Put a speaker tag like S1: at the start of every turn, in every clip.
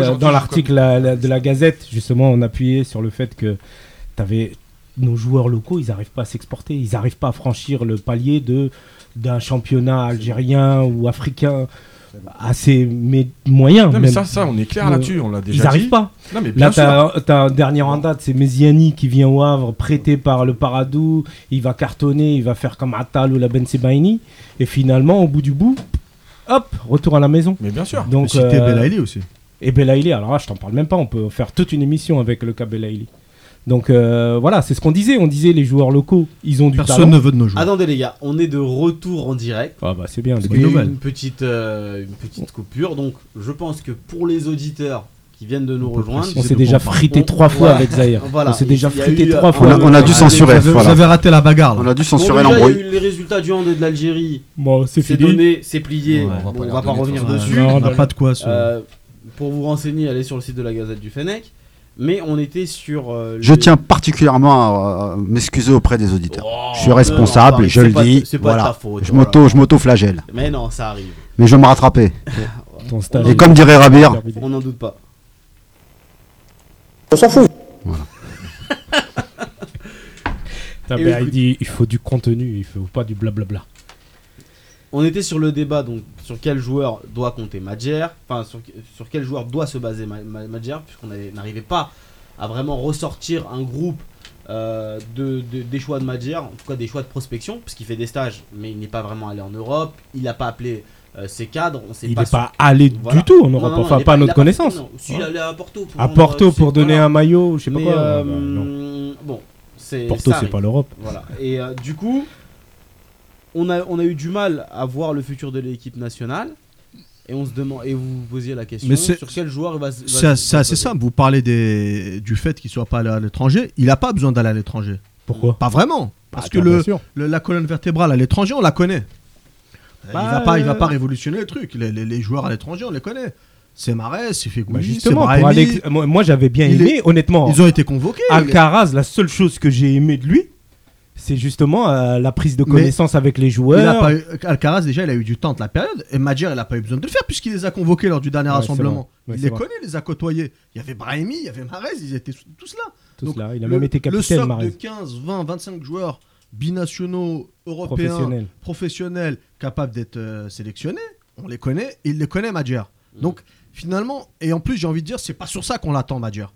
S1: Euh,
S2: Aujourd'hui,
S1: dans l'article la- la- de la Gazette, justement, on appuyait sur le fait que t'avais nos joueurs locaux, ils n'arrivent pas à s'exporter, ils n'arrivent pas à franchir le palier de d'un championnat algérien ou africain assez mais moyen.
S2: Non, mais
S1: Ah, même.
S2: ça, ça, on est clair
S1: Euh,
S2: là-dessus, on l'a déjà
S1: ils
S2: dit.
S1: n'arrivent pas.
S2: Non, mais bien
S1: Là,
S2: sûr.
S1: t'as t'as un dernier en date, c'est Mesiani qui vient au Havre, prêté par le Paradou. Il va cartonner, il va faire comme Attal ou la Ben Sebaini. Et finalement, au bout du bout, hop, retour à la maison.
S2: Ah, Mais bien sûr.
S1: Donc,
S3: Cité
S1: euh,
S3: Belaïli aussi.
S1: et Belaïli, alors là, je t'en parle même pas, on peut faire toute une émission avec le cas Belaïli. Donc euh, voilà, c'est ce qu'on disait. On disait les joueurs locaux, ils ont du
S3: Personne ne
S1: talent.
S3: veut de nos joueurs.
S4: Ah, Attendez les gars, on est de retour en direct.
S1: Ah bah c'est bien.
S3: C'est
S1: les
S4: Il y a eu
S1: gars.
S3: nouvelle.
S4: une petite, euh, une petite coupure, donc je pense que pour les auditeurs qui viennent de nous
S3: On peut
S4: rejoindre,
S3: préciser.
S1: On
S3: c'est
S1: s'est
S3: de
S1: déjà
S3: bon
S1: frité
S4: temps.
S1: trois fois
S4: Voilà.
S1: avec Zahir.
S4: Voilà.
S1: On s'est déjà
S4: Il y a
S1: frité
S4: eu,
S1: trois
S4: euh,
S1: fois.
S5: on a- on a dû
S4: Ah,
S5: censurer.
S3: Vous avez,
S5: voilà.
S3: vous avez raté la bagarre. là.
S5: On a dû
S4: Bon,
S5: censurer
S4: déjà, il y a
S5: l'embrouille.
S4: eu les résultats du hand et de l'Algérie,
S1: Bon, c'est
S4: c'est
S1: fini.
S4: donné, c'est plié,
S3: Ouais,
S4: Bon, on va pas revenir
S3: Ouais,
S4: dessus.
S1: Non,
S3: on n'a
S1: non.
S3: pas de quoi se.
S4: Euh, pour vous renseigner, allez sur le site de la Gazette du Fennec. Mais on était sur. euh,
S5: Je
S4: le-
S5: tiens particulièrement à euh, m'excuser auprès des auditeurs.
S4: Oh,
S5: je suis
S4: non,
S5: responsable,
S4: non,
S5: je
S4: c'est
S5: le
S4: pas-
S5: dis,
S4: C'est pas
S5: voilà.
S4: ta faute.
S5: Je
S4: voilà.
S5: m'auto, je m'auto-flagelle,
S4: Mais non, ça arrive.
S5: mais je vais me rattraper.
S1: Ton stage.
S5: Et comme dirait Rabir,
S4: On n'en doute pas.
S6: On s'en fout.
S1: Ah
S4: Et
S1: ben,
S4: écoute-
S1: il dit, il faut du contenu, il faut pas du blablabla.
S4: On était sur le débat donc sur quel joueur doit compter Madjer, enfin sur, sur quel joueur doit se baser Ma- Ma- Madjer, puisqu'on avait- n'arrivait pas à vraiment ressortir un groupe euh, de, de- des choix de Madjer, en tout cas des choix de prospection, puisqu'il fait des stages, mais il n'est pas vraiment allé en Europe, il n'a pas appelé euh, ses cadres, on sait
S1: Il
S4: pas.
S1: n'est
S4: sur-
S1: pas allé
S4: Voilà.
S1: du tout en
S4: Non,
S1: Europe,
S4: non, non, il
S1: enfin
S4: est
S1: pas à
S4: il
S1: notre
S4: a
S1: connaissance. Hein
S4: non, si, il est allé à Porto pour,
S1: À
S4: vendre, euh,
S1: Porto
S4: c'est-
S1: pour donner
S4: voilà.
S1: un maillot, je sais pas
S4: Mais,
S1: quoi.
S4: euh,
S1: Ah bah, non.
S4: bon, c'est
S1: Porto,
S4: ça
S1: c'est
S4: arrive.
S1: pas l'Europe.
S4: Voilà. Et euh, du coup, on a, on a eu du mal à voir le futur de l'équipe nationale. Et on se demande, et vous vous posiez la question
S3: Mais c'est-
S4: sur quel joueur il va se. va
S3: C'est
S4: se-
S3: assez, c'est assez simple. Vous parlez des- du fait qu'il soit pas allé à l'étranger. Il n'a pas besoin d'aller à l'étranger.
S1: Pourquoi
S3: Pas vraiment. Parce
S1: Bah,
S3: que
S1: tiens,
S3: le,
S1: bien sûr.
S3: le- la colonne vertébrale à l'étranger, on la connaît. Euh,
S1: Bah,
S3: il va pas, il va
S1: euh,
S3: pas révolutionner le truc. Les, les- les joueurs à l'étranger, on les connaît. C'est Marès, c'est Fegouli,
S1: Bah,
S3: c'est
S1: justement,
S3: Brahimi.
S1: pour Alex- moi, moi, j'avais bien
S3: Il
S1: aimé, honnêtement.
S3: Ils ont été convoqués.
S1: Ah, Alcaraz, la seule chose que j'ai aimé de lui, c'est justement euh, la prise de
S3: Mais
S1: connaissance avec les
S3: Il a
S1: joueurs.
S3: pas eu- Alcaraz déjà, il a eu du temps de la période. Et Madjer, il a pas eu besoin de le faire puisqu'il les a convoqués lors du dernier
S1: Ouais,
S3: rassemblement.
S1: c'est vrai. Ouais,
S3: il
S1: c'est
S3: les
S1: vrai.
S3: connaît, il les a côtoyés. Il y avait Brahimi, il y avait Marez, ils étaient tous là.
S1: Tout
S3: Donc,
S1: cela. Il a
S3: le,
S1: même été
S3: le socle
S1: capitaine,
S3: de
S1: Marais.
S3: 15, 20, 25 joueurs binationaux, européens, professionnels,
S1: Professionnel.
S3: capables d'être euh, sélectionnés, on les connaît, et il les connaît Madjer.
S1: Mm.
S3: Donc finalement, et en plus j'ai envie de dire, c'est pas sur ça qu'on l'attend Madjer.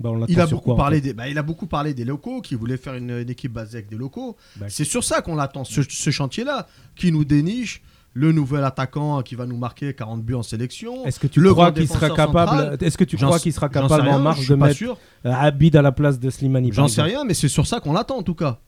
S1: Bah, on l'attend
S3: Il a,
S1: sur
S3: beaucoup
S1: quoi, en
S3: parlé
S1: fait
S3: des, bah, il a beaucoup parlé des locaux, qui voulait faire une, une équipe basée avec des locaux.
S1: Bah,
S3: C'est sur ça qu'on l'attend, ce, ce chantier-là, qui nous déniche le nouvel attaquant qui va nous marquer 40 buts en sélection.
S1: Est-ce que tu
S3: le
S1: crois
S3: grand
S1: qu'il sera
S3: défenseur
S1: capable
S3: central.
S1: Est-ce que tu
S3: J'en
S1: crois
S3: sais-
S1: qu'il sera
S3: j'en sais
S1: capable
S3: rien,
S1: en
S3: je
S1: marge
S3: suis
S1: de
S3: pas
S1: mettre Ah,
S3: sûr.
S1: Abid à la place de Slimani par
S3: J'en sais
S1: exemple
S3: rien, mais c'est sur ça qu'on l'attend en tout cas.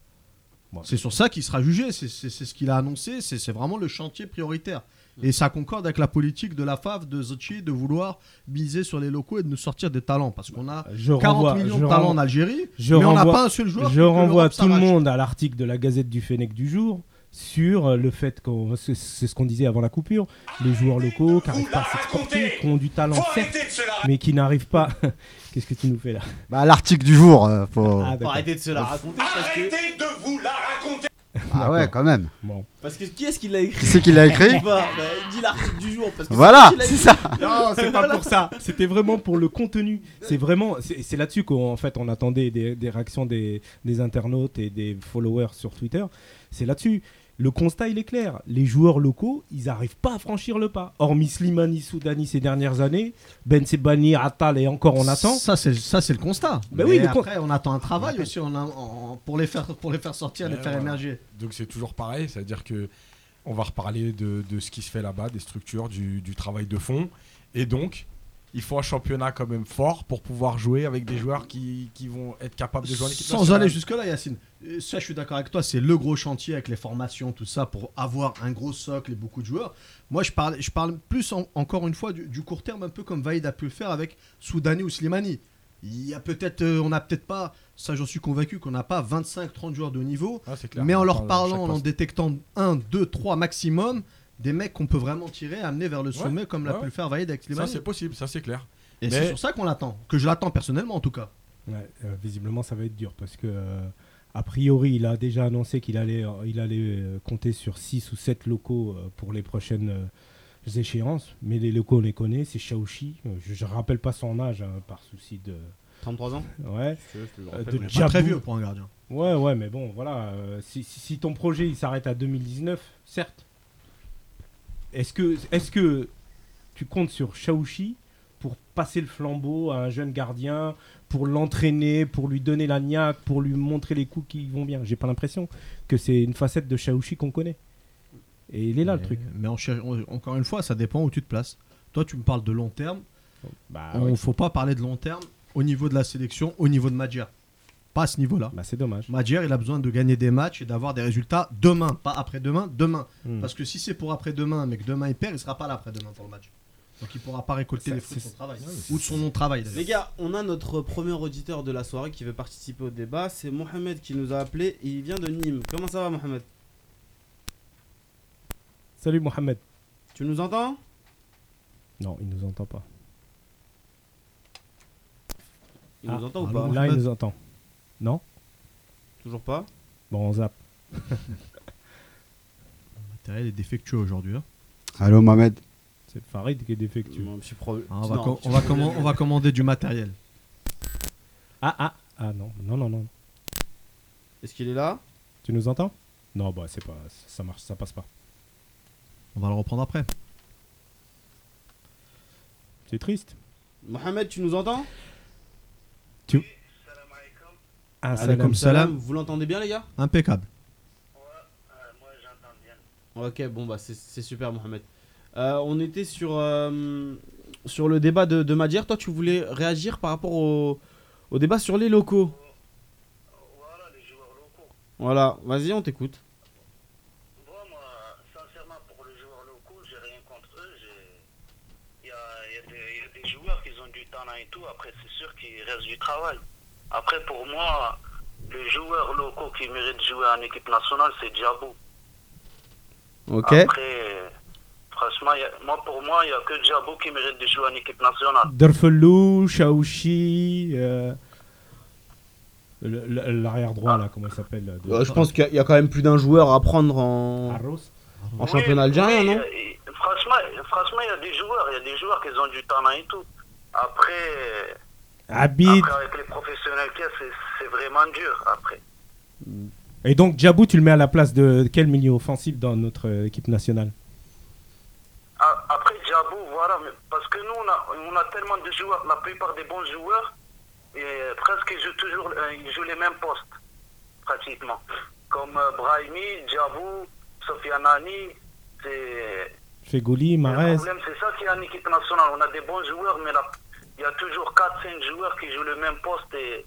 S1: Bon.
S3: C'est sur ça qu'il sera jugé, c'est c'est- c'est ce qu'il a annoncé, c'est c'est vraiment le chantier prioritaire.
S1: Mm.
S3: Et ça concorde avec la politique de la FAF, de Zocchi, de vouloir miser sur les locaux et de nous sortir des talents. Parce qu'on a
S1: Je
S3: 40
S1: renvoie,
S3: millions
S1: je
S3: de talents en
S1: renvoie-
S3: Algérie,
S1: je
S3: mais on n'a
S1: renvoie-
S3: pas un seul joueur.
S1: Je
S3: que
S1: renvoie
S3: l'Europe
S1: tout le
S3: s'arrache.
S1: monde à l'article de la Gazette du Fennec du jour sur euh, le fait qu'on c'est c'est ce qu'on disait avant la coupure, les joueurs locaux qui n'arrivent pas à s'exporter, qui ont du talent certes, mais qui n'arrivent pas. Qu'est-ce que tu nous fais là
S5: bah, l'article du jour, euh, faut...
S1: Ah,
S4: Faut
S1: d'accord.
S4: arrêter de se la raconter parce que,
S5: ah ouais, quand même.
S1: Bon.
S4: parce que qui est-ce qui l'a écrit
S5: Qui c'est qui l'a écrit
S4: Dis pas, bah, dis l'article du jour parce que
S5: Voilà,
S4: qui l'a
S5: c'est
S4: écrit.
S5: ça.
S1: Non, c'est pas pour ça. C'était vraiment pour le contenu. C'est vraiment, c'est c'est là-dessus qu'en fait on attendait des, des réactions des, des internautes et des followers sur Twitter. C'est là-dessus. Le constat il est clair. Les joueurs locaux, ils n'arrivent pas à franchir le pas. Hormis Slimani, Soudani ces dernières années, Ben Sebani, Attal et encore on attend.
S3: Ça, c'est ça, c'est le constat.
S1: Bah
S3: Mais
S1: oui, le con-
S3: après, on attend un travail aussi on a- on- pour, les faire, pour les faire sortir, les
S2: Ouais,
S3: faire
S2: voilà.
S3: émerger.
S2: Donc c'est toujours pareil, c'est-à-dire que on va reparler de, de ce qui se fait là-bas, des structures, du, du travail de fond. Et donc, il faut un championnat quand même fort pour pouvoir jouer avec des joueurs qui, qui vont être capables de jouer en équipe
S3: Sans
S2: nationale.
S3: aller jusque-là, Yacine. Euh, Ça, je suis d'accord avec toi. C'est le gros chantier avec les formations, tout ça, pour avoir un gros socle et beaucoup de joueurs. Moi, je parle, je parle plus, en- encore une fois, du, du court terme, un peu comme Vaïd a pu le faire avec Soudani ou Slimani. Il y a peut-être, euh, on n'a peut-être pas, ça j'en suis convaincu, qu'on n'a pas 25-30 joueurs de haut niveau,
S2: Ah, c'est clair.
S3: mais en
S2: On
S3: leur
S2: parle à chaque
S3: parlant, en en
S2: poste.
S3: détectant 1, 2, 3 maximum, des mecs qu'on peut vraiment tirer, amener vers le sommet, comme l'a
S2: ouais,
S3: pu le faire Vaïd avec
S2: Ça
S3: Slimani.
S2: c'est possible, ça c'est clair.
S3: et
S2: mais-
S3: c'est sur ça qu'on l'attend, que je l'attends personnellement en tout cas.
S1: Ouais, euh, visiblement, ça va être dur parce que, euh, a priori, il a déjà annoncé qu'il allait, euh, il allait euh, compter sur 6 ou 7 locaux euh, pour les prochaines euh, échéances, mais les locaux on les connaît, c'est Shaoxi, euh, je ne rappelle pas son âge hein, par souci de...
S4: 33 ans
S1: Ouais,
S4: Si tu veux, je te le
S1: euh,
S4: rappelle,
S1: de
S4: mais-
S3: Pas très
S1: Jabu.
S3: vieux pour un gardien.
S1: Ouais, ouais, mais bon, voilà. euh, si, si- si ton projet il s'arrête à 2019, certes. Est-ce que, est que tu comptes sur Shaoxi pour passer le flambeau à un jeune gardien, pour l'entraîner, pour lui donner la niaque, pour lui montrer les coups qui vont bien J'ai pas l'impression que c'est une facette de Shaoxi qu'on connaît. Et il est là le
S3: Mais-
S1: truc.
S3: Mais on cherche- on- encore une fois, ça dépend où tu te places. Toi, tu me parles de long terme.
S1: Bah,
S3: on faut pas parler de long terme au niveau de la sélection, au niveau de Madjer. Pas à ce niveau-là.
S1: bah, c'est dommage.
S3: Madjer, il a besoin de gagner des matchs et d'avoir des résultats demain, pas après-demain, demain.
S1: Hmm.
S3: Parce que si c'est pour après-demain, mais que demain il perd, il sera pas là après-demain pour le match. Donc il pourra pas récolter
S1: Ça,
S3: les fruits de
S1: c'est-
S3: son travail
S1: c'est-
S3: ou de son non travail.
S4: Les gars, on a notre premier auditeur de la soirée qui veut participer au débat. C'est Mohamed qui nous a appelé. Il vient de Nîmes. Comment ça va, Mohamed
S1: Salut Mohamed.
S4: Tu nous entends
S1: Non, il nous entend pas.
S4: Il nous
S1: Ah,
S4: entend ou
S3: allô,
S4: pas
S1: Là, il
S3: Mohamed.
S1: nous entend. Non
S4: Toujours pas
S1: Bon, on zappe.
S3: L'intérêt est défectueux aujourd'hui. hein.
S5: Allô, Mohamed
S1: C'est Farid qui est défectueux.
S4: Non, petit problème.
S3: Ah, on, va
S4: Non,
S3: com-
S4: petit
S3: on, va
S4: problème.
S3: commen- on va commander du matériel.
S1: Ah, ah, ah, non, non, non, non.
S4: Est-ce qu'il est là
S1: Tu nous entends Non, bah c'est pas, ça marche, ça passe pas.
S3: On va le reprendre après.
S1: C'est triste.
S4: Mohamed, tu nous entends
S1: Ah,
S3: Alaykoum salam.
S4: Vous l'entendez bien, les gars
S3: Impeccable.
S4: Ok, bon, bah c'est- c'est super, Mohamed. Euh, on était sur, euh, sur le débat de, de Madjer. Toi, tu voulais réagir par rapport au, au débat sur les locaux.
S6: Voilà, les joueurs locaux.
S4: Voilà, vas-y, on t'écoute.
S6: Bon, moi, sincèrement, pour les joueurs locaux, j'ai rien contre eux. j'ai- Il y a, il y a des- il y a des joueurs qui ont du talent et tout. Après, c'est sûr qu'il reste du travail. Après, pour moi, les joueurs locaux qui méritent de jouer en équipe nationale, c'est Djabou.
S4: Ok.
S6: Ah. Après, franchement, il y a- moi, pour moi, il n'y a que Djabou qui mérite de jouer en équipe nationale.
S1: Dorfelou, Shaoxi, euh, le- le- l'arrière droit là, comment il s'appelle là, de-
S4: Euh, je pense qu'il y a- il y a quand même plus d'un joueur à prendre en,
S1: Arros
S4: en
S6: Oui,
S4: championnat algérien,
S6: oui,
S4: non
S6: il y a- il- Franchement, franchement, il y a des joueurs. Il y a des joueurs qui ont du talent et tout. Après...
S1: Abid.
S6: Après, avec les professionnels qu'il y a, c'est- c'est vraiment dur après.
S1: Et donc Djabou, tu le mets à la place de quel milieu offensif dans notre euh, équipe nationale
S6: A- Après, Djabou, voilà, mais- parce que nous, on a, on a tellement de joueurs, la plupart des bons joueurs, et presque ils jouent toujours euh, ils jouent les mêmes postes, pratiquement. Comme euh, Brahimi, Djabou, Sofianani, c'est.
S1: Fegoli,
S6: Le
S1: Marez.
S6: problème, c'est ça qui est en équipe nationale. On a des bons joueurs, mais là, il y a toujours 4-5 joueurs qui jouent le même poste. Et,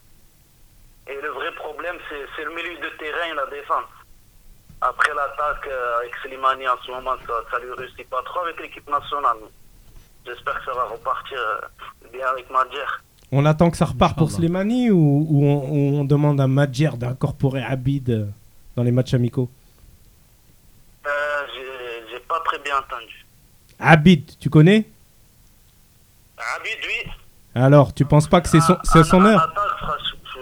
S6: et le vrai problème, c'est c'est le milieu de terrain et la défense. Après l'attaque euh, avec Slimani en ce moment, ça, ça lui réussit pas trop avec l'équipe nationale. J'espère que ça va repartir euh, bien avec Madjer.
S1: On attend que ça repart pour
S3: Inch'Allah.
S1: Slimani ou, ou on, ou on demande à Madjer d'incorporer Abid euh, dans les matchs amicaux
S6: Euh, j'ai- J'ai pas très bien entendu.
S1: Abid, tu connais
S6: Abid, oui.
S1: Alors, tu penses pas que c'est son, c'est son
S6: En- en
S1: heure
S6: attaque, franch- je-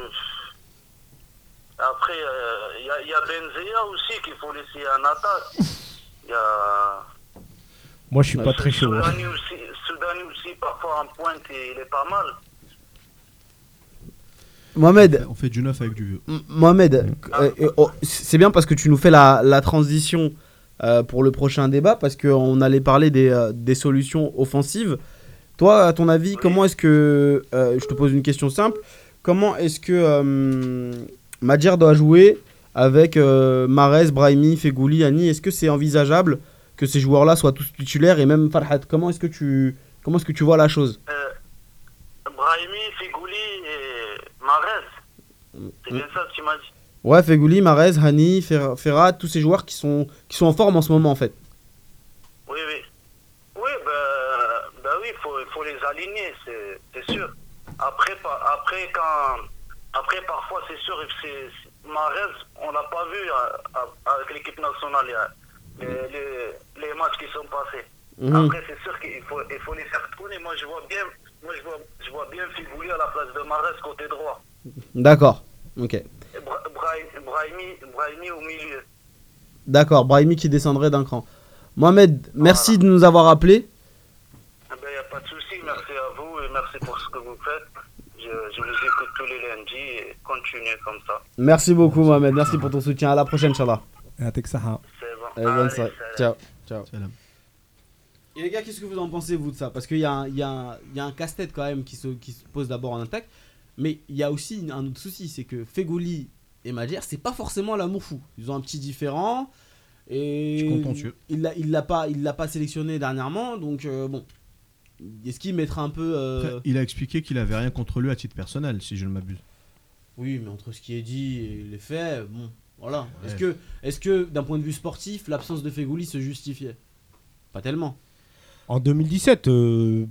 S6: Après, il y, a- y a Benzea aussi qu'il faut laisser en attaque. Il y a
S1: Moi, je suis pas très chaud. hein.
S6: Soudani aussi, Soudani aussi, parfois en pointe, et il est pas mal.
S4: Mohamed,
S3: On fait du neuf avec du vieux.
S4: M- Mohamed, euh, euh, oh, c'est bien parce que tu nous fais la, la transition euh, pour le prochain débat parce qu'on allait parler des, euh, des solutions offensives. Toi, à ton avis, comment est-ce que. euh, je te pose une question simple. Comment est-ce que euh, Madjer doit jouer avec euh, Mahrez, Brahimi, Fegouli, Annie Est-ce que c'est envisageable que ces joueurs-là soient tous titulaires et même Farhat Comment est-ce que tu. Comment est-ce que tu vois la chose
S6: Euh, Brahimi, Figouli et Marez. C'est
S1: Mm.
S6: bien ça que tu m'as dit.
S4: Ouais, Fegouli, Mahrez, Hani, Fer- Ferrat, tous ces joueurs qui sont, qui sont en forme en ce moment en fait.
S6: Oui, oui. Oui, bah, bah oui, il faut, faut les aligner, c'est c'est sûr. Après, par- après, quand, après parfois, c'est sûr, c'est- c'est- Mahrez, on l'a pas vu à- à- avec l'équipe nationale, il y a- les, les- les matchs qui sont passés.
S4: Mhm.
S6: Après, c'est sûr qu'il faut, il faut les faire tourner. Moi, je vois bien, moi, je vois, je vois bien Figouli à la place de Mahrez côté droit.
S4: D'accord. Ok.
S6: Et Bra- Brahim- Brahimi, Brahimi au milieu.
S4: D'accord. Brahimi qui descendrait d'un cran. Mohamed, merci de nous avoir appelés.
S6: Il n'y Ah ben, a pas de souci, merci à vous et merci pour ce que vous faites. Je, je vous écoute tous les lundis et continuez comme ça.
S4: Merci beaucoup, Mohamed. Merci pour ton soutien. À la prochaine, Inch'Allah.
S1: Ah, t'es que ça, hein.
S6: C'est bon.
S4: Allez, bonne
S6: Allez,
S4: soirée.
S6: salam.
S4: Ciao. Ciao. Et les gars, qu'est-ce que vous en pensez, vous, de ça Parce qu'il y, a un- il y a un, il y a un casse-tête quand même qui se, qui se pose d'abord en attaque. Mais il y a aussi une- un autre souci c'est que Fegoli et Madjer, c'est pas forcément l'amour fou. Ils ont un petit différent. Et
S3: Je suis contentieux.
S4: Il l'a- il l'a pas, il l'a pas sélectionné dernièrement. Donc, euh, bon. Est-ce qu'il mettra un peu.
S3: Après,
S4: euh,
S3: il a expliqué qu'il avait rien contre lui à titre personnel, si je ne m'abuse.
S4: Oui, mais entre ce qui est dit et les faits, bon, voilà. Est-ce
S3: Ouais.
S4: que, est-ce que d'un point de vue sportif, l'absence de Fegouli se justifiait Pas tellement.
S1: En 2017, euh,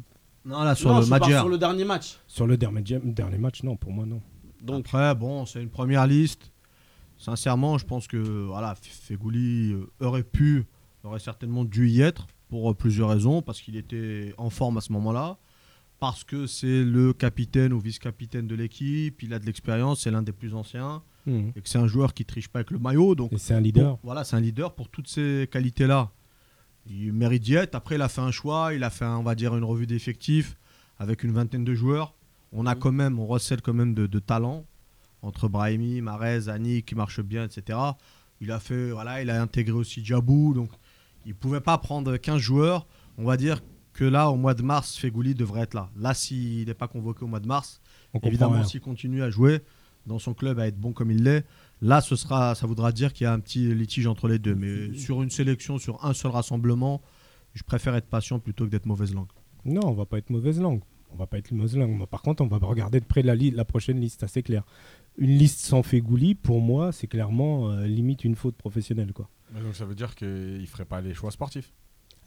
S3: Non, là, sur
S4: non,
S3: le
S4: je pars
S3: Magyar.
S4: sur le dernier match.
S1: sur le dernier, dernier match, non, pour moi, non.
S4: Donc,
S3: Après, bon, c'est une première liste. Sincèrement, je pense que voilà, Fegouli euh, aurait pu, aurait certainement dû y être pour euh, plusieurs raisons, parce qu'il était en forme à ce moment-là, parce que c'est le capitaine ou vice-capitaine de l'équipe, il a de l'expérience, c'est l'un des plus anciens,
S1: Mhm.
S3: et que c'est un joueur qui triche pas avec le maillot, donc
S1: Et c'est un leader.
S3: pour- voilà, c'est un leader pour toutes ces qualités-là. Il mérite d'y être. Après, il a fait un choix, il a fait, on va dire, une revue d'effectifs avec une vingtaine de joueurs. On a
S4: Mhm.
S3: quand même, on recèle quand même de, de talent entre Brahimi, Marez, Annie qui marche bien, etc. Il a fait, voilà, il a intégré aussi Djabou, donc il pouvait pas prendre 15 joueurs. On va dire que là, au mois de mars, Fegouli devrait être là. Là, s'il n'est pas convoqué au mois de mars,
S1: On comprend
S3: Évidemment,
S1: rien.
S3: s'il continue à jouer dans son club, à être bon comme il l'est, là, ce sera, ça voudra dire qu'il y a un petit litige entre les deux. Mais sur une sélection, sur un seul rassemblement, je préfère être patient plutôt que d'être mauvaise langue.
S1: Non, on va pas être mauvaise langue. On va pas être mauvaise langue. Mais par contre, on va regarder de près la, li- la prochaine liste, ça c'est clair. Une liste sans Fegouli, pour moi, c'est clairement euh, limite une faute professionnelle, quoi.
S2: Mais donc ça veut dire qu'il ferait pas les choix sportifs.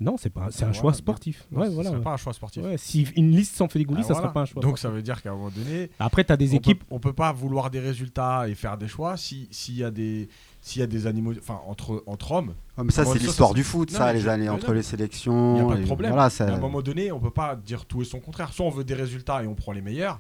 S1: Non, c'est pas, c'est un
S2: Ah, Voilà,
S1: choix
S2: bien.
S1: sportif.
S2: Non,
S1: ouais,
S2: ce
S1: voilà.
S2: serait
S1: ouais.
S2: pas un choix sportif.
S1: Ouais, si une liste sans Fegouli,
S2: Ah,
S1: ça
S2: voilà.
S1: sera pas un choix.
S2: Donc ça veut dire qu'à un moment donné,
S1: Après, tu as des
S2: on
S1: équipes.
S2: peut, on peut pas vouloir des résultats et faire des choix si s'il y a des s'il y a des animaux, enfin entre entre hommes.
S5: Ouais, Oh, mais ça,
S2: Bon,
S5: c'est
S2: ça,
S5: l'histoire
S2: ça,
S5: du foot,
S2: non,
S5: ça,
S2: mais
S5: les
S2: je-
S5: années
S2: non,
S5: entre
S2: non.
S5: les sélections.
S2: Il y a pas de
S5: et-
S2: problème.
S5: Voilà,
S2: Mais
S5: ça.
S2: à un moment donné, on peut pas dire tout et son contraire. Soit on veut des résultats et on prend les meilleurs,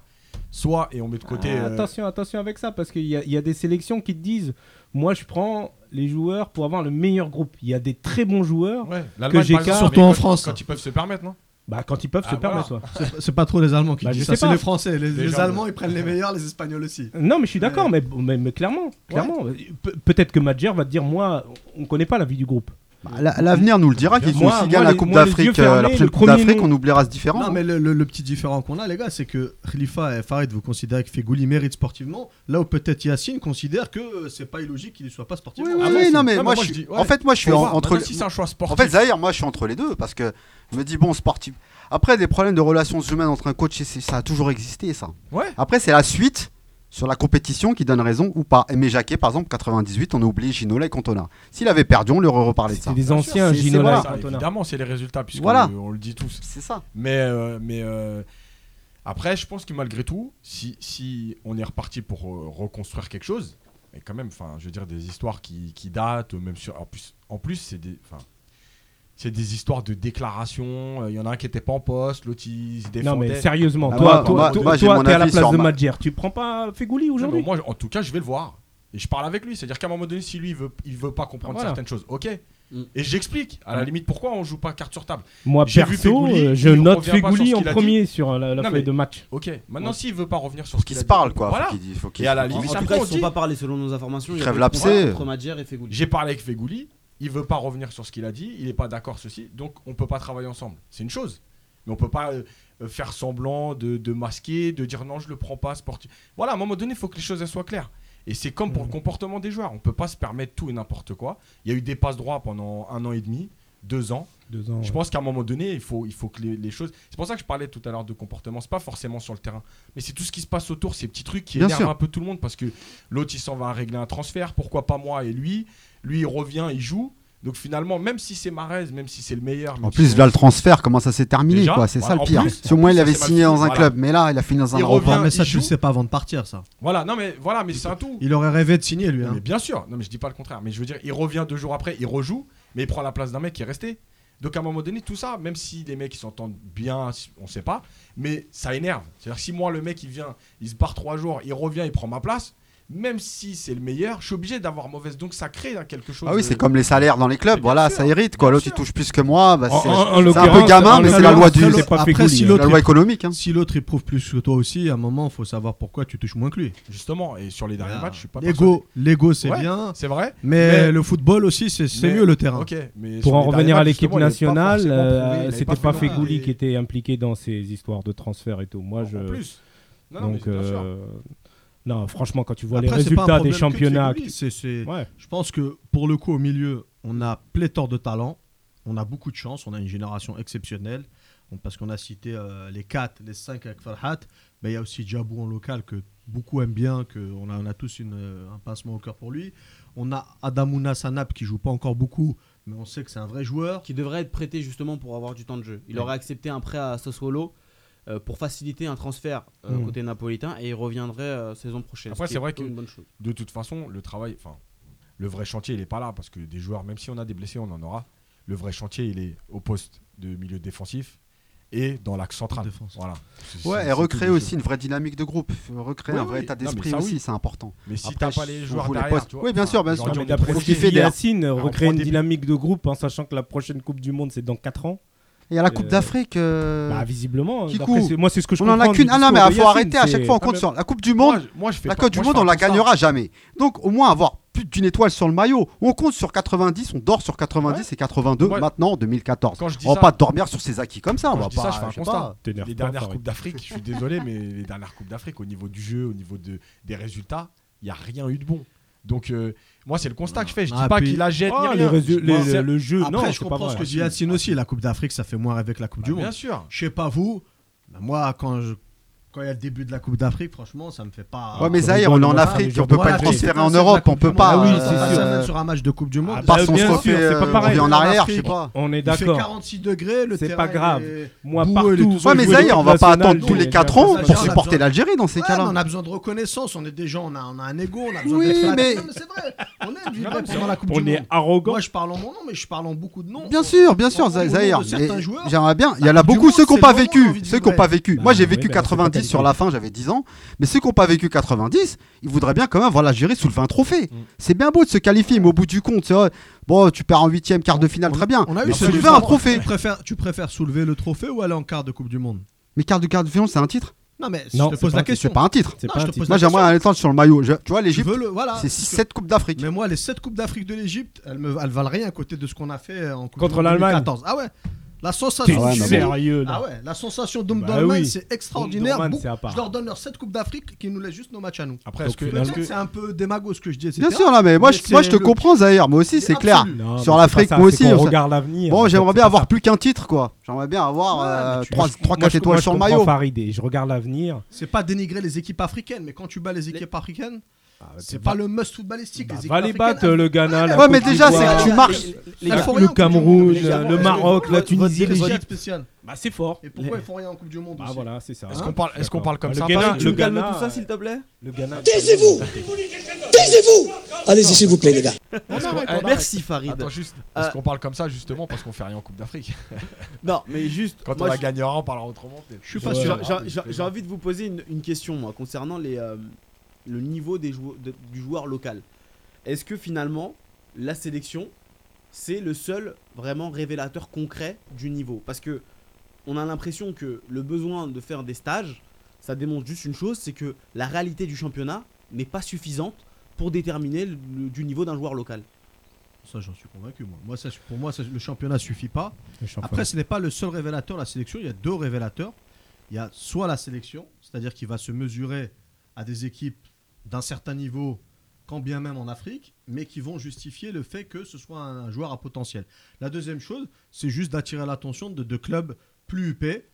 S2: soit et on met de côté.
S1: Ah,
S2: euh,
S1: Attention, attention avec ça, parce qu'il y, a- il y a des sélections qui te disent moi, je prends les joueurs pour avoir le meilleur groupe. Il y a des très bons joueurs.
S2: ouais, l'Allemagne,
S1: GK,
S2: par exemple,
S3: surtout
S2: mais
S3: en
S2: quand-
S3: France.
S2: quand ils peuvent se permettre, non
S1: Bah, quand ils peuvent
S2: Ah,
S1: se
S2: voilà.
S1: permettre. ouais.
S3: C'est pas trop les Allemands qui
S1: Bah, je
S3: disent
S1: sais
S3: ça, c'est
S1: pas.
S3: les Français. Les,
S2: Déjà,
S3: les
S2: on-
S3: Allemands, ils prennent les meilleurs, les Espagnols aussi.
S1: Non, mais je suis d'accord, mais, mais, mais clairement, clairement. Pe- Peut-être que Madjer va te dire moi, on connaît pas la vie du groupe.
S5: Bah, la- L'avenir nous le dira, qu'ils
S1: Moi-
S5: ont aussi gagné
S1: moi,
S5: la
S1: les-
S5: Coupe
S1: moi, les yeux
S5: d'Afrique. euh,
S1: fermés, le
S5: La prochaine Coupe
S1: premier
S5: d'Afrique,
S1: nom.
S5: on oubliera ce différent.
S3: Non,
S5: hein.
S3: mais le, le- le petit différent qu'on a, les gars, c'est que Khalifa et Farid, vous considérez que Fegouli mérite sportivement, là où peut-être Yacine considère que euh, c'est pas illogique qu'il ne soit pas sportivement.
S5: Oui,
S2: Ah
S5: oui,
S2: bon, c'est-
S5: non, mais
S2: non,
S5: moi,
S2: mais moi,
S5: je
S2: je
S5: suis-
S2: dis- ouais,
S5: en fait, moi, je suis en- entre.
S2: entre
S5: les-
S2: si c'est un choix
S5: En
S2: sportif.
S5: fait, Zahir, moi, je suis entre les deux parce que je me dis, bon, sportif. Après, des problèmes de relations humaines entre un coach, c'est- ça a toujours existé, ça.
S2: ouais.
S5: Après, c'est la suite sur la compétition qui donne raison ou pas. Aimé Jacquet, par exemple, 98, on a oublié Ginola et Cantona. S'il avait perdu, on leur aurait reparlé de ça.
S1: C'était des
S2: Bien
S1: anciens
S5: sûr, c'est-
S1: Ginola
S5: voilà.
S1: et
S2: Ça,
S1: Cantona.
S2: évidemment, c'est les résultats puisqu'on
S5: Voilà.
S2: le- on le dit tous.
S5: C'est ça.
S2: Mais, euh, mais euh, après, je pense que malgré tout, si, si on est reparti pour euh, reconstruire quelque chose, et quand même, enfin, je veux dire, des histoires qui, qui datent, même sur. En plus, en plus c'est des. enfin, C'est des histoires de déclarations. Il y en a un qui était pas en poste, l'autre il se
S1: Non,
S2: défendait.
S1: mais sérieusement,
S5: Ah,
S1: toi,
S5: moi,
S1: toi,
S5: moi,
S1: toi,
S5: moi, j'ai
S1: toi,
S5: mon
S1: t'es à la
S5: avis
S1: place
S5: sur
S1: de
S5: ma-
S1: Madjer. Tu prends pas Fegouli
S2: Non, mais
S1: aujourd'hui
S2: moi, en tout cas, je vais le voir et je parle avec lui. C'est-à-dire qu'à un moment donné, si lui il veut, il veut pas comprendre
S1: Voilà.
S2: certaines choses, ok.
S4: Mm.
S2: Et j'explique. À la
S1: Ouais.
S2: limite, pourquoi on joue pas carte sur table.
S1: Moi,
S2: J'ai vu
S1: perso,
S2: Fegouli,
S1: euh, je
S2: il
S1: note
S2: revient pas sur
S1: Fegouli
S2: ce
S1: en
S2: qu'il a dit.
S1: premier sur euh, la, la
S2: Non,
S1: feuille
S2: mais-
S1: de match.
S2: Ok. Maintenant,
S4: Ouais.
S2: s'il veut pas revenir sur ce qu'il
S5: Qui
S2: a
S5: se
S2: dit,
S5: parle, quoi.
S2: Voilà.
S5: Faut qu'il- faut qu'il-
S2: Et à la
S5: faut qu'il-
S2: limite,
S4: en
S2: tout
S4: tout cas,
S2: cas,
S4: ils
S2: on
S4: ne sont
S2: dit-
S4: pas parlé selon nos informations. Il y
S5: Crève
S4: avait
S5: l'abcès.
S4: combat entre Madjer et Fegouli.
S2: J'ai parlé avec Fegouli, il veut pas revenir sur ce qu'il a dit, il est pas d'accord ceci, donc on peut pas travailler ensemble. C'est une chose. Mais on peut pas euh, euh, faire semblant de, de masquer, de dire non, je le prends pas sportif. Voilà, à un moment donné, il faut que les choses elles soient claires. Et c'est comme pour le comportement des joueurs, on peut pas se permettre tout et n'importe quoi. Il y a eu des passes droits pendant un an et demi, deux ans.
S1: Deux ans.
S2: Je
S1: ouais.
S2: pense qu'à un moment donné, il faut, il faut que les, les choses. C'est pour ça que je parlais tout à l'heure de comportement. C'est pas forcément sur le terrain, mais c'est tout ce qui se passe autour, ces petits trucs qui
S5: Bien
S2: énervent
S5: sûr.
S2: un peu tout le monde parce que l'autre il s'en va régler un transfert. Pourquoi pas moi et lui Lui il revient, il joue. Donc finalement, même si c'est Marez, même si c'est le meilleur, même
S5: En
S2: si
S5: plus,
S2: c'est-
S5: là, le transfert, comment ça s'est terminé,
S2: Déjà,
S5: quoi. C'est ça
S2: voilà,
S5: le
S2: en
S5: pire.
S2: plus,
S5: si au moins
S2: en
S5: il
S2: plus,
S5: avait
S2: ça, c'est
S5: signé
S2: mal
S5: dans un
S2: fini,
S5: club, mais là, il a fini dans un
S2: Il
S5: aéroport.
S2: revient,
S3: Non, mais ça,
S2: il
S3: tu
S2: joue.
S3: le sais pas avant de partir, ça.
S2: voilà, non mais voilà, mais c'est un tout.
S3: Il aurait rêvé de signer, lui.
S2: Non,
S3: hein.
S2: mais bien sûr, non mais je dis pas le contraire, mais je veux dire, il revient deux jours après, il rejoue, mais il prend la place d'un mec qui est resté. Donc à un moment donné, tout ça, même si les mecs ils s'entendent bien, si- on sait pas, mais ça énerve. C'est-à-dire que si moi le mec il vient, il se barre trois jours, il revient, il prend ma place, même si c'est le meilleur, je suis obligé d'avoir mauvaise. Donc ça crée hein, quelque chose.
S5: Ah oui,
S2: de-
S5: c'est comme les salaires dans les clubs,
S2: Bien
S5: voilà,
S2: sûr,
S5: ça hérite quoi.
S2: bien
S5: L'autre il
S2: sûr.
S5: touche plus que moi, bah,
S1: En-
S5: c'est
S1: en- en
S5: c'est un peu
S1: l'occurrence,
S5: gamin,
S1: en
S5: mais c'est la loi
S1: l'occurrence,
S5: du,
S1: ça, l'autre-
S5: la
S1: pas fait
S3: Après,
S1: couler,
S3: si
S1: hein.
S3: l'autre
S5: loi économique. hein.
S3: Si l'autre il prouve plus que toi aussi, à un moment, faut savoir pourquoi tu touches moins que lui.
S2: Justement, et sur les derniers matchs, je suis pas persuadé.
S3: L'ego, l'ego c'est
S2: Ouais.
S3: bien,
S2: C'est vrai
S3: mais,
S2: Mais-
S3: le football aussi c'est c'est
S2: mais-
S3: mieux le
S5: Ah.
S3: terrain.
S2: Ok, mais sur
S1: Pour en
S2: les
S1: revenir
S2: derniers
S1: à
S2: matchs,
S1: l'équipe
S2: justement, il avait pas
S1: nationale,
S2: forcément
S1: euh,
S2: prouvé, il avait
S1: c'était pas
S2: prouvé.
S1: Fegouli
S2: Et-
S1: qui était impliqué dans ces histoires de transfert et tout. Moi, je.
S2: En plus. Non, non,
S1: Donc,
S2: mais bien sûr.
S1: euh, non, franchement, quand tu vois les
S3: Après, c'est pas
S1: résultats
S3: un
S1: des
S3: problème que de
S1: championnats.
S3: Fegouli, c'est- c'est-
S1: Ouais.
S3: Je pense que pour le coup, au milieu, on a pléthore de talents, on a beaucoup de chance, on a une génération exceptionnelle. On- Parce qu'on a cité euh, les 4, les 5 avec Farhat, mais il y a aussi Djabou en local que beaucoup aiment bien, qu'on a, on a tous une, euh, un pincement au cœur pour lui. On a Adamouna Sanap qui joue pas encore beaucoup, mais on sait que c'est un vrai joueur.
S4: qui devrait être prêté justement pour avoir du temps de jeu. Il aurait accepté un prêt à Sassuolo euh, pour faciliter un transfert euh,
S1: Mm.
S4: côté napolitain et il reviendrait euh, saison prochaine.
S2: Après,
S4: ce qui
S2: c'est
S4: est
S2: vrai
S4: plutôt
S2: que-
S4: une bonne chose.
S2: de toute façon, le travail, enfin, le vrai chantier, il n'est pas là parce que des joueurs, même si on a des blessés, on en aura. Le vrai chantier, il est au poste de milieu défensif et dans l'axe central.
S3: Défense.
S2: Voilà. C'est- c'est-
S5: Ouais, et
S2: c'est
S5: recréer
S2: tout le
S5: aussi une vraie dynamique de groupe, recréer
S2: Oui,
S5: un vrai
S2: oui.
S5: état
S2: Non, mais
S5: d'esprit
S2: ça,
S5: aussi,
S2: oui.
S5: c'est important.
S2: jeu. Mais si
S5: Après,
S2: t'as pas
S5: on
S2: les joueurs
S5: voue les
S2: derrière,
S5: postes.
S2: tu vois,
S5: Oui, bien
S2: enfin,
S5: sûr, bien
S2: aujourd'hui,
S5: sûr.
S1: Non, mais
S2: on est
S1: d'après ce
S2: trop
S1: que
S2: fidèles.
S1: fait
S5: Fidèle.
S1: Yacine,
S2: on
S1: recréer
S2: prend
S1: une
S2: des-
S1: dynamique de groupe en sachant que la prochaine Coupe du Monde, c'est dans 4 ans.
S5: Et à la Coupe
S1: Euh,
S5: d'Afrique, euh,
S1: Bah, visiblement.
S5: Kikou,
S1: d'après ce- Moi, c'est ce que je
S5: on en a
S1: comprends du
S5: qu'une. Ah non,
S1: discours
S5: mais
S1: de
S5: il faut
S1: Yacine,
S5: arrêter à chaque
S1: c'est-
S5: fois, on
S2: Ah,
S5: compte
S2: mais-
S5: sur la Coupe du
S2: Moi,
S5: Monde.
S2: je- moi, je fais
S5: La
S2: pas-
S5: Coupe du
S2: moi, je
S5: Monde,
S2: fais
S5: on
S2: un
S5: la
S2: constat.
S5: gagnera jamais. Donc au moins avoir plus d'une étoile sur le maillot. On compte sur 90, on dort sur 90 et 82
S2: Ouais.
S5: maintenant en 2014.
S2: Quand je dis
S5: on va
S2: ça-
S5: pas dormir sur ses acquis comme ça.
S2: Quand
S5: on va
S2: je dis
S5: pas.
S2: ça, je fais un
S5: sais
S2: constat.
S5: pas.
S1: T'énerve
S2: Les
S1: pas,
S2: dernières
S1: Farid.
S2: Coupes d'Afrique, je suis désolé, mais les dernières Coupes d'Afrique, au niveau du jeu, au niveau de, des résultats, il n'y a rien eu de bon. Donc, euh, moi, c'est le constat que je fais. Je dis
S3: Ah,
S2: pas
S3: puis-
S2: qu'il la jette, ni
S1: Ah,
S2: rien.
S1: les résu-
S2: Je dis,
S1: les-
S2: c'est-
S1: le jeu,
S3: Après,
S1: non,
S3: je
S1: c'est pas
S3: comprends ce
S1: vrai. Ah,
S3: que dit Yacine aussi. La Coupe d'Afrique, ça fait moins avec la Coupe
S2: Bah,
S3: du Monde.
S2: Bien sûr.
S3: Je sais pas vous, mais moi, quand je- quand il y a le début de la Coupe d'Afrique, franchement, ça me fait pas.
S5: Ouais, mais
S1: Ah,
S5: Zahir,
S1: on
S5: on est
S1: rigole
S5: en
S1: pas,
S5: Afrique,
S1: mais
S5: on peut
S1: voilà,
S5: pas le
S1: c'est
S5: transférer en Europe, on peut pas.
S1: Ah oui, c'est
S5: euh,
S1: sûr.
S5: euh,
S3: sur un match de Coupe du Monde.
S5: À part si on se
S1: Bien sûr,
S5: refait,
S1: c'est
S5: euh,
S1: pas
S5: on
S1: pareil.
S5: revient en arrière, je sais pas.
S1: On est
S3: il fait
S1: Ah, d'accord.
S3: 46 degrés, le
S1: C'est
S3: terrain,
S1: pas
S3: il
S1: grave.
S3: est-
S1: Moi,
S3: Boueux,
S1: partout.
S3: les tout
S1: je
S5: Ouais,
S1: joue
S5: mais
S1: au
S5: Zahir, on va pas
S1: national,
S5: attendre
S1: non,
S5: tous
S1: mais
S5: les
S1: j'ai
S5: 4
S1: un
S5: ans
S1: personnage.
S5: pour
S3: on a
S5: supporter
S3: besoin-
S5: l'Algérie dans ces
S3: Ouais, mais
S5: cas-là.
S3: on a besoin de reconnaissance, on est des gens, on a, on a un ego, on a besoin
S5: Oui,
S3: d'être là.
S5: mais-
S3: Non, c'est vrai, on aime vibrer
S2: mais c'est
S3: pendant la Coupe
S1: On
S3: du
S1: est
S3: Monde.
S1: arrogant.
S3: Moi, je parle en mon nom, mais je parle en beaucoup de noms.
S5: Bien sûr, bien
S3: au
S5: sûr,
S3: nom de
S5: Zahir.
S3: certains
S5: Et
S3: joueurs,
S5: J'aimerais bien. Il y
S3: la
S5: en a
S3: Coupe du
S5: beaucoup,
S3: Monde,
S5: ceux qui n'ont
S3: c'est
S5: pas
S3: le moment où on
S5: vécu.
S3: vit du
S5: Ceux qui n'ont
S3: vrai.
S5: pas vécu.
S1: Bah
S5: Moi, j'ai
S1: oui, mais
S5: vécu
S1: on s'est pas
S5: 90 sur
S1: qualifié.
S5: la fin, j'avais 10 ans. Mais ceux qui n'ont pas vécu 90, ils voudraient bien quand même voir l'Algérie soulever un trophée.
S1: Mm.
S5: C'est bien beau de se qualifier, mais au bout du compte, c'est vrai, bon, tu perds en 8 quart de finale,
S3: On-
S5: très bien.
S3: On a eu
S5: Mais
S3: ce
S5: soulever
S3: débat.
S5: un trophée.
S3: Tu préfères, tu préfères soulever le trophée ou aller en quart de Coupe du Monde
S5: Mais quart de quart de finale, c'est un titre
S3: Non, mais si
S1: Non,
S3: je te
S1: c'est
S3: pose
S1: pas
S3: la
S1: un titre,
S3: question.
S5: C'est pas un titre.
S1: C'est
S3: Non,
S1: pas
S3: je
S1: un
S3: te
S1: titre.
S3: pose
S5: Moi,
S3: la
S5: j'aimerais
S3: question.
S5: un étendre sur le maillot. Je- Tu vois,
S3: Tu
S5: l'Égypte,
S3: veux le- voilà.
S5: c'est 6-7 Coupes d'Afrique.
S3: Mais moi, les 7 Coupes d'Afrique de l'Égypte, elles, me, elles valent rien à côté de ce qu'on a fait en Coupe
S1: Contre
S3: du Monde
S1: l'Allemagne.
S3: 2014. Ah ouais La
S1: T'es
S3: sensation
S5: Ah ouais,
S3: du
S5: mais
S3: Zéro.
S1: sérieux là.
S3: Ah ouais, la sensation d'homme
S1: Bah
S3: d'Allemagne,
S1: oui.
S3: c'est extraordinaire.
S1: Dombdorman,
S3: Bon,
S1: c'est à part.
S3: je leur donne leurs 7 Coupes d'Afrique qui nous laissent juste nos matchs à nous.
S2: Après,
S1: Donc,
S2: est-ce que.
S1: finalement,
S2: est-ce
S3: Peut-être
S2: que-
S3: que c'est un peu démago ce que je dis, etc.
S5: Bien sûr, là, mais moi,
S3: Mais
S5: je moi, je
S3: c'est
S5: te
S3: le-
S5: comprends, Zahir. Moi aussi, c'est clair.
S3: absolu.
S1: Non, mais
S5: Sur
S1: c'est
S5: l'Afrique,
S1: pas ça,
S5: moi
S1: c'est
S5: aussi,
S1: qu'on
S5: on-
S1: regarde l'avenir.
S5: Bon,
S1: en fait,
S5: j'aimerais
S1: c'est
S5: bien
S1: pas
S5: avoir
S1: ça.
S5: plus qu'un titre, quoi. J'aimerais bien
S3: Ouais,
S5: avoir euh,
S3: mais tu-
S1: 3
S5: 3-4 étoiles sur le maillot.
S1: et je regarde l'avenir.
S3: C'est pas dénigrer les équipes africaines, mais quand tu bats les équipes africaines,
S1: Ah,
S3: c'est pas le must footballistique.
S1: Bah,
S3: les équipes
S1: va les
S3: africaines,
S1: battre
S3: elles-
S1: le Ghana. la
S5: Ouais, mais
S1: Côte
S5: déjà,
S1: d'Ivoire,
S5: c'est que tu marches.
S4: Les
S3: elles
S4: gars,
S3: font
S1: le
S3: rien en Coupe du Monde,
S1: Cameroun,
S3: les gars.
S1: le
S3: Est-ce
S1: Maroc,
S3: que-
S1: la
S3: votre-
S1: Tunisie,
S3: votre
S1: l'Égypte.
S3: équipe spéciale.
S1: Bah, c'est fort.
S3: Et pourquoi ils font rien en Coupe du Monde
S1: Bah
S3: aussi
S1: voilà, c'est ça.
S2: Est-ce
S1: hein.
S2: qu'on parle, est-ce qu'on parle comme
S1: Le
S2: ça
S1: Ghana,
S2: Paris
S1: le
S4: tu calmes
S1: Ghana,
S4: tout ça,
S1: euh,
S4: s'il te plaît
S1: Le Ghana.
S7: Taisez-vous Taisez-vous Allez-y, s'il vous plaît, les gars.
S2: Attends,
S4: Merci Farid.
S2: euh, Attends juste,
S4: Euh,
S2: est-ce qu'on parle comme ça justement parce qu'on fait rien en Coupe d'Afrique
S4: Non, mais juste.
S2: Quand
S4: moi,
S2: on la
S4: je-
S2: gagnera, on parlera autrement. peut-être.
S3: Je suis
S1: Ouais.
S3: pas
S4: j'ai-
S3: sûr.
S2: Ah,
S4: j'ai- j'ai- J'ai envie de vous poser une, une question moi, concernant les, euh, le niveau des joueurs, de- du joueur local. Est-ce que finalement, la sélection, c'est le seul vraiment révélateur concret du niveau Parce que on a l'impression que le besoin de faire des stages, ça démontre juste une chose, c'est que la réalité du championnat n'est pas suffisante pour déterminer le- le- du niveau d'un joueur local.
S3: Ça, j'en suis convaincu. Moi, Moi, ça, pour moi, ça, le championnat suffit pas.
S1: Le champion.
S3: Après, ce n'est pas le seul révélateur, la sélection. Il y a deux révélateurs. Il y a soit la sélection, c'est-à-dire qu'il va se mesurer à des équipes d'un certain niveau, quand bien même en Afrique, mais qui vont justifier le fait que ce soit un, un joueur à potentiel. La deuxième chose, c'est juste d'attirer l'attention de, de clubs plus huppés.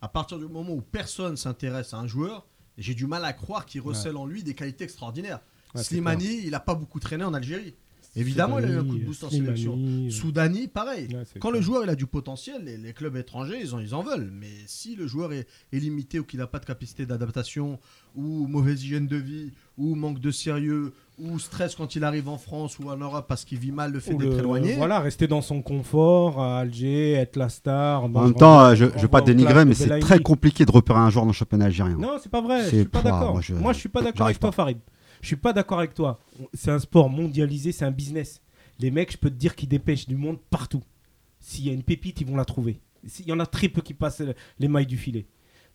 S3: À partir du moment où personne s'intéresse à un joueur, j'ai du mal à croire qu'il recèle en lui des qualités extraordinaires.
S1: Ouais, c'est
S3: Slimani, il n'a pas beaucoup traîné en Algérie. Évidemment, il a eu un coup de boost en
S1: Slimani,
S3: sélection.
S1: Slimani,
S3: Soudani, pareil.
S1: Ouais, c'est
S3: Quand
S1: clair.
S3: le joueur il a du potentiel, les, les clubs étrangers, ils en, ils en veulent. Mais si le joueur est, est limité ou qu'il n'a pas de capacité d'adaptation, ou mauvaise hygiène de vie, ou manque de sérieux, ou stress quand il arrive en France ou en Europe parce qu'il vit mal le fait
S1: Ou
S3: d'être
S1: le-
S3: éloigné,
S1: Voilà, rester dans son confort à Alger, être la star.
S5: En
S1: bah,
S5: même
S1: je
S5: temps,
S1: renvoie-
S5: euh, je ne vais pas
S1: renvoie en
S5: dénigrer,
S1: classe
S5: mais
S1: de
S5: c'est
S1: Fellaini.
S5: très compliqué de repérer un joueur dans le championnat algérien.
S1: Non, c'est pas vrai. Je
S5: C'est
S1: suis pas
S5: pour-
S1: d'accord.
S5: moi, je-
S1: Moi, je suis pas d'accord
S5: j'arrive
S1: avec toi,
S5: pas.
S1: Farid. Je suis pas d'accord avec toi. C'est un sport mondialisé, c'est un business. Les mecs, je peux te dire qu'ils dépêchent du monde partout. S'il y a une pépite, ils vont la trouver. Il y en a très peu qui passent euh, les mailles du filet.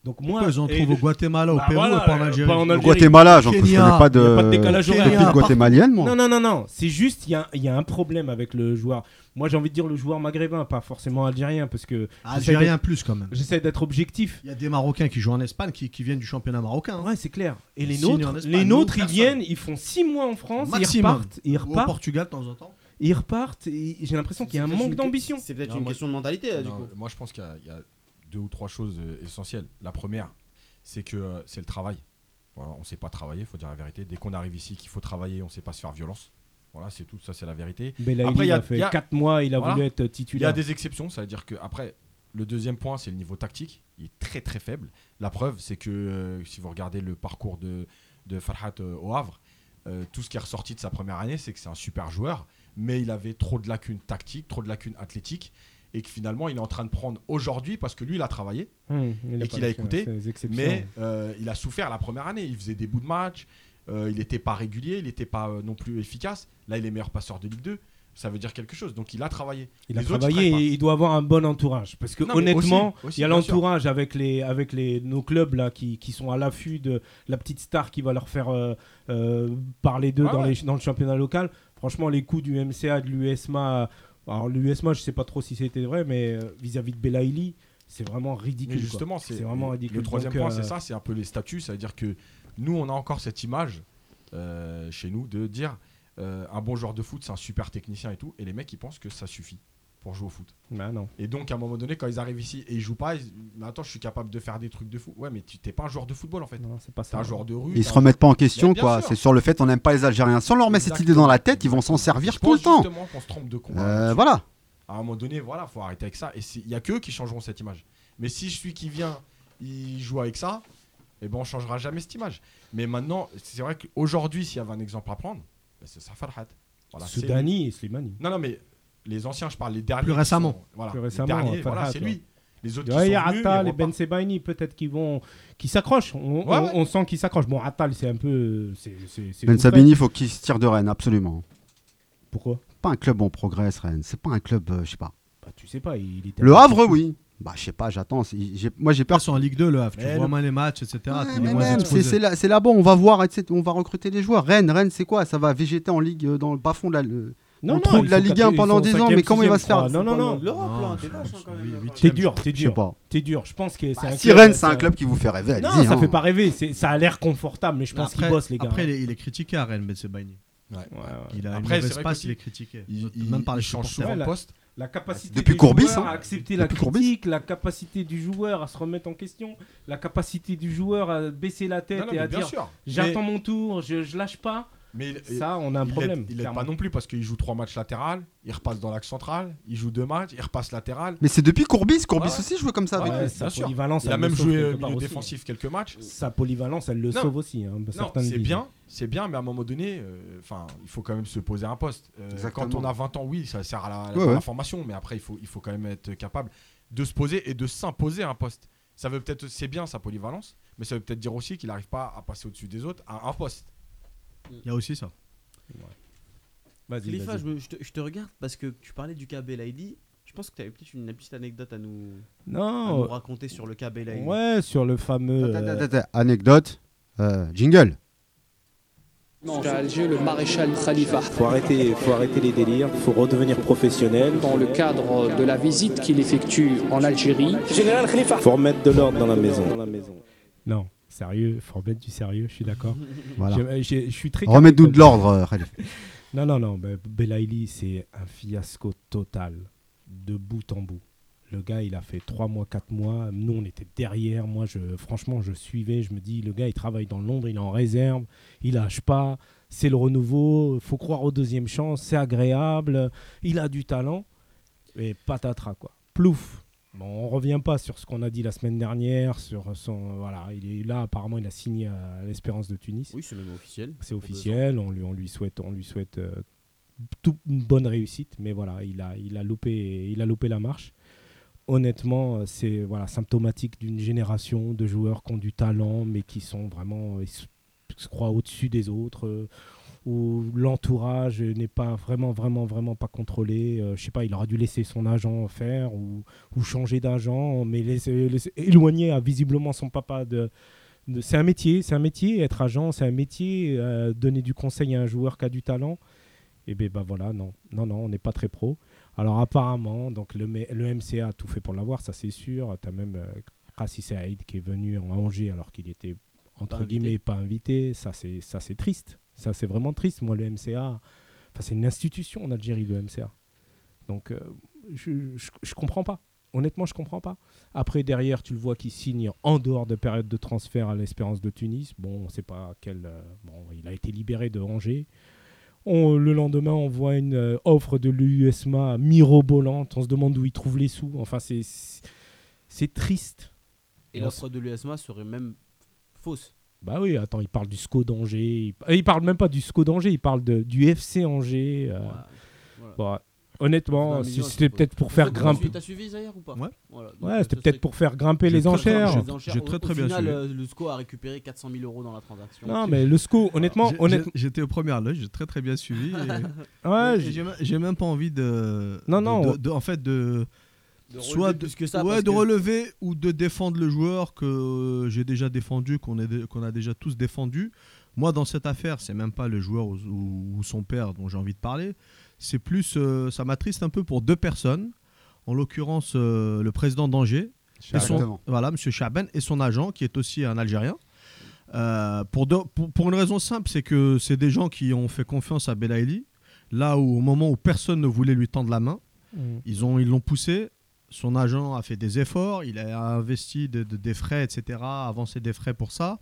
S1: Donc moi,
S3: Pourquoi ils en
S1: et-
S3: trouvent au Guatemala, au
S1: Bah
S3: Pérou
S1: voilà,
S3: et pas en
S1: euh,
S3: Algérie
S1: pas en
S5: Au
S1: Algérie.
S5: Guatemala, j'en je connais
S3: Kenya,
S5: pas de,
S1: y a pas de décalage
S5: de
S1: horaire.
S5: pépite
S3: Kenya,
S5: guatémalienne, moi.
S1: Non, non, non, non. C'est juste, il y a, il y a un problème avec le joueur. Moi, j'ai envie de dire le joueur maghrébin, pas forcément algérien, parce que j'essaie
S3: Algérien plus quand même.
S1: d'être- j'essaie d'être objectif.
S3: Il y a des Marocains qui jouent en Espagne qui, qui viennent du championnat marocain. hein.
S1: Ouais, c'est clair. Et les
S3: Signé en
S1: nôtres,
S3: Espagne,
S1: les
S3: nous,
S1: nôtres ils
S3: personne.
S1: viennent, ils font six mois en France, et ils
S3: Maximum.
S1: repartent, et ils
S3: Ou au
S1: repartent,
S3: Portugal de temps en temps.
S1: et ils repartent. Et j'ai l'impression qu'il y a un
S4: C'est peut-être
S1: manque
S4: une-
S1: d'ambition.
S4: C'est peut-être
S2: Non,
S4: une
S2: moi-
S4: question de mentalité, là, du
S2: Non,
S4: coup.
S2: Moi, je pense qu'il y a- il y, a deux ou trois choses euh, essentielles. La première, c'est que euh, c'est le travail. Voilà, on ne sait pas travailler, il faut dire la vérité. Dès qu'on arrive ici, qu'il faut travailler, on ne sait pas se faire violence. Voilà, c'est tout, ça c'est la vérité.
S1: Belaïli
S2: Après, il y a-
S1: a fait
S2: il y a-
S1: 4 mois, il a
S2: Voilà.
S1: voulu être
S2: Il y a
S1: titulaire.
S2: des exceptions, ça veut dire que après, le deuxième point, c'est le niveau tactique. Il est très très faible. La preuve, c'est que euh, si vous regardez le parcours de, de Farhat euh, au Havre, euh, tout ce qui est ressorti de sa première année, c'est que c'est un super joueur, mais il avait trop de lacunes tactiques, trop de lacunes athlétiques, et que finalement, il est en train de prendre aujourd'hui parce que lui, il a travaillé.
S1: Hum, il
S2: et qu'il
S1: pas
S2: a
S1: fait
S2: écouté,
S1: ses exceptions.
S2: Mais euh, il a souffert la première année. Il faisait des bouts de match. euh, il n'était pas régulier. Il n'était pas euh, non plus efficace. Là, il est meilleur passeur de Ligue 2. Ça veut dire quelque chose. Donc, il a travaillé.
S1: il a
S2: Les autres,
S1: travaillé
S2: ils
S1: et il doit avoir un bon entourage. Parce que
S2: Non, mais
S1: honnêtement,
S2: aussi- aussi,
S1: il y a
S2: bien sûr.
S1: l'entourage avec, les, avec les, nos clubs là, qui, qui sont à l'affût de la petite star qui va leur faire euh, euh, parler d'eux
S2: Ouais,
S1: dans,
S2: ouais.
S1: les- dans le championnat local. Franchement, les coups du MCA, de l'USMA. Alors, l'USMA, je sais pas trop si c'était vrai, mais euh, vis-à-vis de Belaïli, c'est vraiment ridicule.
S2: Mais
S1: quoi.
S2: justement, c'est
S1: c'est vraiment ridicule.
S2: Le troisième
S1: Donc,
S2: point,
S1: euh,
S2: c'est ça, c'est un peu les statuts. Ça veut dire que nous, on a encore cette image euh, chez nous de dire euh, un bon joueur de foot, c'est un super technicien et tout. Et les mecs, ils pensent que ça suffit pour jouer au foot.
S1: bah non.
S2: Et donc, à un moment donné, quand ils arrivent ici et ils jouent pas, ils se disent, mais attends, je suis capable de faire des trucs de fou. Ouais, mais tu t'es pas un joueur de football en fait.
S1: Non, c'est pas
S2: T'es
S1: ça. Ah
S2: un joueur de rue.
S5: Ils
S2: t'es
S5: se
S2: un-
S5: remettent pas en question,
S2: Mais bien
S5: quoi.
S2: sûr.
S5: C'est sur le fait on n'aime pas les Algériens. Sans leur mettre cette idée dans la tête, ils vont s'en servir
S2: Je
S5: tout le
S2: pense
S5: temps.
S2: Justement, qu'on se trompe de combat.
S5: Euh, voilà.
S2: À un moment donné, voilà, faut arrêter avec ça. Et c'est- il y a que eux qui changeront cette image. Mais si je suis qui vient, il joue avec ça, et ben on changera jamais cette image. Mais maintenant, c'est vrai qu'aujourd'hui, s'il y avait un exemple à prendre, ben c'est ça Farhat. Voilà, c'est lui.
S1: Soudani et bah, Slimani.
S2: Non, non, mais les anciens, je parle les derniers.
S3: Plus
S2: qui
S3: récemment.
S2: sont- voilà,
S1: Plus
S2: les
S1: récemment,
S2: derniers,
S1: Farhat,
S2: voilà, c'est
S1: ouais.
S2: lui. Les autres qui
S1: Ouais, il y a
S2: sont venus, ils
S1: Attal et Ben
S2: repartent.
S1: Sebaini, peut-être qu'ils vont, qui s'accrochent. On,
S2: Ouais,
S1: on-
S2: ouais.
S1: on sent qu'ils s'accrochent. Bon, Attal, c'est un peu, c'est, c'est- c'est
S5: Ben
S1: tout frais.
S5: Sabini, il faut qu'il se tire de Rennes, absolument.
S1: Pourquoi
S5: Pas un club en progresse, Rennes. C'est pas un club, euh, je sais pas.
S1: Bah, tu sais pas. Il était
S5: Le Havre, oui. Bah, je sais pas, j'attends. C'est- j'ai- Moi, j'ai
S3: Ils
S5: peur.
S3: sont en Ligue 2, le Havre. Tu
S2: Mais
S3: vois
S2: le-
S3: moins les matchs, etc.
S5: Ouais,
S3: T'es
S5: mais
S3: moins
S5: même, c'est
S3: exposé.
S5: c'est là, c'est là-bas, on va voir, etc. on va recruter des joueurs. Rennes, Rennes, c'est quoi Ça va végéter en Ligue euh, dans le bas fond de la. le- on trouve
S1: ils
S5: de la
S1: sont
S5: Ligue
S1: quatri-
S5: 1 pendant
S1: ils sont
S5: des ans, mais
S1: cinquième,
S5: comment il va se
S1: sixième,
S5: faire
S1: je crois. Non, non, non.
S4: L'Europe,
S3: Non,
S4: là,
S3: je
S4: t'es vache, hein, quand
S3: oui,
S4: même.
S1: T'es
S3: huitième.
S1: dur, t'es
S5: Je sais
S1: dur.
S5: pas.
S1: T'es dur. Je pense que c'est
S5: Bah,
S1: un
S5: si
S1: club- euh,
S5: Rennes, c'est un club qui vous fait rêver,
S1: Non,
S5: allez-y,
S1: ça
S5: hein.
S1: fait pas rêver. c'est- Ça a l'air confortable, mais je pense qu'ils
S3: Après-
S1: bossent les gars. hein.
S3: Après, il est, il est critiqué à Rennes, Betsebaini.
S2: Ouais.
S1: Ouais, ouais.
S3: Il
S2: Après,
S3: a une
S2: c'est
S3: mauvaise
S2: vrai
S3: passe,
S2: qu'aussi,
S3: il est critiqué.
S2: Ils- ils-
S3: Même par les
S2: ils changent
S3: supporters.
S2: souvent de
S1: Ouais,
S2: poste.
S1: La capacité
S5: Depuis
S1: du
S5: Courbis,
S1: joueur
S5: hein.
S1: à accepter la
S5: Depuis Courbis.
S1: critique, la capacité du joueur à se remettre en question, la capacité du joueur à baisser la tête
S2: Non, non,
S1: et
S2: mais
S1: à
S2: bien
S1: dire
S2: sûr.
S1: j'attends mon tour, je, je lâche pas.
S2: Mais, mais-
S1: Ça, on a un
S2: Il
S1: problème.
S2: aide- Il aide pas
S1: clairement.
S2: non plus parce qu'il joue trois matchs latéral, il repasse dans l'axe central, il joue deux matchs, il repasse latéral.
S5: Mais c'est depuis Courbis. Courbis
S2: Ouais.
S5: aussi jouait comme ça
S2: Ouais,
S5: avec
S1: Ouais,
S5: eux.
S1: sa
S2: bien sûr.
S1: polyvalence,
S2: Il a
S1: elle
S2: même
S1: le sauve
S2: joué
S1: quelque
S2: euh,
S1: part
S2: milieu
S1: aussi. hein.
S2: défensif quelques matchs.
S1: Sa polyvalence, elle le
S2: Non.
S1: sauve aussi. hein,
S2: Non,
S1: certains
S2: c'est
S1: disent.
S2: bien, c'est bien, mais à un moment donné, euh, enfin, il faut quand même se poser un poste. Euh,
S5: Exactement.
S2: quand on a 20 ans, oui, ça sert à la, à
S5: Ouais,
S2: la
S5: ouais.
S2: formation, mais après, il faut, il faut quand même être capable de se poser et de s'imposer un poste. Ça veut peut-être, c'est bien sa polyvalence, mais ça veut peut-être dire aussi qu'il n'arrive pas à passer au-dessus des autres à un poste.
S3: Il y a aussi ça.
S1: Vas-y,
S4: Khalifa,
S1: vas-y.
S4: je, me- je te, je te regarde parce que tu parlais du cas Belaïdi. Je pense que tu avais peut-être une petite anecdote à nous, à nous
S1: Non.
S4: raconter sur le cas Belaïdi.
S1: Ouais, sur le fameux.
S5: Attends,
S1: euh,
S5: attends, attends, Anecdote. Euh, jingle.
S8: À Alger, le maréchal Khalifa,
S9: Faut arrêter, faut arrêter les délires, faut redevenir professionnel,
S8: dans le cadre de la visite qu'il effectue en Algérie,
S9: faut remettre de l'ordre dans la maison.
S1: Non, sérieux, faut remettre du sérieux, je suis d'accord.
S5: Voilà.
S1: J'ai- j'ai- Je suis très.
S5: Remettez-nous de
S1: caricatural.
S5: l'ordre, euh, Khalif.
S1: Non, non, non. ben, Belaïli, c'est un fiasco total, de bout en bout. Le gars, il a fait 3 mois, 4 mois. Nous, on était derrière. Moi, je, franchement, je suivais. Je me dis, le gars, il travaille dans l'ombre, il est en réserve, il lâche pas. C'est le renouveau. faut croire aux deuxièmes chances. C'est agréable. Il a du talent. Et patatras, quoi. Plouf. Bon, on revient pas sur ce qu'on a dit la semaine dernière. Sur son, voilà, il est là. Apparemment, il a signé à l'Espérance de Tunis.
S4: Oui, c'est même officiel.
S1: C'est officiel, on lui, on lui souhaite, on lui souhaite euh, tout- une bonne réussite, mais voilà, il a, il a, loupé, il a loupé la marche. Honnêtement, euh, c'est voilà, symptomatique d'une génération de joueurs qui ont du talent, mais qui sont vraiment. euh, ils s- se croient au-dessus des autres, euh, où l'entourage n'est pas vraiment, vraiment, vraiment pas contrôlé. Euh, je sais pas, il aurait dû laisser son agent faire ou, ou changer d'agent, mais laisser, laisser- éloigner euh, visiblement son papa de. de- C'est un métier, c'est un métier, être agent, c'est un métier, euh, donner du conseil à un joueur qui a du talent. Et ben bah voilà, non, non, non, on n'est pas très pro. Alors apparemment, donc le, M- le MCA a tout fait pour l'avoir, ça c'est sûr. Tu as même euh, Rassi Saïd qui est venu en Angers alors qu'il était entre
S4: invité.
S1: guillemets pas invité. Ça c'est ça c'est triste. Ça c'est vraiment triste. Moi le MCA, enfin, c'est une institution en Algérie le MCA. Donc euh, je, je, je comprends pas. Honnêtement, je comprends pas. Après, derrière, tu le vois qui signe en dehors de période de transfert à l'Espérance de Tunis. Bon, on sait pas quel. euh, bon, il a été libéré de Angers. On- le lendemain, on voit une euh, offre de l'USMA mirobolante. On se demande où il trouve les sous. Enfin, c'est c'est triste.
S4: Et l'offre de l'USMA serait même fausse.
S1: Bah oui, attends, il parle du SCO d'Angers. Il, euh, il parle même pas du SCO d'Angers, il parle de, du FC Angers. euh.
S4: Voilà.
S1: Bon, honnêtement,
S4: 20 millions,
S1: si- c'était
S4: c'est-
S1: peut-être pour faire
S4: T'as
S1: grimper.
S4: suivi- T'as suivi Zahir ou pas
S3: Ouais.
S4: Voilà, donc,
S1: Ouais,
S4: euh,
S1: c'était
S4: ce
S1: peut-être
S4: serait-
S1: pour faire grimper les
S3: très-
S1: enchères.
S4: Les enchères,
S3: J'ai
S4: au-
S3: très, très
S4: au
S3: bien
S4: final,
S3: suivi.
S4: euh, le SCO a récupéré 400 000 euros dans la transaction.
S1: Non, mais le SCO, honnêtement,
S3: J'ai-
S1: honnêtement.
S3: j'ai- J'étais aux premières loges, j'ai très très bien suivi. et-
S1: Ouais,
S3: Et
S1: j'ai-
S3: J'ai même- j'ai même pas envie de.
S1: Non,
S3: de-
S1: non.
S3: de- de- en fait, de.
S4: De relever
S3: soit de,
S4: plus que ça,
S3: ouais,
S4: parce
S3: de
S4: que-
S3: relever ou de défendre le joueur que euh, j'ai déjà défendu, qu'on est- qu'on a déjà tous défendu. Moi, dans cette affaire, c'est même pas le joueur ou, ou- ou son père dont j'ai envie de parler. C'est plus. euh, ça m'attriste un peu pour deux personnes. En l'occurrence, euh, le président d'Angers et son-
S5: Exactement.
S3: voilà, Monsieur Chaben et son agent, qui est aussi un Algérien. Euh, pour, deux- pour, pour une raison simple, c'est que c'est des gens qui ont fait confiance à Belaïli, là où au moment où personne ne voulait lui tendre la main,
S1: Mm.
S3: ils ont ils l'ont poussé. Son agent a fait des efforts, il a investi de- de- des frais, etc., avancé des frais pour ça.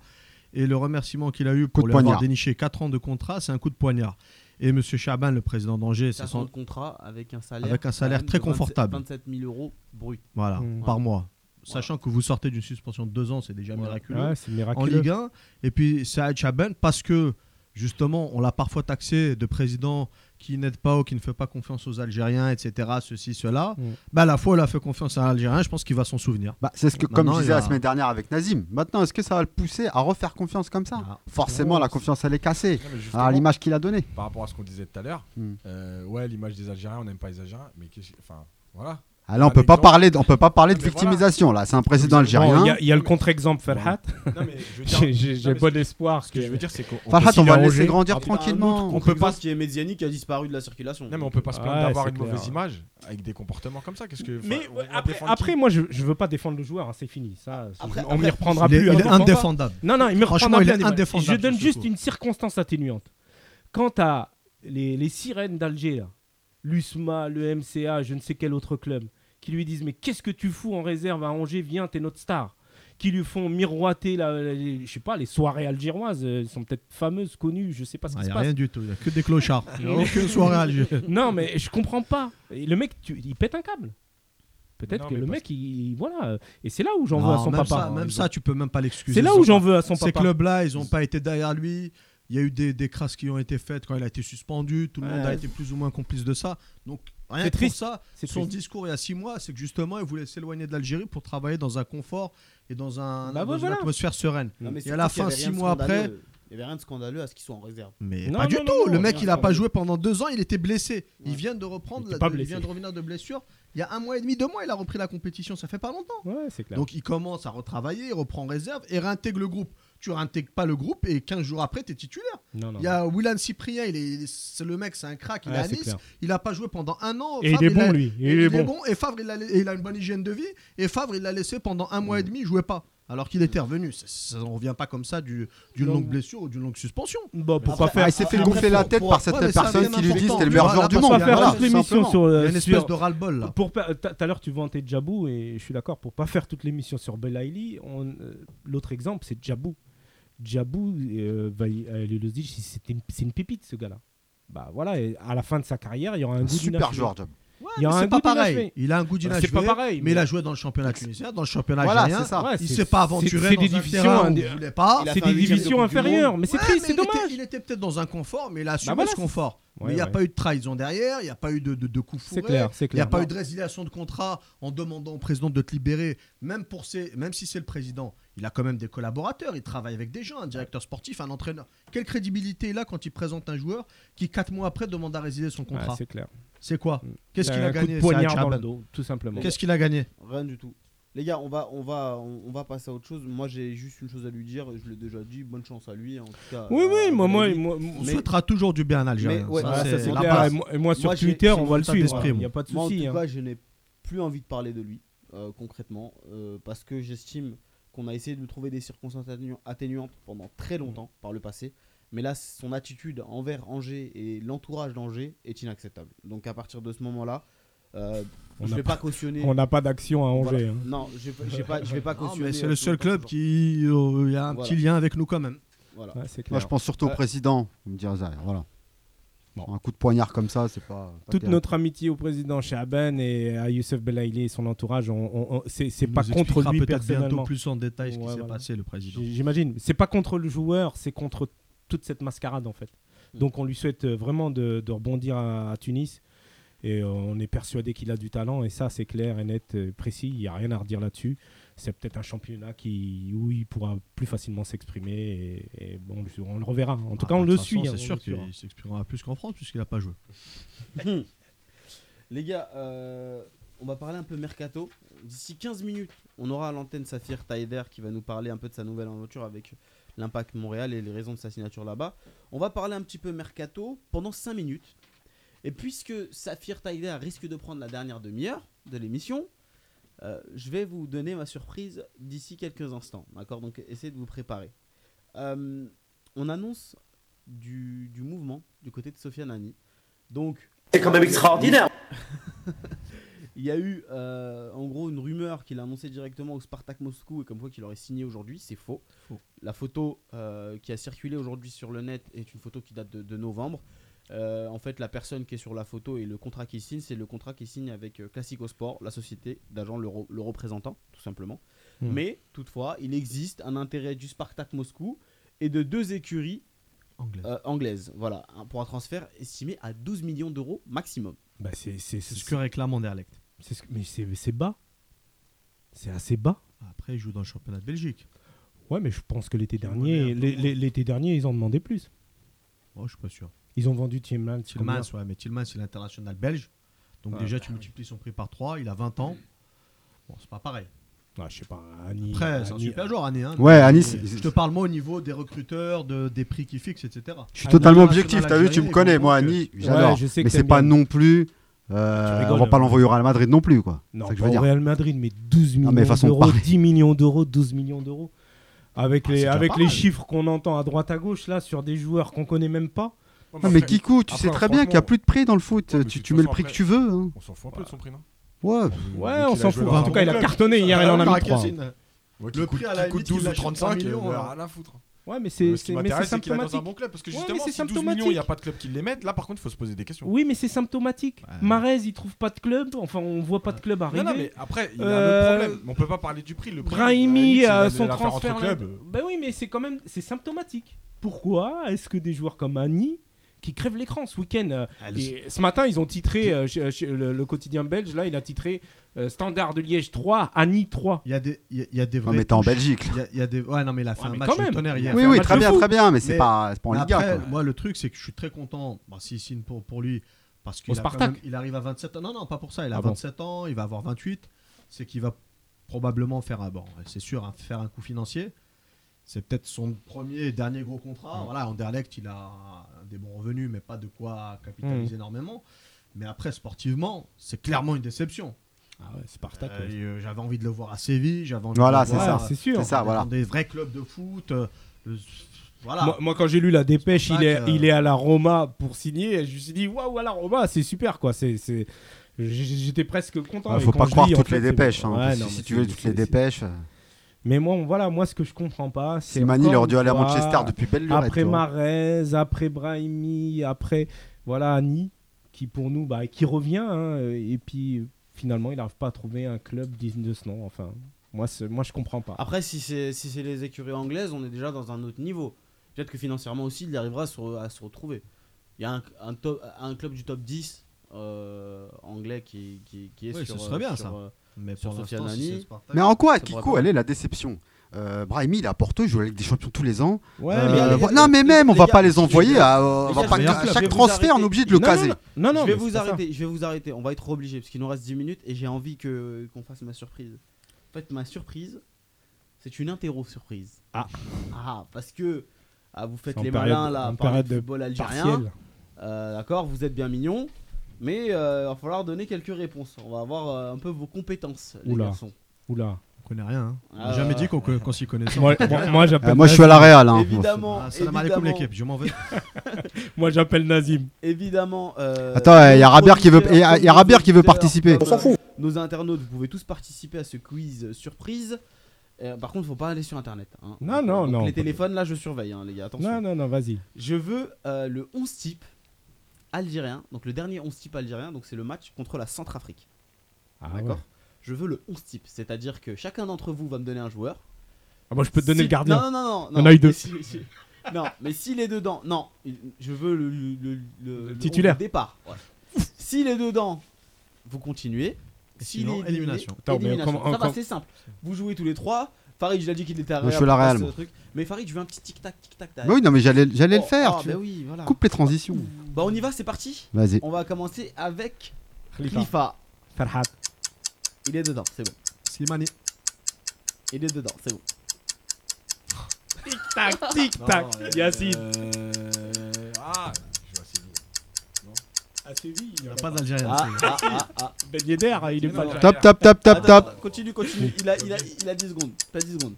S3: Et le remerciement qu'il a eu
S5: de
S3: pour lui avoir
S5: poignard.
S3: déniché 4 ans de contrat, c'est un coup de poignard. Et Monsieur Chaban, le président d'Angers, c'est
S4: 400 000
S3: son,
S4: de contrat avec un salaire,
S3: Avec un
S4: quand
S3: salaire
S4: même
S3: très
S4: de 27
S3: confortable.
S4: 27 000 euros brut.
S3: voilà,
S1: Mm.
S3: par mois. Sachant que vous sortez d'une suspension de 2 ans, c'est déjà miraculeux.
S1: Ouais, c'est
S3: en
S1: miraculeux.
S3: Ligue 1. Et puis Saad Chaban, parce que justement, on l'a parfois taxé de président qui n'aide pas ou qui ne fait pas confiance aux Algériens, etc., ceci, cela.
S1: Mm.
S3: Bah, à la fois, il a fait confiance à un Algérien, je pense qu'il va s'en souvenir.
S5: Bah, c'est ce que, comme
S3: Maintenant,
S5: je
S3: il
S5: disais la
S3: a-
S5: semaine dernière avec Nazim, maintenant, est-ce que ça va le pousser à refaire confiance comme ça
S3: Ah.
S5: Forcément, la confiance, elle est cassée.
S2: Non, mais justement,
S5: À l'image qu'il a donnée.
S2: par rapport à ce qu'on disait tout à l'heure,
S5: Hmm.
S2: euh, ouais, l'image des Algériens, on n'aime pas les Algériens, mais qu'est-ce que- enfin, voilà.
S5: Ah, là, on peut pas
S2: Par
S5: parler, de- on peut pas
S1: Ah,
S5: parler de
S2: Mais voilà.
S5: victimisation. Là, c'est un président
S2: Bon,
S1: Bon, Il
S5: algérien.
S1: y, a- il y a le contre-exemple Ferhat.
S2: Non, mais je veux dire-
S1: J'ai- J'ai
S2: non,
S1: j'ai
S2: mais
S1: bon
S2: ce-
S1: espoir.
S2: Ce que je veux dire, c'est qu'on on
S5: Farhat,
S2: peut
S5: on va
S1: s'y
S5: le laisser
S1: arranger.
S5: grandir
S4: Ah, un
S5: tranquillement.
S4: autre
S2: On peut
S4: contre-exemple
S2: pas-
S4: qui est Meziani qui a disparu de la circulation.
S2: Non mais on peut pas se plaindre
S1: Ouais,
S2: d'avoir
S1: c'est
S2: une
S1: clair.
S2: mauvaise image avec des comportements comme ça. Qu'est-ce que
S1: Mais
S2: enfin,
S1: ouais,
S2: on- on
S1: après,
S2: défend qui
S1: après, moi, je, je veux pas défendre le joueur, hein, c'est fini. Ça,
S4: Après-
S1: on m'y
S4: après-
S1: reprendra
S3: il est,
S1: plus.
S3: il
S1: hein,
S3: est
S1: je pense pas.
S3: indéfendable.
S1: Non, non, il me
S3: Franchement,
S1: reprendra
S3: il
S1: bien
S3: est
S1: des balles.
S3: indéfendable,
S1: Je donne
S3: ce
S1: juste
S3: coup.
S1: une circonstance atténuante. Quant à les, les sirènes d'Alger, là, l'USMA, le MCA, je ne sais quel autre club, qui lui disent Mais qu'est-ce que tu fous en réserve à Angers Viens, t'es notre star. Qui lui font miroiter, la, la- les- je sais pas, les soirées algéroises, euh, elles sont peut-être fameuses, connues, je sais pas ce
S3: Il
S1: qui
S3: n'y
S1: se
S3: a
S1: passe.
S3: rien du tout, il n'y a que des clochards. Il n'y a aucune soirée algérienne.
S1: Non, mais je comprends pas. Et le mec, tu- il pète un câble. Peut-être
S2: Non,
S1: que
S2: mais
S1: le
S2: parce-
S1: mec, il, il- voilà. Et c'est là où j'en veux à
S3: Non,
S1: son
S3: même
S1: papa.
S3: Ça, même ça, tu peux même pas l'excuser.
S1: c'est là où j'en veux à son
S3: Ces
S1: papa.
S3: clubs-là, ils n'ont pas été derrière lui. Il y a eu des, des crasses qui ont été faites quand il a été suspendu. Tout le monde
S1: Ouais.
S3: a été plus ou moins complice de ça. Donc, rien
S1: C'est
S3: que pour
S1: triste.
S3: ça,
S1: C'est
S3: son
S1: triste.
S3: discours il y a six mois, c'est que justement, il voulait s'éloigner de l'Algérie pour travailler dans un confort et dans, un,
S1: Bah
S3: dans
S1: ouais,
S3: une
S1: voilà.
S3: atmosphère sereine.
S1: Mm.
S4: Non, mais
S3: Et
S4: surtout
S3: à la
S4: qu'il y
S3: fin,
S4: avait rien
S3: six
S4: de
S3: mois après-
S4: scandaleux. Il n'y avait rien de scandaleux à ce qu'ils soient en réserve.
S3: Mais
S1: Non,
S3: pas du
S1: non,
S3: tout.
S1: non,
S3: le
S1: non,
S3: mec,
S1: bien
S3: il a
S1: sûr.
S3: pas joué pendant deux ans. Il était blessé. Il
S4: Ouais.
S3: vient de reprendre,
S1: Il était
S3: la-
S1: pas
S3: de- il
S1: blessé.
S3: vient de revenir de blessure. Il y a un mois et demi, deux mois, il a repris la compétition. Ça fait pas longtemps.
S1: Ouais, c'est clair.
S3: Donc il commence à retravailler, il reprend réserve et réintègre le groupe. Tu réintègres pas le groupe et 15 jours après, tu es titulaire.
S1: Non, non,
S3: Il y a Willan Cyprien, il est, c'est le mec, c'est un crack, il
S1: Ouais,
S3: est à
S1: c'est
S3: Nice,
S1: clair.
S3: il a pas joué pendant un an.
S1: Et
S3: Favre,
S1: il est bon,
S3: a-
S1: lui. Il,
S3: il
S1: est,
S3: est
S1: bon.
S3: bon, et Favre, il a, il a une bonne hygiène de vie, et Favre, il l'a laissé pendant un mois et demi, il jouait pas. Alors qu'il était revenu. Ça- ça- on revient pas comme ça du- d'une
S1: Non.
S3: longue blessure ou d'une longue suspension.
S1: Bon, pour pas
S4: Après-
S5: Ah,
S1: faire.
S5: il s'est fait
S4: Après,
S5: gonfler la
S4: pour-
S5: tête
S4: pour-
S5: par
S3: ouais,
S5: certaines
S3: mais ça,
S5: personnes
S3: c'est
S5: qui lui
S3: important.
S5: disent t'es le
S3: Tu
S5: meilleur
S3: vois,
S5: joueur
S3: là,
S5: du
S3: parce
S5: monde.
S1: Pour pas
S3: qu'il y a-
S1: faire
S3: voilà,
S1: toute l'émission
S5: simplement.
S1: sur.
S3: Il y
S1: euh,
S3: a une espèce
S1: sur-
S3: de ras-le-bol là.
S1: Pour pa- Tout à l'heure, tu vantais Djabou et je suis d'accord. Pour pas faire toute l'émission sur Belaïli, on, euh, l'autre exemple, c'est Djabou. Djabou, euh, va y- euh, le Lozich, c'était une- c'est une pépite, ce gars-là. Bah voilà, et à la fin de sa carrière, il y aura un
S5: Un
S1: goût
S5: Super
S1: d'inachevé.
S5: joueur, Job.
S3: Ouais,
S1: Il y a
S3: mais
S1: un
S3: c'est pas
S1: goût d'inachevé.
S3: pareil. Il a un goût d'inachevé.
S1: pas pareil,
S3: Mais
S1: mais-
S3: il a joué dans le championnat tunisien, dans le championnat
S5: Voilà,
S3: algérien.
S5: c'est ça.
S1: Ouais,
S3: Il
S1: c'est-
S3: s'est pas
S1: c'est-
S3: aventuré
S1: c'est
S3: dans un
S1: des hein. visions
S3: terrain où
S1: indi-
S3: il voulait pas.
S4: Il a
S1: C'est
S4: fait un
S1: des
S4: huitième de
S1: divisions
S4: Coupe du
S1: inférieures,
S4: Monde.
S1: mais c'est
S3: Ouais,
S1: triste,
S3: mais
S1: c'est
S3: il était-
S1: dommage. Bah
S3: Il était peut-être dans un confort, mais il a assumé
S1: voilà,
S3: ce confort.
S1: c'est-
S3: mais il n'y a
S1: Ouais,
S3: pas eu de trahison derrière, il n'y a pas eu de, de, de coup
S1: C'est
S3: fourré.
S1: clair, c'est
S3: Il n'y
S1: clair.
S3: a pas eu de résiliation de contrat en demandant au président de te libérer, même, pour ses, même si c'est le président. Il a quand même des collaborateurs, il travaille avec des gens, un directeur sportif, un entraîneur. Quelle crédibilité il a quand il présente un joueur qui, quatre mois après, demande à résider son
S1: Ouais,
S3: contrat
S1: c'est clair.
S3: C'est quoi
S1: Mm.
S3: Qu'est-ce qu'il
S1: Un
S3: a
S1: coup de
S3: gagné ça,
S1: poignard
S3: Chaban
S1: dans le dos, tout simplement.
S3: Qu'est-ce qu'il a gagné
S4: Rien du tout. Les gars, on va, on va, on, on va passer à autre chose. Moi, j'ai juste une chose à lui dire. Je l'ai déjà dit. Bonne chance à lui, en tout cas. Euh,
S1: Oui,
S4: à-
S1: oui,
S4: à
S1: moi, moi,
S4: Delaney.
S1: moi,
S3: On
S1: mais-
S3: souhaitera toujours du bien à l'Algérien.
S4: Mais,
S3: Euh,
S4: ouais,
S3: Ça,
S4: voilà,
S3: c'est
S4: ça, c'est
S3: la
S1: Et
S4: clair.
S3: base.
S1: là, et moi, et moi, sur
S4: Moi, j'ai-
S1: Twitter,
S4: j'ai
S1: on
S4: mon
S1: va le
S3: état
S1: suivre.
S3: d'esprit,
S1: Il
S3: moi.
S1: n'y a pas de
S4: Moi, en
S1: souci.
S4: tout
S1: hein.
S4: cas, je n'ai plus envie de parler de lui, euh, concrètement, euh, parce que j'estime qu'on a essayé de lui trouver des circonstances atténu- atténuantes pendant très longtemps
S1: Mm.
S4: par le passé. Mais là, son attitude envers Angers et l'entourage d'Angers est inacceptable. Donc, à partir de ce moment-là, euh,
S1: On
S4: je
S1: a
S4: vais pas cautionner.
S1: On n'a pas d'action à Angers.
S4: Voilà.
S1: hein.
S4: Non, je vais- je vais pas, je vais pas
S3: Non, Ah,
S4: cautionner.
S3: mais c'est
S4: euh,
S3: le seul
S4: tout le
S3: club
S4: temps ce genre.
S3: qui euh, il y a un
S4: Voilà.
S3: petit lien avec nous quand même.
S4: Voilà.
S1: Ouais, c'est
S5: Moi,
S1: clair.
S5: je pense surtout
S4: Ouais.
S5: au président. Il me dit Azaïr, voilà.
S1: Euh, Bon.
S5: Un coup de poignard comme ça, c'est pas. pas
S1: Toute
S5: terrible.
S1: notre amitié au président Chaban et à Youssef Belaïli et son entourage, on, on- on- c'est c'est
S3: Il
S1: pas
S3: nous
S1: contre
S3: expliquera
S1: lui
S3: peut-être bientôt
S1: personnellement.
S3: plus en détail ce qui
S1: Ouais,
S3: s'est
S1: voilà.
S3: passé, le président.
S1: J- J'imagine. C'est pas contre le joueur, c'est contre toute cette mascarade en fait.
S4: Mm.
S1: Donc on lui souhaite euh, vraiment de, de rebondir à, à Tunis. Et euh, on est persuadé qu'il a du talent. Et ça, c'est clair et net, euh, précis. Il n'y a rien à redire là-dessus. C'est peut-être un championnat qui, où il pourra plus facilement s'exprimer. Et, et bon, on le reverra. En tout cas,
S3: Ah,
S1: on
S3: de
S1: le
S3: toute
S1: suit.
S3: façon,
S1: hein, on
S3: C'est sûr
S1: le suit, hein.
S3: qu'il s'exprimera plus qu'en France puisqu'il n'a pas joué.
S4: Les gars, euh, on va parler un peu mercato. D'ici 15 minutes, on aura à l'antenne Saphir Taider qui va nous parler un peu de sa nouvelle aventure avec l'Impact Montréal et les raisons de sa signature là-bas. On va parler un petit peu mercato pendant 5 minutes. Et puisque Saphir Taider risque de prendre la dernière demi-heure de l'émission, euh, je vais vous donner ma surprise d'ici quelques instants. D'accord Donc essayez de vous préparer. Euh, on annonce du, du mouvement du côté de Sofiane Ani. Donc,
S7: C'est quand même extraordinaire.
S4: il y a eu euh, en gros une rumeur qu'il a annoncé directement au Spartak Moscou et comme quoi qu'il aurait signé aujourd'hui, c'est faux.
S3: Faux.
S4: La photo euh, qui a circulé aujourd'hui sur le net est une photo qui date de, de novembre. Euh, en fait, la personne qui est sur la photo et le contrat qu'il signe, c'est le contrat qu'il signe avec euh, Classico Sport, la société d'agents le, re- le représentant, tout simplement.
S1: Hmm.
S4: Mais toutefois, il existe un intérêt du Spartak Moscou et de deux écuries
S3: Anglais.
S4: euh, anglaises, voilà, un- pour un transfert estimé à 12 millions d'euros maximum.
S1: Bah, c'est- c'est-
S3: C'est
S1: c'est-
S3: ce que réclame Anderlecht.
S1: c'est ce que- mais c'est c'est bas. C'est assez bas.
S3: Après, il joue dans le championnat de Belgique.
S1: Ouais, mais je pense que l'été
S3: Ils ont donné
S1: dernier,
S3: un peu
S1: l'é-
S3: moins.
S1: l'é- l'été dernier, ils en demandaient plus.
S3: Oh, je suis pas sûr.
S1: Ils ont vendu Tiemann.
S3: Tillmans, ouais, mais Tillmans, c'est l'international belge. Donc
S1: Ouais.
S3: déjà, tu multiplies son prix par 3, il a 20 ans. Bon, c'est pas pareil.
S1: Ouais, Ah, je sais pas. Annie,
S3: Après, c'est un
S1: Annie-
S3: super joueur, Annie. hein.
S5: Ouais, Annie, c'est-
S3: Je te parle, moi, au niveau des recruteurs, de- des prix qu'ils fixent, etc.
S5: Je suis
S1: Ah,
S5: totalement
S3: Un
S5: objectif. T'as
S3: international
S5: vu, tu me
S3: algérien,
S5: connais.
S3: il
S5: Moi,
S3: comprend que-
S5: Annie,
S1: euh, Ouais,
S5: j'adore.
S1: je sais que
S5: Mais c'est
S1: t'aimes
S5: pas
S1: bien.
S5: non plus. euh,
S1: Tu
S5: on
S1: rigoles,
S5: va pas
S1: ouais.
S5: l'envoyer au Real Madrid non plus, quoi.
S1: Non,
S5: C'est ça que je
S1: pas
S5: veux
S1: au
S5: dire.
S1: Real Madrid, mais 12 millions
S5: Non, mais façon de
S1: d'euros,
S5: parler.
S1: 10 millions d'euros, 12 millions d'euros. Avec
S3: Ah,
S1: les,
S3: c'est déjà
S1: avec
S3: pas
S1: les
S3: mal.
S1: chiffres qu'on entend à droite à gauche, là, sur des joueurs qu'on connaît même pas.
S5: Non, mais Kikou, tu
S2: Après,
S5: sais très bien qu'il n'y a
S2: franchement,
S5: plus de prix dans le foot.
S2: ouais, mais de
S5: tu
S2: toute
S5: tu mets le
S2: façon,
S5: prix que
S2: après-
S5: tu veux. hein.
S2: On s'en fout un peu de son prix, non
S5: Ouais.
S1: Ouais,
S2: Vu
S1: on
S2: qu'il
S1: s'en
S2: a
S1: fout.
S2: joué
S1: En
S2: dans
S1: tout
S2: un
S1: cas, il a
S2: club.
S1: cartonné hier, il
S3: Ah,
S1: en a mis 3.
S2: Ouais,
S3: Le
S2: qui coûte-
S3: prix à la
S2: qui coûte
S3: limite, il
S2: 12 ou euh,
S3: l'achète
S2: 35
S3: pour un million,
S2: millions.
S3: hein.
S2: Rien à foutre.
S1: Ouais, mais c'est
S2: Euh, ce qui
S1: c'est- mais
S2: m'intéresse,
S1: c'est
S2: c'est qu'il a dans un
S1: symptomatique.
S2: bon club. Parce que
S1: Ouais,
S2: justement,
S1: mais c'est
S2: si 12
S1: symptomatique.
S2: millions, il n'y a pas de club qui les mette. Là, par contre, il faut se poser des questions.
S1: Oui, mais c'est symptomatique.
S3: Ouais.
S1: Marez, il trouve pas de club. Enfin, on voit pas de club arriver.
S2: Non, non, mais après, il y a
S1: Euh,
S2: un autre problème. On peut pas parler du prix. Le prix,
S1: Brahimi,
S2: à la
S1: euh,
S2: limite, c'est
S1: son
S2: la- la faire entre
S1: transfert. là-
S2: clubs. Euh,
S1: Ben oui, mais c'est quand même c'est symptomatique. Pourquoi est-ce que des joueurs comme Annie, qui crèvent l'écran ce week-end, euh, et ce matin, ils ont titré, euh, chez- chez le, le quotidien belge, là, il a titré euh, Standard de Liège 3, Annie 3.
S3: Il y a des, il y a- il y a des
S5: Non,
S3: vrais.
S5: mais t'es en
S3: touches.
S5: Belgique. là.
S3: Il y a- il y a des... Ouais, non, mais il a fait
S1: Ouais,
S3: un
S1: mais
S3: match
S1: quand
S3: de
S1: même.
S3: tonnerre hier.
S5: Oui,
S1: un
S5: oui,
S1: match
S5: très
S1: de
S5: bien,
S1: fou.
S5: très bien. Mais c'est
S3: Mais-
S5: pas c'est pas en
S3: Mais
S5: Ligue 1.
S3: après,
S5: quoi.
S3: moi, le truc, c'est que je suis très content. Bon, si signe pour, pour lui, parce qu'il
S1: Au
S3: a quand
S1: Spartak.
S3: même- il arrive à 27 ans. Non, non, pas pour ça. Il a
S1: Ah bon.
S3: 27 ans, il va avoir 28. C'est qu'il va probablement faire un bon, c'est sûr, un- faire un coup financier. C'est peut-être son premier et dernier gros contrat.
S1: Ouais.
S3: Voilà, Anderlecht, il a des bons revenus, mais pas de quoi
S1: Mhm.
S3: capitaliser énormément. Mais après, sportivement, c'est clairement une déception.
S1: Ah ouais, Spartak.
S3: Euh, et, euh, j'avais envie de le voir à Séville, j'avais envie
S5: Voilà,
S3: de le
S5: c'est
S3: voir
S5: ça.
S3: euh,
S1: c'est sûr.
S5: C'est ça, voilà.
S3: dans des vrais clubs de foot. euh, euh, voilà.
S1: Moi, moi, quand j'ai lu la dépêche,
S3: C'est euh. pour
S1: il est,
S3: ça que-
S1: il est à la Roma pour signer. Je me suis dit, waouh, à la Roma, c'est super quoi. C'est, c'est- j- J'étais presque content.
S5: Ouais,
S1: Et
S5: Faut
S1: quand
S5: pas
S1: je
S5: croire
S1: lis, en
S5: toutes
S1: fait,
S5: les
S1: c'est-
S5: dépêches. hein,
S1: Ouais,
S5: parce que
S1: non,
S5: Si
S1: mais
S5: tu
S1: c'est-
S5: veux toutes les
S1: c'est-
S5: dépêches.
S1: Mais moi, voilà, moi, ce que je comprends pas, c'est.
S5: Slimani, il
S1: encore
S5: aurait dû
S1: une
S5: aller à
S1: fois,
S5: Manchester depuis belle lurette,
S1: Après
S5: tu vois.
S1: Marez, après Brahimi, après voilà Annie, qui pour nous, bah, qui revient, hein, et puis euh, finalement, il n'arrive pas à trouver un club digne de ce nom. Enfin, moi, c'est- moi, je comprends pas.
S4: Après, si c'est si c'est les écuries anglaises, on est déjà dans un autre niveau. Peut-être que financièrement aussi, il arrivera à se, à se retrouver. Il y a un, un top- un club du top 10 euh, anglais qui, qui, qui est
S3: Oui,
S4: sur.
S3: ce serait bien,
S4: euh,
S3: ça.
S4: sur, euh,
S3: Mais
S4: Sur
S3: pour
S4: Sofiane
S3: l'instant, si
S4: Nani.
S3: c'est le Spartak-
S5: Mais en quoi,
S4: Ça pourrait
S5: Kiko,
S4: pas.
S5: elle est la déception Euh, Brahimi, il est à Porto, il joue avec des champions tous les ans.
S1: Ouais,
S5: Euh,
S1: mais
S4: les gars,
S5: voilà. non, mais même, on
S4: les
S5: va
S4: gars,
S5: pas les envoyer.
S4: gars,
S5: À, on
S4: les
S5: va
S4: gars,
S5: pas
S4: je vais
S5: qu'à
S1: vous
S5: chaque
S1: arrêter.
S5: transfert, on est obligé de le
S1: Non,
S5: caser.
S1: non, Non, Ah non,
S4: je vais
S1: mais c'est pas
S4: vous
S1: ça.
S4: arrêter, je vais vous arrêter, on va être obligé parce qu'il nous reste 10 minutes et j'ai envie que qu'on fasse ma surprise. En fait, ma surprise, c'est une interro surprise.
S1: Ah.
S4: Ah, parce que ah, vous faites
S1: En
S4: les
S1: période-
S4: malins là,
S1: en
S4: parler
S1: période
S4: de
S1: de
S4: football algérien.
S1: Partiel.
S4: Euh, D'accord, vous êtes bien mignons, mais euh, il va falloir donner quelques réponses. On va avoir euh, un peu vos compétences, les
S1: Oula.
S4: garçons.
S1: Oula.
S3: On connaît rien. hein. On
S4: Ah,
S3: n'a jamais
S4: ouais.
S3: dit qu'on co- qu'on s'y connaissait.
S1: Moi, moi- moi, j'appelle
S5: Euh, moi, je suis à
S1: Nazim.
S5: la Real. hein.
S4: Évidemment,
S3: Ah, salam alaikum
S4: évidemment,
S3: l'équipe, je m'en vais.
S1: Moi, j'appelle Nazim.
S4: évidemment. euh,
S5: Attends, il y a
S4: nos
S5: Rabert qui veut,
S4: auditeurs,
S5: il y a- il y a
S4: nos
S5: Rabert qui veut
S4: auditeurs,
S5: participer.
S4: euh, Nos internautes, vous pouvez tous participer à ce quiz euh, surprise. Euh, par contre, faut pas aller sur internet. hein.
S1: Non,
S4: Donc,
S1: non,
S4: donc
S1: non, on
S4: Les
S1: peut-
S4: téléphones, là, je surveille, hein, les gars. Attention.
S1: Non, non, non, vas-y.
S4: Je veux euh, le 11 type algérien. Donc, le dernier 11 type algérien. Donc, c'est le match contre la Centrafrique.
S1: Ah,
S4: D'accord
S1: ouais.
S4: Je veux le 11 type. C'est-à-dire que chacun d'entre vous va me donner un joueur.
S1: Ah, moi, je peux te donner
S4: Si-
S1: le gardien.
S4: Non, non, non, non.
S1: en
S4: non,
S1: a eu deux.
S4: mais si- si- non, mais s'il est dedans, non, il- je veux le, le- le- le- le-
S1: titulaire.
S4: le départ. ouais. S'il est dedans, vous continuez.
S3: Et
S4: S'il
S3: sinon,
S4: est éliminé,
S3: élimination.
S1: Attends, mais
S4: élimination.
S1: comment-
S4: Ça va,
S1: comment-
S4: c'est simple. Vous jouez tous les trois. Farid, je l'ai dit qu'il était à
S5: Moi, je suis la
S4: pour faire
S5: Real,
S4: ce
S5: moi.
S4: truc. Mais Farid, je veux un petit tic-tac, tic-tac.
S5: Mais oui, non, mais j'allais j'allais le
S4: Oh,
S5: faire.
S4: ah,
S5: tu
S4: bah oui, voilà.
S5: Coupe les transitions.
S4: Bah, on y va, c'est parti.
S5: Vas-y.
S4: On va commencer avec
S1: Khalifa.
S4: Khalifa.
S1: Farhat.
S4: Il est dedans, c'est bon.
S3: Slimani.
S4: Il est dedans, c'est bon.
S1: Tac, tic, tac. Yacine.
S2: Euh, Ah, je vois, c'est lui.
S1: À Séville, il
S3: Il n'y a pas d'Algérien.
S4: Ah, ah, ah, ah.
S1: Ben Yedder, il est
S2: Mais
S1: pas
S2: non,
S1: là.
S5: Top, top, top, top,
S4: Attends,
S5: top.
S4: Continue, continue. Il a, il, a, il a 10 secondes. T'as 10 secondes.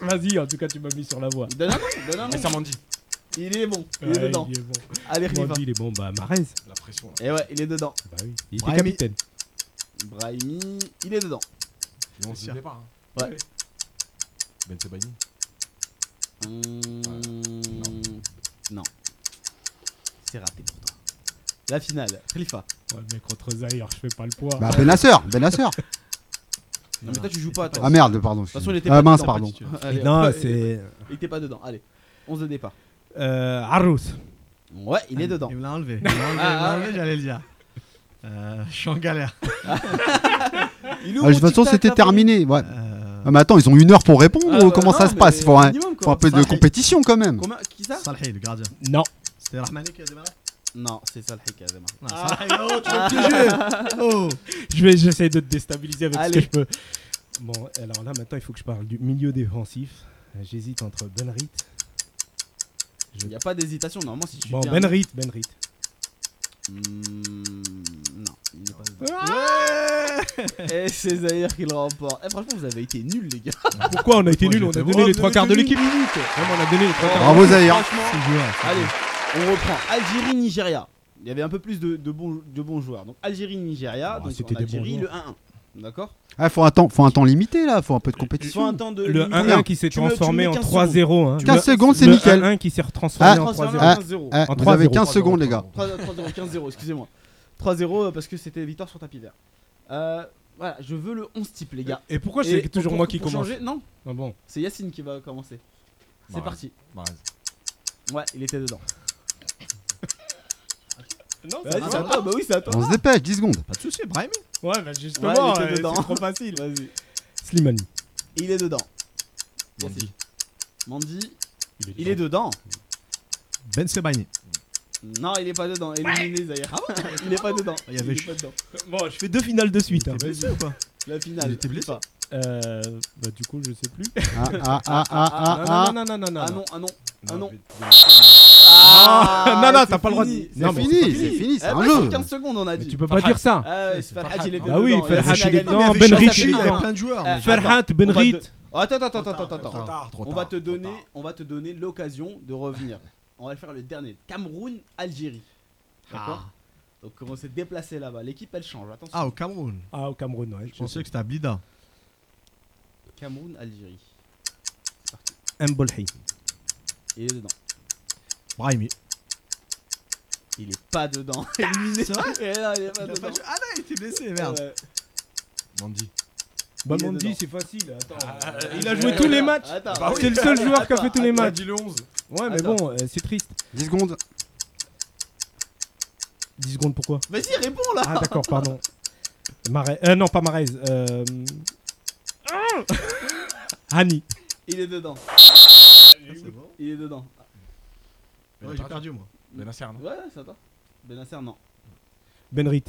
S1: Vas-y, en tout cas, tu m'as mis sur la voie.
S4: Donne un nom, donne un nom.
S2: Mais ça m'en dit.
S4: Il est bon, il est
S1: Ouais,
S4: dedans.
S1: Il est bon.
S4: Allez,
S1: Comment
S4: Riva.
S1: on dit, il est bon. Bah, Marez.
S2: La pression.
S4: Et ouais, il est dedans.
S1: Bah oui. Il était
S3: Brahimi.
S1: capitaine.
S4: Brahimi, il est dedans.
S2: Là. On se
S3: sûr.
S2: dit pas. hein.
S4: Ouais.
S2: Ben Sebani.
S4: Mmh, Non. C'est raté pour toi. La finale, Khalifa.
S1: Ouais, mais contre Zahir, je fais pas le poids.
S5: Bah, Benasser, Benasser.
S4: Non, mais toi, tu joues pas, toi.
S5: Ah merde, pardon.
S4: De toute façon, il était
S5: Ah
S4: pas
S5: mince,
S4: dedans.
S5: pardon.
S4: Allez,
S1: non,
S4: hop,
S1: c'est.
S4: Il était pas dedans. Allez, 11 de départ.
S1: Euh, Arous.
S4: Ouais, il est
S1: Ah,
S4: dedans.
S3: Il me l'a enlevé. Il me l'a enlevé, il me
S4: Ah,
S3: l'a
S4: ah,
S3: enlevé, j'allais le dire. Euh, Je suis en galère.
S4: Il
S5: Ah, De toute façon, c'était terminé. Ouais.
S3: Euh,
S5: Ah, mais attends, ils ont une heure pour répondre.
S4: Ah,
S5: ou comment
S4: bah
S5: ça se passe Il faut un, faut un peu de
S4: Salhi.
S5: compétition quand même.
S4: Combien Qui ça euh,
S3: Salhi, le gardien.
S1: Non.
S3: C'était Rahmani qui a démarré
S4: Ah. Non, c'est Salhi qui a démarré.
S3: Non, Salhi, oh, tu veux me piéger Oh
S1: Je vais j'essaie de te déstabiliser avec
S4: Allez.
S1: ce que je peux. Bon, alors là maintenant il faut que je parle du milieu défensif. Euh, J'hésite entre Benrit.
S4: Ah. Il n'y a pas d'hésitation, normalement, si tu
S1: Bon, Ben
S4: dis un-
S1: Benrit, Benrit.
S4: Mmh, non, il n'est pas dedans.
S1: Ah
S4: Et c'est Zahir qui le remporte. Eh, franchement, vous avez été nuls, les gars.
S1: Ah, Pourquoi on a été
S2: Moi,
S1: nuls On
S2: j'étais-
S1: a
S2: Oh,
S1: donné les trois
S2: mais
S1: quarts de
S2: nul.
S1: l'équipe. Vraiment, Ah, on a donné les trois quarts.
S5: Bravo, Zahir.
S4: Franchement,
S3: C'est joueur.
S4: allez, on reprend. Algérie-Nigeria. Il y avait un peu plus de, de bons, de bons joueurs. Donc, Algérie-Nigeria.
S1: Oh,
S4: donc,
S1: c'était
S4: en
S1: des bons
S4: Algérie, le
S1: joueurs.
S4: 1-1. D'accord
S5: Ah, faut un temps, faut un temps limité là. Faut un peu de
S4: Il faut un
S5: compétition.
S4: temps de.
S1: Le
S4: limite.
S1: 1-1 qui s'est
S4: Tu me- tu me
S1: transformé
S4: mets
S1: en
S4: 15
S1: 3-0. hein.
S4: Tu
S1: Le-
S5: 15 secondes, c'est
S1: le
S5: nickel.
S1: 1-1 qui s'est transformé
S5: Ah.
S1: en
S4: Transformé
S1: 3-0.
S4: en
S5: Ah.
S4: 15-0.
S5: Ah,
S1: En
S5: vous avez
S1: 3-0,
S5: 15 secondes, les gars.
S4: 3 3-0, 15-0, excusez-moi. 3-0 parce que c'était victoire sur tapis vert. Euh, voilà, je veux le 11 type, les gars.
S1: Et pourquoi
S4: Et
S1: c'est toujours
S4: pour-
S1: moi qui
S4: pour
S1: commence
S4: changer- Non,
S1: Ah bon.
S4: c'est Yacine qui va commencer. C'est
S2: Bah,
S4: parti.
S2: Mahrez.
S4: Ouais, il était dedans.
S1: Non,
S4: Vas-y, c'est à toi, bah oui, c'est à toi.
S5: On se dépêche, 10 secondes.
S3: Pas de soucis, Brahimi.
S1: Ouais, bah
S4: Ouais,
S1: justement,
S4: il était
S1: euh, c'est
S4: dedans.
S1: trop facile.
S4: Vas-y.
S1: Slimani.
S4: Il est dedans.
S2: Mendy.
S4: Mandy, il est dedans.
S3: Ben Sebani.
S4: Non, il est pas dedans. Éliminé Zahir. il est pas dedans.
S3: Ah Il y avait
S4: il est pas dedans.
S1: Euh, Bon, je fais deux finales de suite. hein.
S3: T'es blessé ou pas
S4: La finale.
S3: Il était blessé.
S4: Pas.
S1: Euh, bah du coup, je sais plus.
S5: Ah, ah, ah, ah, ah, ah.
S1: non, non, non, non,
S4: Ah
S1: non.
S4: non, ah non. Ah non.
S2: vite.
S1: Ah, non, non,
S4: c'est
S1: t'as pas le droit de-
S4: fini,
S5: C'est
S1: mais
S5: fini, c'est fini, c'est
S4: Eh
S5: un
S4: bah,
S5: jeu.
S4: 15 secondes, on a
S1: Mais
S4: dit.
S1: tu peux pas dire ça.
S4: Ah ouais, c'est Farhat, il était
S1: Bah oui,
S4: dedans.
S1: Farhat,
S4: Yacine
S1: il
S4: a
S1: est
S4: gagné.
S1: dedans.
S5: Ben
S1: Ben Non,
S3: Il y avait
S1: Benrich,
S3: Chelsea,
S1: il est
S3: Il y
S1: dedans.
S3: avait plein de joueurs.
S4: Ah,
S5: Euh,
S3: mais-
S1: Farhat, Ben Benrit.
S4: Oh, Attends, attends, attends, attends,
S2: Trop
S4: attends.
S2: tard, trop
S4: On
S2: tard,
S4: va te
S2: trop
S4: donner,
S2: tard.
S4: on va te donner l'occasion de revenir. On va le faire le dernier. Cameroun, Algérie. D'accord. Donc on s'est déplacé là-bas. L'équipe elle change. Attention.
S3: Ah, au Cameroun.
S1: Ah. Ah, au Cameroun, ouais.
S3: Je pensais que c'était à Blida.
S4: Cameroun, Algérie.
S1: Mbolhi.
S4: Il est dedans.
S3: Brahimi.
S4: Il est pas dedans. Éliminé.
S3: C'est vrai
S4: Eh non, il est pas
S3: Il a
S4: dedans.
S3: pas joué. Ah non, il était blessé, merde.
S4: Ouais. Ah,
S2: Mendy.
S1: Bah,
S4: Il est
S1: Mandy,
S4: dedans.
S1: c'est facile. Attends. Euh, il a joué tous les matchs.
S4: Attends.
S2: Bah oui.
S1: C'est le seul joueur qui a fait tous les
S4: Attends,
S1: matchs.
S2: dit le 11.
S1: Ouais, mais
S4: Ah, Attends.
S1: bon, euh, c'est triste.
S5: 10 secondes.
S1: 10 secondes, pourquoi
S4: Vas-y, réponds là.
S1: Ah, d'accord, pardon. Marais. Euh, non, pas Marez. Euh... Ah Hani.
S4: Il est dedans.
S3: Ah, C'est bon.
S4: Il est dedans. Ah,
S3: Ouais, j'ai perdu moi.
S2: Benacer, non
S4: Ouais, ça va. Benacer, non.
S1: Benrit.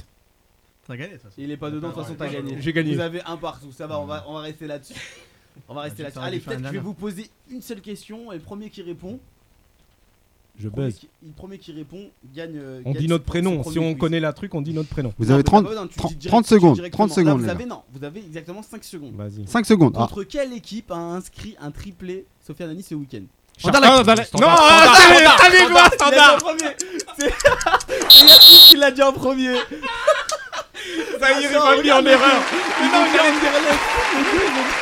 S3: T'as gagné de toute façon.
S4: Il est pas dedans, de toute façon, t'as gagné.
S1: J'ai gagné.
S4: Vous avez un partout, ça va, on va, on va rester là-dessus. On va rester
S3: Ah,
S4: là-dessus.
S3: j'aurais dû
S4: Allez,
S3: faire
S4: peut-être
S3: une
S4: que je vais
S3: dernière.
S4: vous poser une seule question et le premier qui répond,
S1: Je
S4: premier
S1: buzz.
S4: qui, le premier qui répond gagne. euh,
S1: On
S4: gagne
S1: dit
S4: ce-
S1: notre
S4: ce
S1: prénom.
S4: premier
S1: Si on
S4: quiz.
S1: connaît la truc, on dit notre prénom.
S5: Vous
S4: Non,
S5: avez
S4: mais t'as
S5: 30,
S4: pas besoin, tu dis
S5: 30
S4: direct-
S5: 30
S4: tu dis
S5: secondes.
S4: directement.
S5: 30
S4: Là,
S5: secondes,
S4: vous
S5: les
S4: avez,
S5: gars.
S4: non, vous avez exactement 5 secondes.
S1: Vas-y.
S5: 5 secondes. Ah.
S4: Contre quelle équipe a inscrit un triplé Sofiane Anis ce week-end
S1: Ah, Vandalec. Non, ah, t'as les doigts, standard.
S4: C'est c'est Yacine qui l'a dit en premier.
S1: Ça y est, il
S4: Attends,
S1: m'a mis en
S4: regarde.
S1: erreur.
S4: Mais non, j'ai envie de dire laisse. Les deux, ils ont-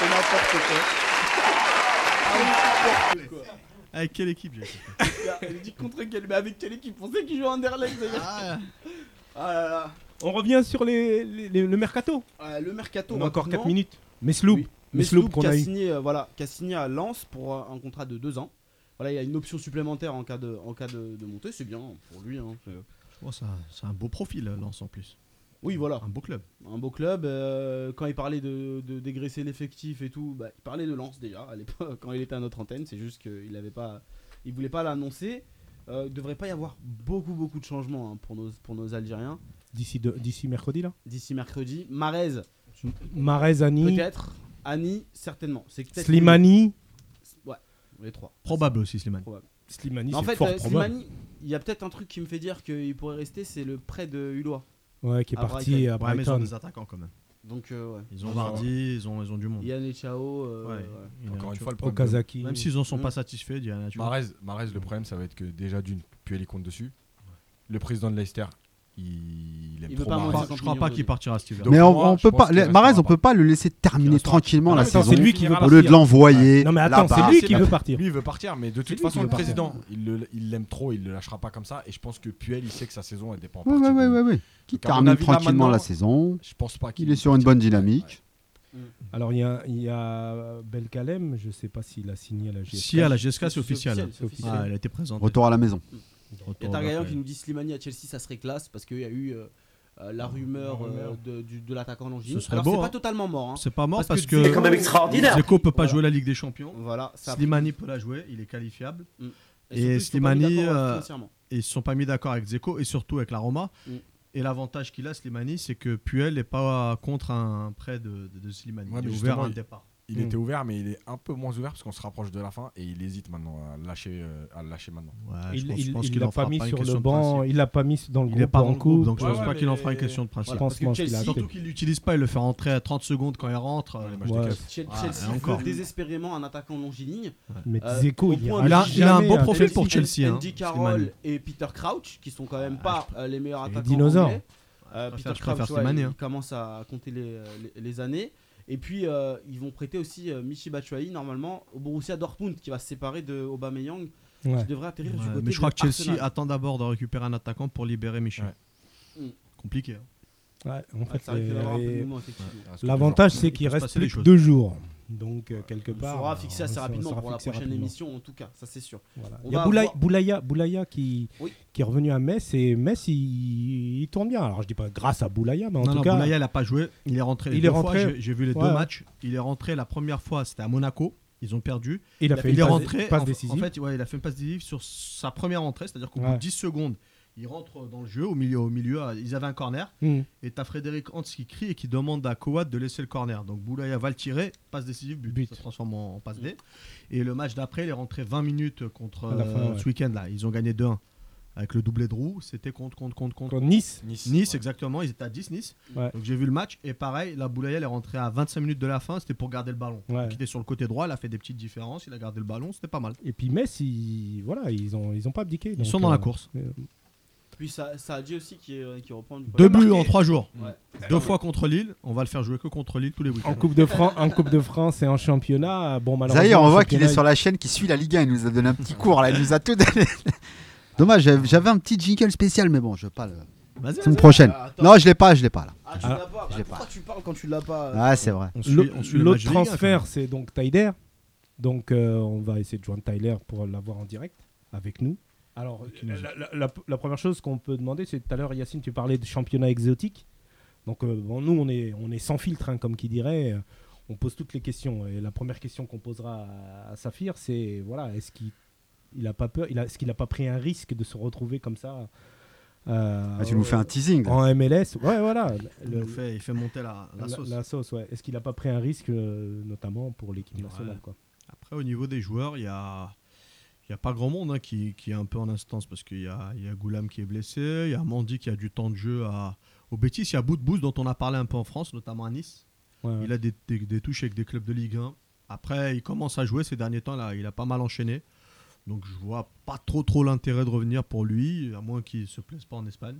S4: C'est n'importe quoi. Ah, n'importe quoi.
S3: Avec quelle équipe j'ai fait
S4: Il dit contre quelle Mais avec quelle équipe On sait qui joue à Anderlecht d'ailleurs.
S3: Ah,
S4: Ah là là.
S1: On revient sur les, les- les- le mercato.
S4: Ah, Le mercato.
S1: On a encore
S4: rapidement.
S1: 4 minutes. Mais Sloop.
S4: Oui.
S1: Mais
S4: Mais
S1: Sloop
S4: Sloop
S1: qu'on
S4: qui a,
S1: a eu.
S4: signé, euh, voilà, qui a signé à Lens pour euh, un contrat de 2 ans. Voilà, il a une option supplémentaire en cas de, en cas de, de montée, c'est bien pour lui. hein. C'est-
S3: bon, Oh, ça- c'est un beau profil, euh, Lens en plus.
S4: Oui, voilà,
S3: Un beau club.
S4: un beau club. euh, quand il parlait de, de dégraisser l'effectif et tout, bah, il parlait de Lens déjà à l'époque, quand il était à notre antenne. C'est juste qu'il avait pas, il voulait pas l'annoncer. Euh, il devrait pas y avoir beaucoup, beaucoup de changements hein, pour, nos, pour nos Algériens
S1: D'ici de- d'ici mercredi, là.
S4: d'ici mercredi. Marez,
S1: Marez, Annie.
S4: peut-être. Annie, certainement. C'est peut-être-
S1: Slimani.
S4: Ouais, les trois.
S3: Probable aussi, Slimane.
S1: Slimani,
S4: Mais en
S1: c'est
S4: fait,
S1: fort
S4: euh,
S1: probable.
S4: Slimani, il y a peut-être un truc qui me fait dire qu'il pourrait rester, c'est le prêt de Uloa.
S1: Ouais, qui est
S4: à
S1: parti
S4: Brighton.
S1: à
S3: Ah, Ouais, mais ils ont
S1: Brighton.
S3: des attaquants quand même.
S4: Donc, euh, ouais.
S3: Ils ont
S2: Ouais, ça
S3: Vardy, ils ont, ils ont du monde.
S4: Yann et Chao. euh,
S3: Ouais.
S4: ouais.
S3: Il y a
S2: Encore
S3: un
S2: une
S3: tu
S2: fois, le problème. de-
S1: Okazaki.
S3: vois. Même s'ils en sont
S4: Mm.
S3: pas satisfaits, il y en a, tu vois.
S2: Mahrez, Mahrez, le problème, ça va être que déjà d'une, Puel compte dessus. Le président de Leicester, il, aime
S4: Il veut
S2: trop
S4: pas
S2: Mahrez.
S3: Je crois-
S4: Mahrez,
S3: Je crois pas qu'il partira cet hiver.
S2: Donc,
S5: Ah, Mais on,
S2: moi,
S5: on
S2: je
S5: peut
S2: pense
S5: pas.
S2: qu'il
S5: les-
S2: restera
S5: Mahrez,
S2: pas.
S5: on peut pas le laisser terminer
S2: restera.
S5: tranquillement
S2: Non,
S5: la
S2: mais attends,
S5: saison.
S1: c'est lui qui veut
S5: Au lieu de
S1: partir.
S5: l'envoyer.
S1: Non mais attends,
S5: là-bas.
S1: c'est lui
S2: C'est
S1: qui
S2: la-
S1: veut partir.
S2: Lui, il veut partir, mais de toute
S1: lui
S2: façon,
S1: qui
S2: le
S1: veut partir.
S2: président, il le- il l'aime trop, il le lâchera pas comme ça. Et je pense que Puel, il sait que sa saison, elle dépend. en
S5: Ouais, ouais,
S2: partie
S5: ouais,
S2: de-
S5: ouais, ouais. Qui
S2: Donc, à mon
S5: termine
S2: avis, là,
S5: tranquillement la
S2: maintenant,
S5: saison.
S2: Je pense pas qu'il
S5: Il est sur une bonne dynamique.
S1: Alors il y a, il y a Belkalem, je sais pas s'il a signé à la GSK.
S3: Si à la GSK, c'est officiel.
S4: officiel, c'est officiel.
S3: Ah, elle a été présente.
S5: Retour à la maison.
S4: Il y a Targaryen qui nous dit Slimani à Chelsea, ça serait classe parce qu'il y a eu euh, euh, la rumeur
S1: La rumeur.
S4: euh, de, du- de l'attaquant
S3: Ce
S4: longilin.
S3: serait
S4: Alors,
S3: beau,
S4: c'est pas
S3: hein.
S4: totalement mort. hein.
S3: C'est pas mort
S4: Parce
S3: parce
S4: que
S3: que.
S4: Dzeko- C'est quand même
S3: extraordinaire. Zeko peut pas
S4: Voilà.
S3: jouer la Ligue des Champions.
S4: Voilà, ça a-
S3: Slimani peut la jouer, il est qualifiable.
S4: surtout, ils
S3: et
S4: sont pas mis
S3: Slimani,
S4: d'accord,
S3: euh,
S4: financièrement.
S3: Et ils se sont pas mis d'accord avec Zeko et surtout avec la Roma.
S4: Mm.
S3: Et l'avantage qu'il a, Slimani, c'est que Puel n'est pas contre un prêt de, de, de Slimani.
S2: Ouais, mais
S3: il est ouvert
S2: justement,
S3: à un
S2: il-
S3: départ.
S2: Il
S1: Mm.
S2: était ouvert, mais il est un peu moins ouvert parce qu'on se rapproche de la fin et il hésite maintenant à le lâcher, euh, à le lâcher maintenant.
S3: Ouais, je
S1: Il
S3: pense- je
S1: il-
S3: pense
S1: il
S3: qu'il
S1: l'a
S3: en
S1: pas
S3: fera
S1: mis
S3: une
S1: sur le
S3: question de
S1: banc,
S3: principe.
S1: il l'a pas mis dans le
S3: Il n'est
S1: groupe
S3: pas dans le
S1: Banco.
S3: groupe, donc je
S2: Ouais,
S3: pense
S2: ouais,
S3: pas qu'il en
S2: mais-
S3: fera une question de principe.
S1: Je pense
S4: que
S1: pense qu'il a
S4: Chelsea-
S3: Surtout
S1: acté.
S3: qu'il l'utilise pas, il le fait rentrer à 30 secondes quand il rentre.
S2: Ouais,
S3: euh,
S2: les matchs
S1: ouais.
S2: de caisse.
S4: Chelsea
S3: Ah, et
S4: veut
S3: encore.
S4: désespérément un attaquant longiligne.
S1: Mais
S4: Euh,
S1: Zeko,
S4: au
S1: il,
S4: point
S1: ira
S4: de- euh,
S3: Il a- il a un
S1: jamais
S3: bon
S1: à
S3: profil pour
S1: Chelsea.
S3: Chelsea, hein, Ah,
S4: Andy
S3: Slimani.
S4: Carroll et Peter Crouch, qui sont quand même pas euh, les meilleurs attaquants.
S1: dinosaures.
S4: anglais. Euh,
S3: préfère-
S4: Peter
S3: Ah, je préfère
S4: Crouch, ouais,
S3: Slimani,
S4: il-
S3: hein.
S4: il commence à compter les, euh, les- les années. Et puis, euh, ils vont prêter aussi euh, Michy Batshuayi, normalement, au Borussia Dortmund, qui va se séparer de Aubameyang,
S1: Ouais.
S4: qui devrait atterrir
S3: Ouais,
S4: du côté
S3: mais je crois
S4: de
S3: que Chelsea
S4: Arsenal.
S3: attend d'abord de récupérer un attaquant pour libérer Michel.
S4: Ouais. Mm.
S3: Compliqué. hein.
S1: Ouais, en
S4: Ah,
S1: fait,
S4: ça risque
S1: les-
S4: d'avoir un peu de
S1: les-
S4: mouvement, effectivement.
S2: Parce que
S1: l'avantage c'est
S3: Il
S1: qu'il
S3: peut se
S1: reste
S3: passer
S1: plus
S3: les
S1: que
S3: choses.
S1: deux jours. Donc euh, quelque
S4: On
S1: part,
S4: sera
S1: euh,
S4: fixé
S1: on
S4: assez
S1: sera- on
S4: rapidement
S1: sera
S4: pour la
S1: fixé
S4: prochaine
S1: rapidement.
S4: émission, en tout cas, ça c'est sûr.
S1: Voilà.
S4: On
S1: Il y a
S4: va
S1: Boulaya,
S4: avoir-
S1: Boulaya, Boulaya qui,
S4: Oui.
S1: qui est revenu à Metz et Metz il, il tourne bien. Alors je dis pas grâce à Boulaya, mais en
S3: non,
S1: tout
S3: non,
S1: cas,
S3: Boulaya, il n'a pas joué. Il est rentré. les
S1: Il
S3: deux
S1: est rentré.
S3: fois. J'ai- J'ai vu les
S1: Ouais.
S3: deux matchs. Il est rentré la première fois, c'était à Monaco. Ils ont perdu.
S1: il a fait une
S3: est
S1: passe-
S3: rentré.
S1: passe
S3: en,
S1: décisive.
S3: en fait, ouais, il a fait une passe décisive sur sa première entrée, c'est-à-dire qu'au bout
S1: Ouais.
S3: de 10 secondes, il rentre dans le jeu. Au milieu, au milieu euh, ils avaient un corner.
S1: Hmm.
S3: Et t'as Frédéric Hans qui crie et qui demande à Kowat de laisser le corner. Donc Boulaya va le tirer, passe décisive, but.
S1: But.
S3: Ça se transforme en, en passe D. Et le match d'après, il est rentré 20 minutes contre
S1: À la fin,
S3: euh,
S1: ouais.
S3: ce week-end là. Ils ont gagné 2-1 avec le doublé de roue. C'était contre, contre, contre, contre.
S1: Contre Nice,
S2: Nice,
S3: Nice,
S2: ouais.
S3: exactement. Ils étaient à 10 Nice.
S1: Ouais.
S3: Donc j'ai vu le match. Et pareil, la Boulaya, elle est rentrée à 25 minutes de la fin. C'était pour garder le ballon.
S1: Ouais.
S3: Donc, il était sur le côté droit. Il a fait des petites différences. Il a gardé le ballon. C'était pas mal.
S1: Et puis Metz, ils, voilà, ils ont, ils ont pas abdiqué.
S3: Ils
S1: donc,
S3: sont dans
S1: euh,
S3: la course.
S4: Puis ça, ça a dit aussi qui, est- qui reprend du
S3: Deux
S4: Bah,
S3: buts
S4: marqué.
S3: en trois jours.
S4: Ouais.
S3: Deux fois contre Lille. On va le faire jouer que contre Lille tous les week-ends.
S1: En Coupe de France, en Coupe de France et en championnat, bon malheureusement.
S5: D'ailleurs, on
S1: en
S5: voit qu'il est
S1: championnat,
S5: sur la chaîne qui suit la Ligue 1. Il nous a donné un petit cours là. Il nous a tout donné. Dommage, j'avais j'avais un petit jingle spécial, mais bon, je vais pas le.
S3: Vas-y.
S5: Semaine prochaine.
S4: Ah, attends.
S5: Non, je l'ai pas, je l'ai pas là.
S4: Ah, tu
S1: Ah,
S4: l'as pas Bah,
S5: je l'ai
S4: Pourquoi tu parles quand tu l'as pas euh
S5: Ah, c'est vrai.
S3: On suit- on
S1: Le-
S3: suit le match hein,
S1: L'autre
S3: de Ligue 1, quand même.
S1: transfert, c'est donc Tyler. Donc, euh, on va essayer de joindre Tyler pour l'avoir en direct avec nous. Alors, la, la- la- la première chose qu'on peut demander, c'est tout à l'heure, Yacine, tu parlais de championnat exotique. Donc, euh, bon, nous, on est, on est sans filtre, hein, comme qui dirait. on pose toutes les questions. Et la première question qu'on posera à, à Saphir, c'est voilà, est-ce qu'il il a pas peur il a- Est-ce qu'il n'a pas pris un risque de se retrouver comme ça euh,
S5: Ah, tu nous fais un teasing. là.
S1: en MLS Ouais, voilà.
S3: Il,
S1: Le-
S3: nous fait, il fait monter la, la
S1: la,
S3: sauce.
S1: la sauce, ouais. Est-ce qu'il n'a pas pris un risque, euh, notamment pour l'équipe nationale
S3: Ouais.
S1: quoi
S3: Après, au niveau des joueurs, il y a, il y a pas grand monde hein, qui, qui est un peu en instance parce qu'il y a, il y a Goulam qui est blessé, il y a Mandy qui a du temps de jeu à, au Betis, il y a Boutbous dont on a parlé un peu en France, notamment à Nice.
S1: Ouais, ouais.
S3: Il a des, des- des touches avec des clubs de Ligue 1. Après, il commence à jouer ces derniers temps, là, il a pas mal enchaîné. Donc je vois pas trop trop l'intérêt de revenir pour lui, à moins qu'il se plaise pas en Espagne.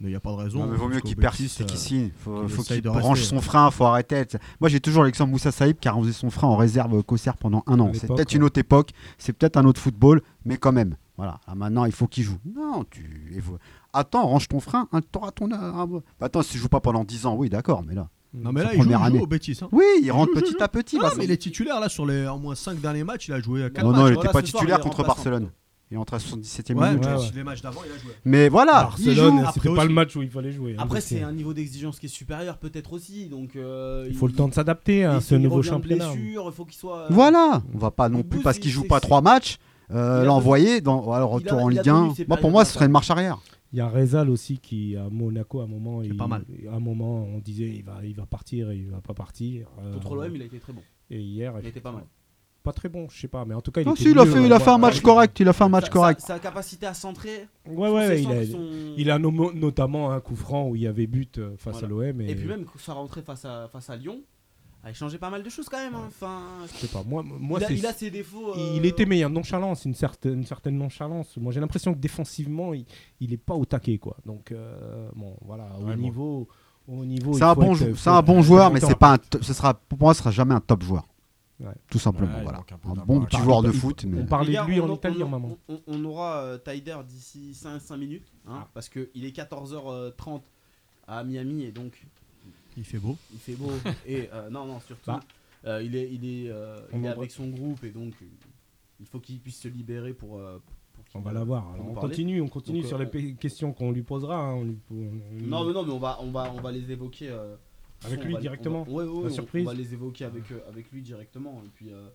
S3: Mais il n'y a pas de raison.
S5: Non, mais vaut mieux
S3: Jusqu'au
S5: qu'il
S3: Betis,
S5: persiste et qu'il
S3: euh,
S5: signe. Faut
S3: qu'il
S5: faut
S3: essaye
S5: qu'il
S3: de
S5: branche
S3: rester. euh.
S5: son frein, faut arrêter. T'sais, Moi, j'ai toujours l'exemple Moussa Saïb qui a rangé son frein en réserve au Cosser pendant un an.
S1: À
S5: C'est
S1: l'époque,
S5: peut-être
S1: ouais.
S5: une autre époque, c'est peut-être un autre football, mais quand même. Voilà. Ah, maintenant, il faut qu'il joue. Non, tu. il faut- Attends, range ton frein. hein, T'auras ton. un- un- Attends, si tu joues pas pendant 10 ans, oui, d'accord, mais là.
S3: Non mais
S5: sa
S3: là, il joue,
S5: première
S3: il joue
S5: année.
S3: au Betis. hein.
S5: Oui, il rentre
S3: joue,
S5: petit à petit.
S3: Ah,
S5: Vincent.
S3: mais il est titulaire là sur les en moins 5 derniers matchs, il a joué 4
S5: Non, non,
S4: matchs,
S5: il
S4: voilà,
S5: n'était pas
S4: ce soir,
S5: titulaire
S4: il est
S5: contre
S4: remplaçant.
S5: Barcelone. Il est entré à 77e
S3: Ouais,
S5: minute.
S1: ouais,
S3: mais
S1: ouais.
S3: les matchs d'avant, il a joué.
S5: Mais voilà, il
S1: Barcelone,
S5: joue.
S1: c'était
S3: Après
S1: pas
S3: aussi-
S1: le match où il fallait jouer. hein,
S4: Après,
S1: parce
S4: c'est
S1: que-
S4: un niveau d'exigence qui est supérieur, peut-être aussi. Donc, euh,
S1: Il faut le temps de s'adapter à
S4: il-
S1: ce
S4: il
S1: nouveau
S4: revient de
S1: championnat. hein.
S4: blessure, Il faut qu'il soit. euh,
S5: Voilà, on va pas non plus
S4: Boutbous,
S5: parce
S4: il-
S5: qu'il joue
S4: c'est-
S5: pas
S4: c'est-
S5: trois matchs euh,
S4: il a
S5: l'envoyer dans alors,
S4: il a-
S5: retour en
S4: il a
S5: Ligue
S4: connu
S5: 1.
S4: ses
S5: Moi pour moi ce
S4: périodes
S5: serait une marche arrière.
S1: Il y a Rezal aussi qui, à Monaco, à un moment,
S3: est
S1: il,
S3: pas mal.
S1: à un moment, on disait il va, il va partir, il va pas partir. euh,
S4: Contre l'OM, il a été très bon.
S1: Et hier,
S4: Il était pas mal.
S1: Pas très bon, je sais pas, mais en tout cas, il
S5: Non,
S1: était
S5: si, il a
S1: mieux,
S5: fait, il
S1: ouais,
S5: a fait un
S1: ouais,
S5: match
S1: ouais.
S5: correct, il a fait un match
S4: Sa-
S5: correct.
S4: Sa, sa capacité à centrer.
S1: Ouais,
S4: son-
S1: ouais,
S4: ses
S1: il a,
S4: centres sont-
S1: il a nomo- notamment un coup franc où il y avait but euh, face
S4: Voilà.
S1: à l'OM. Et,
S4: Et puis même sa rentrée face à, face à Lyon a échangé pas mal de choses quand même. hein. Enfin,
S1: Je sais pas, moi, moi
S4: il, a,
S1: c'est-
S4: il a ses défauts. euh,
S1: il était, mais il y a une nonchalance, une certaine, une certaine nonchalance. Moi, j'ai l'impression que défensivement, il, il est pas au taquet, quoi. Donc, euh, bon, voilà, au
S2: Ouais, bon.
S1: niveau. Au niveau
S5: C'est
S1: il
S5: un
S1: faut
S5: bon,
S1: être-
S5: jou-
S1: faut
S5: c'est un
S1: être-
S5: bon
S1: faut
S5: joueur,
S1: être
S5: mais
S1: en
S5: c'est pas un top- ce sera pour moi ce sera jamais un top joueur.
S1: Ouais.
S5: Tout simplement,
S2: Ouais, il
S5: voilà.
S2: manque un peu
S5: Un
S2: d'impact.
S5: bon petit
S1: Il-
S5: joueur de
S1: il-
S5: foot, mais
S1: On parlait
S4: les gars,
S1: de lui
S4: on-
S1: en
S4: on-
S1: Italie, hein,
S4: on-
S1: maman.
S4: On, on aura euh, Taider d'ici 5, minutes. hein,
S1: Ah.
S4: Parce qu'il est 14h30 à Miami et donc
S3: Il fait beau.
S4: il fait beau. et euh, non, non, surtout,
S1: Bah.
S4: euh, il est, il est, euh,
S1: On
S4: il est
S1: en-
S4: avec son groupe et donc euh, il faut qu'il puisse se libérer pour. euh, pour qu'il-
S1: On va l'avoir.
S4: pour
S1: Alors,
S4: en
S1: On
S4: parler.
S1: continue, on continue
S4: Donc, euh,
S1: sur les
S4: on-
S1: pe- questions qu'on lui posera. hein, on lui- on-
S4: Non, mais non, mais on va, on va, on va les évoquer. euh,
S1: Avec
S4: on
S1: lui
S4: va- on va-
S1: directement,
S4: Ouais, ouais, ouais, on-
S1: surprise.
S4: On va les évoquer avec, euh, avec lui directement. Et puis, euh,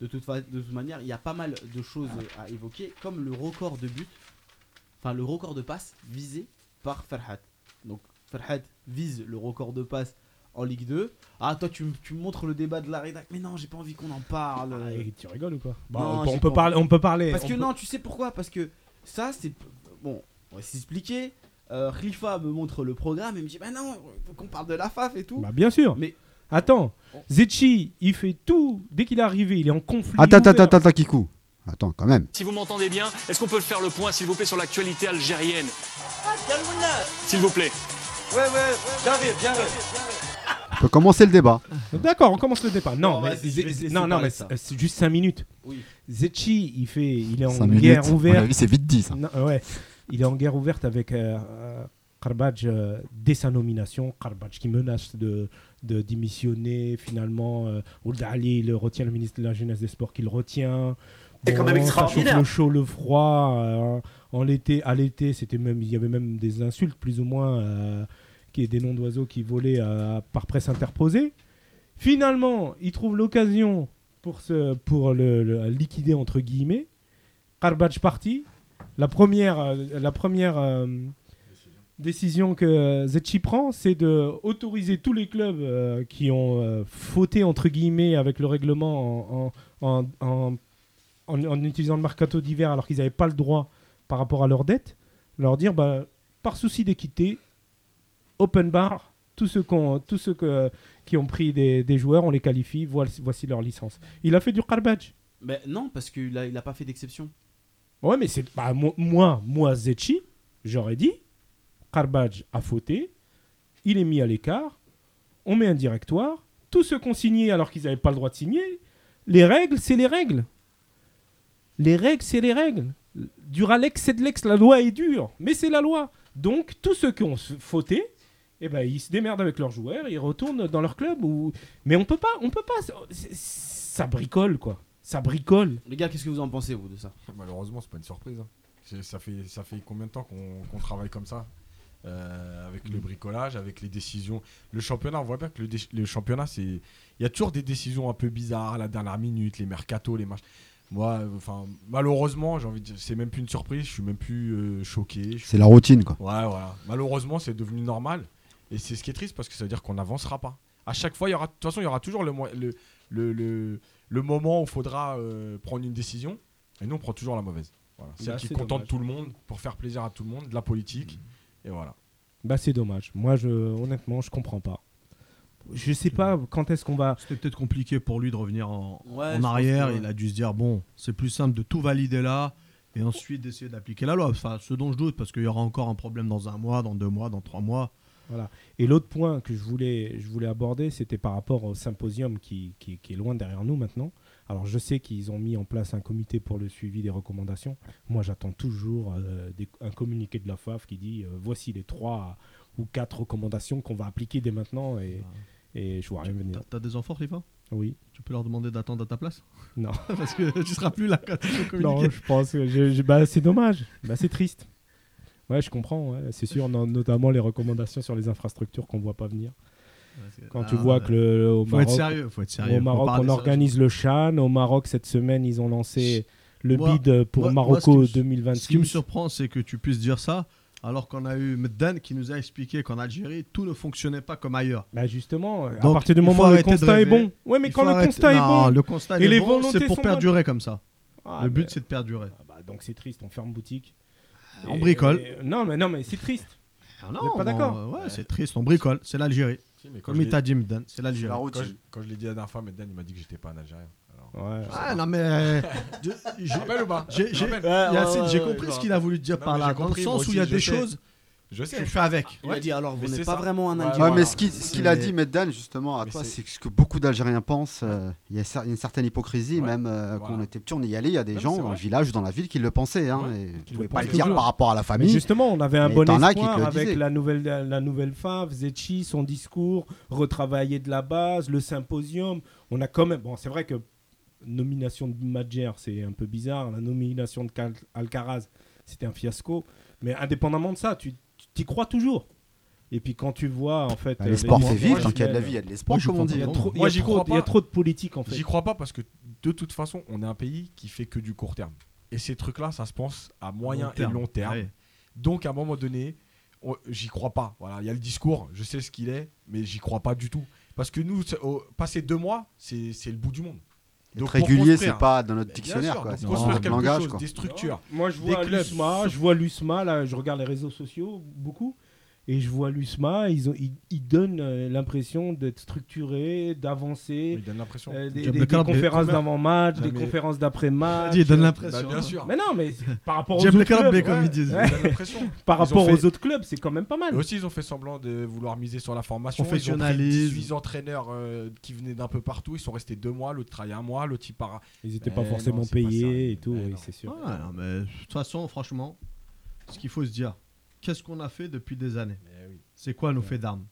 S4: de, toute fa- de toute manière, il y a pas mal de choses euh, à évoquer, comme le record de buts, enfin le record de passes visé par Ferhat. Donc Ferhat vise le record de passes en Ligue 2. Ah, toi, tu, m- tu me montres le débat de la rédac. Mais non, j'ai pas envie qu'on en parle.
S1: Ah, et tu rigoles ou quoi
S4: Non,
S1: Bah, on, peut-
S4: j'ai
S1: on peut
S4: pas
S1: parler, on peut parler.
S4: Parce
S1: on
S4: que
S1: peut-
S4: non, tu sais pourquoi Parce que ça, c'est. Bon, on va s'expliquer. Euh, Khalifa me montre le programme et me dit Bah non, faut qu'on parle de la FAF et tout.
S1: Bah, bien sûr.
S4: Mais-
S1: Attends,
S4: On-
S1: Zetchi, il fait tout. Dès qu'il est arrivé, il est en conflit.
S5: Attends, attends,
S1: ouvert.
S5: attends, attends, Kikou. Attends, quand même.
S10: Si vous m'entendez bien, est-ce qu'on peut faire le point, s'il vous plaît, sur l'actualité algérienne S'il vous plaît.
S5: On peut commencer le débat.
S1: D'accord, on commence le départ. Non,
S4: Bon,
S1: mais Ze-
S4: vas-y, je vais te laisser
S1: non, non,
S4: parler
S1: mais
S4: de ça.
S1: c'est c'est juste 5 minutes.
S4: Oui.
S1: Zetchi, il fait, il est en guerre
S5: Cinq
S1: Mm.
S5: minutes. À mon
S1: ouverte.
S5: avis, c'est vite dit ça.
S1: Non, ouais. Il est en guerre ouverte avec euh, euh, Karbadj euh, dès sa nomination. Karbadj qui menace de, de démissionner. Finalement, euh, Ould Ali le retient, le ministre de la Jeunesse des Sports qui le retient.
S10: C'est quand même
S1: ça chauffe
S10: extraordinaire.
S1: Le chaud, le froid. euh, en l'été, à l'été, c'était même, il y avait même des insultes plus ou moins, euh, qui est des noms d'oiseaux qui volaient euh, par presse interposée. Finalement, il trouve l'occasion pour, se, pour le, le liquider entre guillemets. Karbadj parti. La première, euh, la première euh, décision que Zetchi prend, c'est de autoriser tous les clubs euh, qui ont euh, fauté entre guillemets avec le règlement en, en- en- en- en utilisant le mercato d'hiver alors qu'ils n'avaient pas le droit par rapport à leurs dettes, leur dire bah, par souci d'équité, open bar, tous ceux, qu'on- tous ceux que- qui ont pris des, des joueurs, on les qualifie, voici, voici leur licence. Il a fait du carbage.
S4: Mais non, parce qu'il a, il a pas fait d'exception.
S1: Ouais, mais c'est. bah, mo- moi, moi, Zetchi, j'aurais dit Karbadj a fauté, il est mis à l'écart, on met un directoire, tous ceux qui ont signé alors qu'ils n'avaient pas le droit de signer, les règles, c'est les règles. Les règles, c'est les règles. Dur à l'ex, c'est de l'ex, la loi est dure, mais c'est la loi. Donc, tous ceux qui ont s- fauté, eh ben, ils se démerdent avec leurs joueurs, ils retournent dans leur club. Ou... Mais on peut pas, on peut pas. c'est- c'est- Ça bricole, quoi. Ça bricole.
S4: Les gars, qu'est-ce que vous en pensez, vous, de ça
S2: Malheureusement, c'est pas une surprise. hein. C'est- Ça fait, ça fait combien de temps qu'on qu'on travaille comme ça euh, avec le bricolage, avec les décisions. Le championnat, on voit bien que le, dé- le championnat, c'est. Il y a toujours des décisions un peu bizarres à la dernière minute, les mercatos, les matchs. Moi, euh, enfin, malheureusement, j'ai envie de dire, c'est même plus une surprise, je suis même plus euh, choqué. je suis-
S5: C'est la routine, quoi.
S2: Ouais, voilà. Malheureusement, c'est devenu normal. Et c'est ce qui est triste parce que ça veut dire qu'on n'avancera pas. À chaque fois, il y aura, de toute façon, il y aura toujours le, mo- le, le, le, le moment où il faudra euh, prendre une décision. Et nous, on prend toujours la mauvaise. Voilà. Celle
S1: Bah,
S2: qui
S1: c'est
S2: contente
S1: dommage.
S2: tout le monde pour faire plaisir à tout le monde, de la politique. Et voilà.
S1: Bah c'est dommage. Moi je honnêtement je comprends pas. Je sais pas quand est-ce qu'on va.
S3: C'était peut-être compliqué pour lui de revenir en,
S4: Ouais, je
S3: en
S4: pense
S3: arrière.
S4: que-
S3: Il a dû se dire bon, c'est plus simple de tout valider là et ensuite d'essayer d'appliquer la loi. Enfin, ce dont je doute, parce qu'il y aura encore un problème dans un mois, dans deux mois, dans trois mois.
S1: Voilà. Et l'autre point que je voulais, je voulais aborder, c'était par rapport au symposium qui, qui- qui est loin derrière nous maintenant. Alors je sais qu'ils ont mis en place un comité pour le suivi des recommandations. Moi j'attends toujours euh, des- un communiqué de la FAF qui dit euh, voici les trois ou quatre recommandations qu'on va appliquer dès maintenant et, et je vois rien venir.
S3: T'as- T'as des enfants, Riva
S1: Oui.
S3: Tu peux leur demander d'attendre à ta place
S1: Non.
S3: Parce que tu seras plus là quand tu veux
S1: Non,
S3: communiquer.
S1: je pense que je- je- bah, c'est dommage, Bah, c'est triste. Ouais, je comprends, ouais, c'est sûr, no- notamment les recommandations sur les infrastructures qu'on voit pas venir. Quand tu
S3: Ah,
S1: vois
S3: ouais.
S1: que le, le- au
S3: Faut
S1: Maroc,
S3: être sérieux, faut être sérieux.
S1: au Maroc,
S3: Faut parler
S1: on
S3: sérieux.
S1: organise le Chan, au Maroc cette semaine ils ont lancé le
S3: Moi-
S1: bid pour
S3: moi- moi,
S1: Marocco
S3: ce qui me-
S1: 2026.
S3: Ce qui me surprend, c'est que tu puisses dire ça alors qu'on a eu Meddan qui nous a expliqué qu'en Algérie, tout ne fonctionnait pas comme ailleurs.
S1: Bah, justement, à
S3: Donc,
S1: partir du
S3: il faut
S1: moment où le
S3: arrêter de
S1: constat est
S3: rêver.
S1: bon. Ouais, mais
S3: Il
S1: quand
S3: faut
S1: le
S3: arrêter-
S1: constat
S3: Non,
S1: est bon,
S3: le constat
S1: et
S3: il
S1: les
S3: est bon,
S1: volontés
S3: c'est pour
S1: sont
S3: perdurer comme ça.
S1: Ah,
S3: le but,
S1: bah,
S3: c'est de perdurer.
S1: ah, bah, donc c'est triste, on ferme boutique.
S3: On
S1: Et-
S3: bricole.
S1: et- euh, non, mais non, mais c'est triste.
S3: Ah non,
S1: Vous êtes pas
S3: mais on-
S1: d'accord
S3: Ouais, c'est triste, on bricole, c'est l'Algérie. Comme il t'a dit Meddan, c'est
S5: C'est la
S3: l'Algérie.
S2: Quand je,
S5: routine.
S2: quand je l'ai dit la dernière fois, Meddan, il m'a dit que j'étais pas un Algérien. Alors,
S1: Ouais.
S3: Ah non, mais. je-
S2: je
S3: je-
S2: rappelle ou pas
S3: j'ai- euh,
S2: Je
S3: j'ai-
S2: rappelle.
S3: Yacine, j'ai
S4: ouais,
S3: compris
S4: ouais,
S3: ce qu'il a voulu dire
S2: Non,
S3: par
S2: mais
S3: là.
S2: j'ai
S3: Dans le
S2: compris,
S3: sens
S2: moi
S3: où il y a
S2: aussi,
S3: des
S2: je sais.
S3: choses,
S2: Je sais.
S3: je fais avec.
S4: Il
S2: Ouais.
S4: a dit alors vous
S2: Mais
S4: n'êtes
S2: c'est
S4: pas
S2: ça.
S4: vraiment un
S2: Ouais,
S5: Ouais,
S4: indien.
S2: Voilà.
S5: mais ce qui- ce qu'il a
S3: C'est-
S5: dit, Meddan, justement, à
S2: Mais
S5: toi,
S2: c'est-
S5: c'est que ce que beaucoup d'Algériens pensent. euh, Il y, a cer- il y a une certaine hypocrisie,
S2: Ouais.
S5: même euh,
S2: Voilà.
S5: quand on était petit, on y allait. Il y a des
S2: Non, mais
S5: gens
S2: c'est
S5: dans
S2: vrai.
S5: le village ou dans la ville qui le pensaient. Hein,
S2: Ouais,
S5: et ils
S1: le
S5: pouvaient pas le
S1: pensaient
S5: dire
S1: toujours.
S5: par rapport à la
S1: Mais
S5: famille.
S1: justement, on avait un
S5: Mais
S1: bon
S5: t'en as qui te
S1: espoir
S5: le
S1: avec
S5: disaient.
S1: la nouvelle, la nouvelle FAF, Zetchi, son discours, retravailler de la base, le symposium. On a quand même. Bon, c'est vrai que nomination de Madjer, c'est un peu bizarre. La nomination de Cal- Alcaraz, c'était un fiasco. Mais indépendamment de ça, tu t'y crois toujours. Et puis quand tu vois, en fait.
S5: Bah,
S1: euh,
S5: les sports,
S1: mois
S5: c'est vif. Tant
S1: professionnels,
S5: qu'il y a de la vie, il y a de l'espoir,
S3: Moi, je
S5: comme on dit.
S1: Il y a
S5: hein.
S1: trop, il y a
S2: Moi, j'y
S1: trop-
S2: crois
S1: il y a
S2: pas.
S1: trop de politique, en fait.
S2: J'y crois pas parce que de toute façon, on est un pays qui fait que du court terme. Et ces trucs-là, ça se pense à moyen
S3: Long
S2: et
S3: terme.
S2: long terme.
S3: Ouais.
S2: Donc à un moment donné, on- j'y crois pas. Voilà, il y a le discours, je sais ce qu'il est, mais j'y crois pas du tout. Parce que nous, c'est- au- passer deux mois, c'est c'est le bout du monde.
S5: Être
S2: pour
S5: régulier,
S2: construire-
S5: c'est pas dans notre
S2: Bien
S5: dictionnaire.
S2: sûr,
S5: quoi,
S2: donc
S5: C'est
S2: construire
S5: dans
S2: quelque
S5: le langage.
S2: chose,
S5: quoi.
S2: des structures.
S1: Moi, je
S2: Des
S1: vois
S2: clubs.
S1: l'USMA, je vois l'USMA, là, je regarde les réseaux sociaux beaucoup, et je vois l'USMA, ils, ont, ils, ils donnent euh, l'impression d'être structurés,
S2: Il
S1: d'avancer,
S2: donne l'impression.
S1: euh, des,
S3: Diable
S1: des-
S3: de
S1: des
S3: Calabre,
S1: conférences
S3: mais-
S1: d'avant-match,
S2: Ah,
S1: des
S2: mais-
S1: conférences
S3: Il a
S1: d'après-match.
S3: dit, il donne
S2: Bah,
S3: l'impression.
S2: bien sûr.
S1: Mais non, mais c'est- par rapport aux
S3: J'aime
S1: autres
S3: les calabres,
S1: clubs,
S3: comme
S1: ouais,
S3: ils disent.
S2: Il donne l'impression.
S1: par
S2: Ils ont
S1: rapport
S2: fait-
S1: aux autres clubs, c'est quand même pas mal.
S2: Eux aussi, ils ont fait semblant de vouloir miser sur la formation. Ils ont pris
S3: Professionnalisme.
S2: 18 entraîneurs euh, qui venaient d'un peu partout. Ils sont restés deux mois, l'autre travaillait un mois, l'autre il part.
S1: Ils n'étaient pas
S2: Eh non,
S1: forcément
S2: c'est pas
S1: payés
S2: ça.
S1: et tout,
S2: Eh
S1: oui,
S2: non.
S1: c'est sûr.
S3: Ouais, non, mais de toute façon, franchement, ce qu'il faut se dire, qu'est-ce qu'on a fait depuis des années C'est quoi nos faits d'armes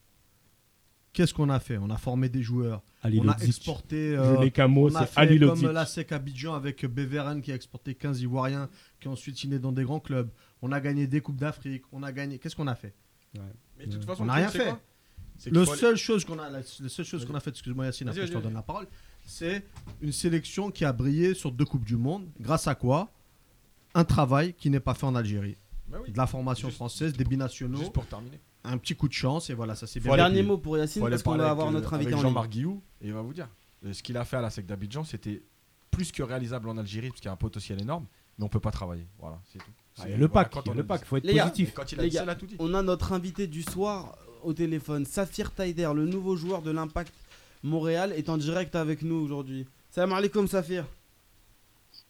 S3: Qu'est-ce qu'on a fait On a formé des joueurs,
S1: Ali
S3: on a
S1: Lodzic.
S3: exporté. euh,
S1: Je n'ai qu'un mot,
S3: on a
S1: c'est
S3: fait
S1: Ali Lodzic.
S3: comme l'ASEC Abidjan avec Beveren qui a exporté 15 Ivoiriens qui ont ensuite signé dans des grands clubs. On a gagné des Coupes d'Afrique. On a gagné. Qu'est-ce qu'on a fait
S2: Mais de toute façon,
S3: On n'a
S2: le
S3: rien
S2: truc, c'est
S3: fait.
S2: quoi C'est qu'il
S3: Le
S2: faut aller-
S3: seul chose qu'on a, la, la seule chose qu'on a fait, excuse-moi Yacine,
S2: Vas-y,
S3: après je te
S2: vas-y,
S3: redonne la parole, c'est une sélection qui a brillé sur deux coupes du monde. Grâce à quoi Un travail qui n'est pas fait en Algérie,
S2: Bah oui,
S3: de la formation
S2: Juste-
S3: française, des binationaux,
S2: Juste pour terminer.
S3: un petit coup de chance et voilà, ça s'est bien.
S2: aller
S4: Dernier
S2: plus-
S4: mot pour Yacine
S2: Faut aller
S4: parce qu'on
S2: parler
S4: va
S2: avec,
S4: avoir
S2: euh,
S4: notre invité
S2: avec
S4: en ligne.
S2: Jean-Marc Guillou et il va vous dire. Euh, Ce qu'il a fait à la SEC d'Abidjan, c'était plus que réalisable en Algérie parce qu'il y a un potentiel énorme, mais on peut pas travailler. Voilà, c'est tout.
S1: Ah,
S2: C'est-
S1: il y a le
S2: voilà,
S1: pack,
S2: quand
S1: il y a
S2: on
S1: le
S2: dit-
S1: pack, faut être
S4: Les gars,
S2: Mais
S1: positif.
S2: Quand il a
S4: Les
S2: dit ça,
S4: gars,
S2: il a tout dit.
S4: On a notre invité du soir au téléphone, Safir Taider, le nouveau joueur de l'Impact Montréal, est en direct avec nous aujourd'hui. Salam alaikum Safir.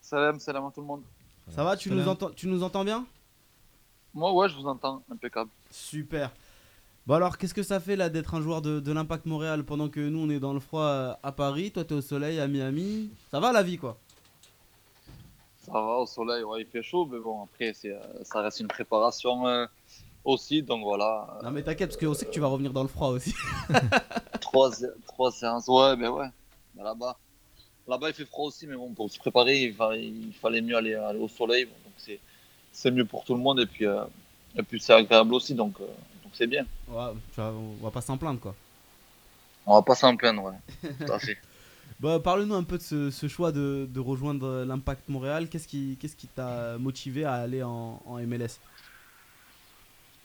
S11: Salam, salam à tout le monde.
S4: Ça va tu
S3: Salam.
S4: nous, entends, tu nous entends bien
S11: Moi, ouais, je vous entends, impeccable.
S4: Super. Bon alors, qu'est-ce que ça fait là d'être un joueur de, de l'Impact Montréal pendant que nous on est dans le froid euh, à Paris, toi t'es au soleil à Miami Ça va la vie quoi
S11: Ça va, au soleil, ouais, il fait chaud, mais bon, après, c'est, euh, ça reste une préparation euh, aussi, donc voilà. euh,
S4: Non mais t'inquiète parce qu'on sait que tu vas revenir dans le froid aussi.
S11: trois, sé- trois séances, ouais, mais ouais. Bah, là-bas, là-bas, il fait froid aussi, mais bon, pour se préparer, il, va- il fallait mieux aller, aller au soleil. bon, donc c'est, c'est mieux pour tout le monde, et puis, euh, et puis c'est agréable aussi, donc, euh, c'est bien.
S4: Ouais, tu vois, on va pas s'en plaindre quoi.
S11: On va pas s'en plaindre, ouais. Tout à fait.
S4: Bah, Parle-nous un peu de ce, ce choix de, de rejoindre l'Impact Montréal. Qu'est-ce qui qu'est-ce qui t'a motivé à aller en, en MLS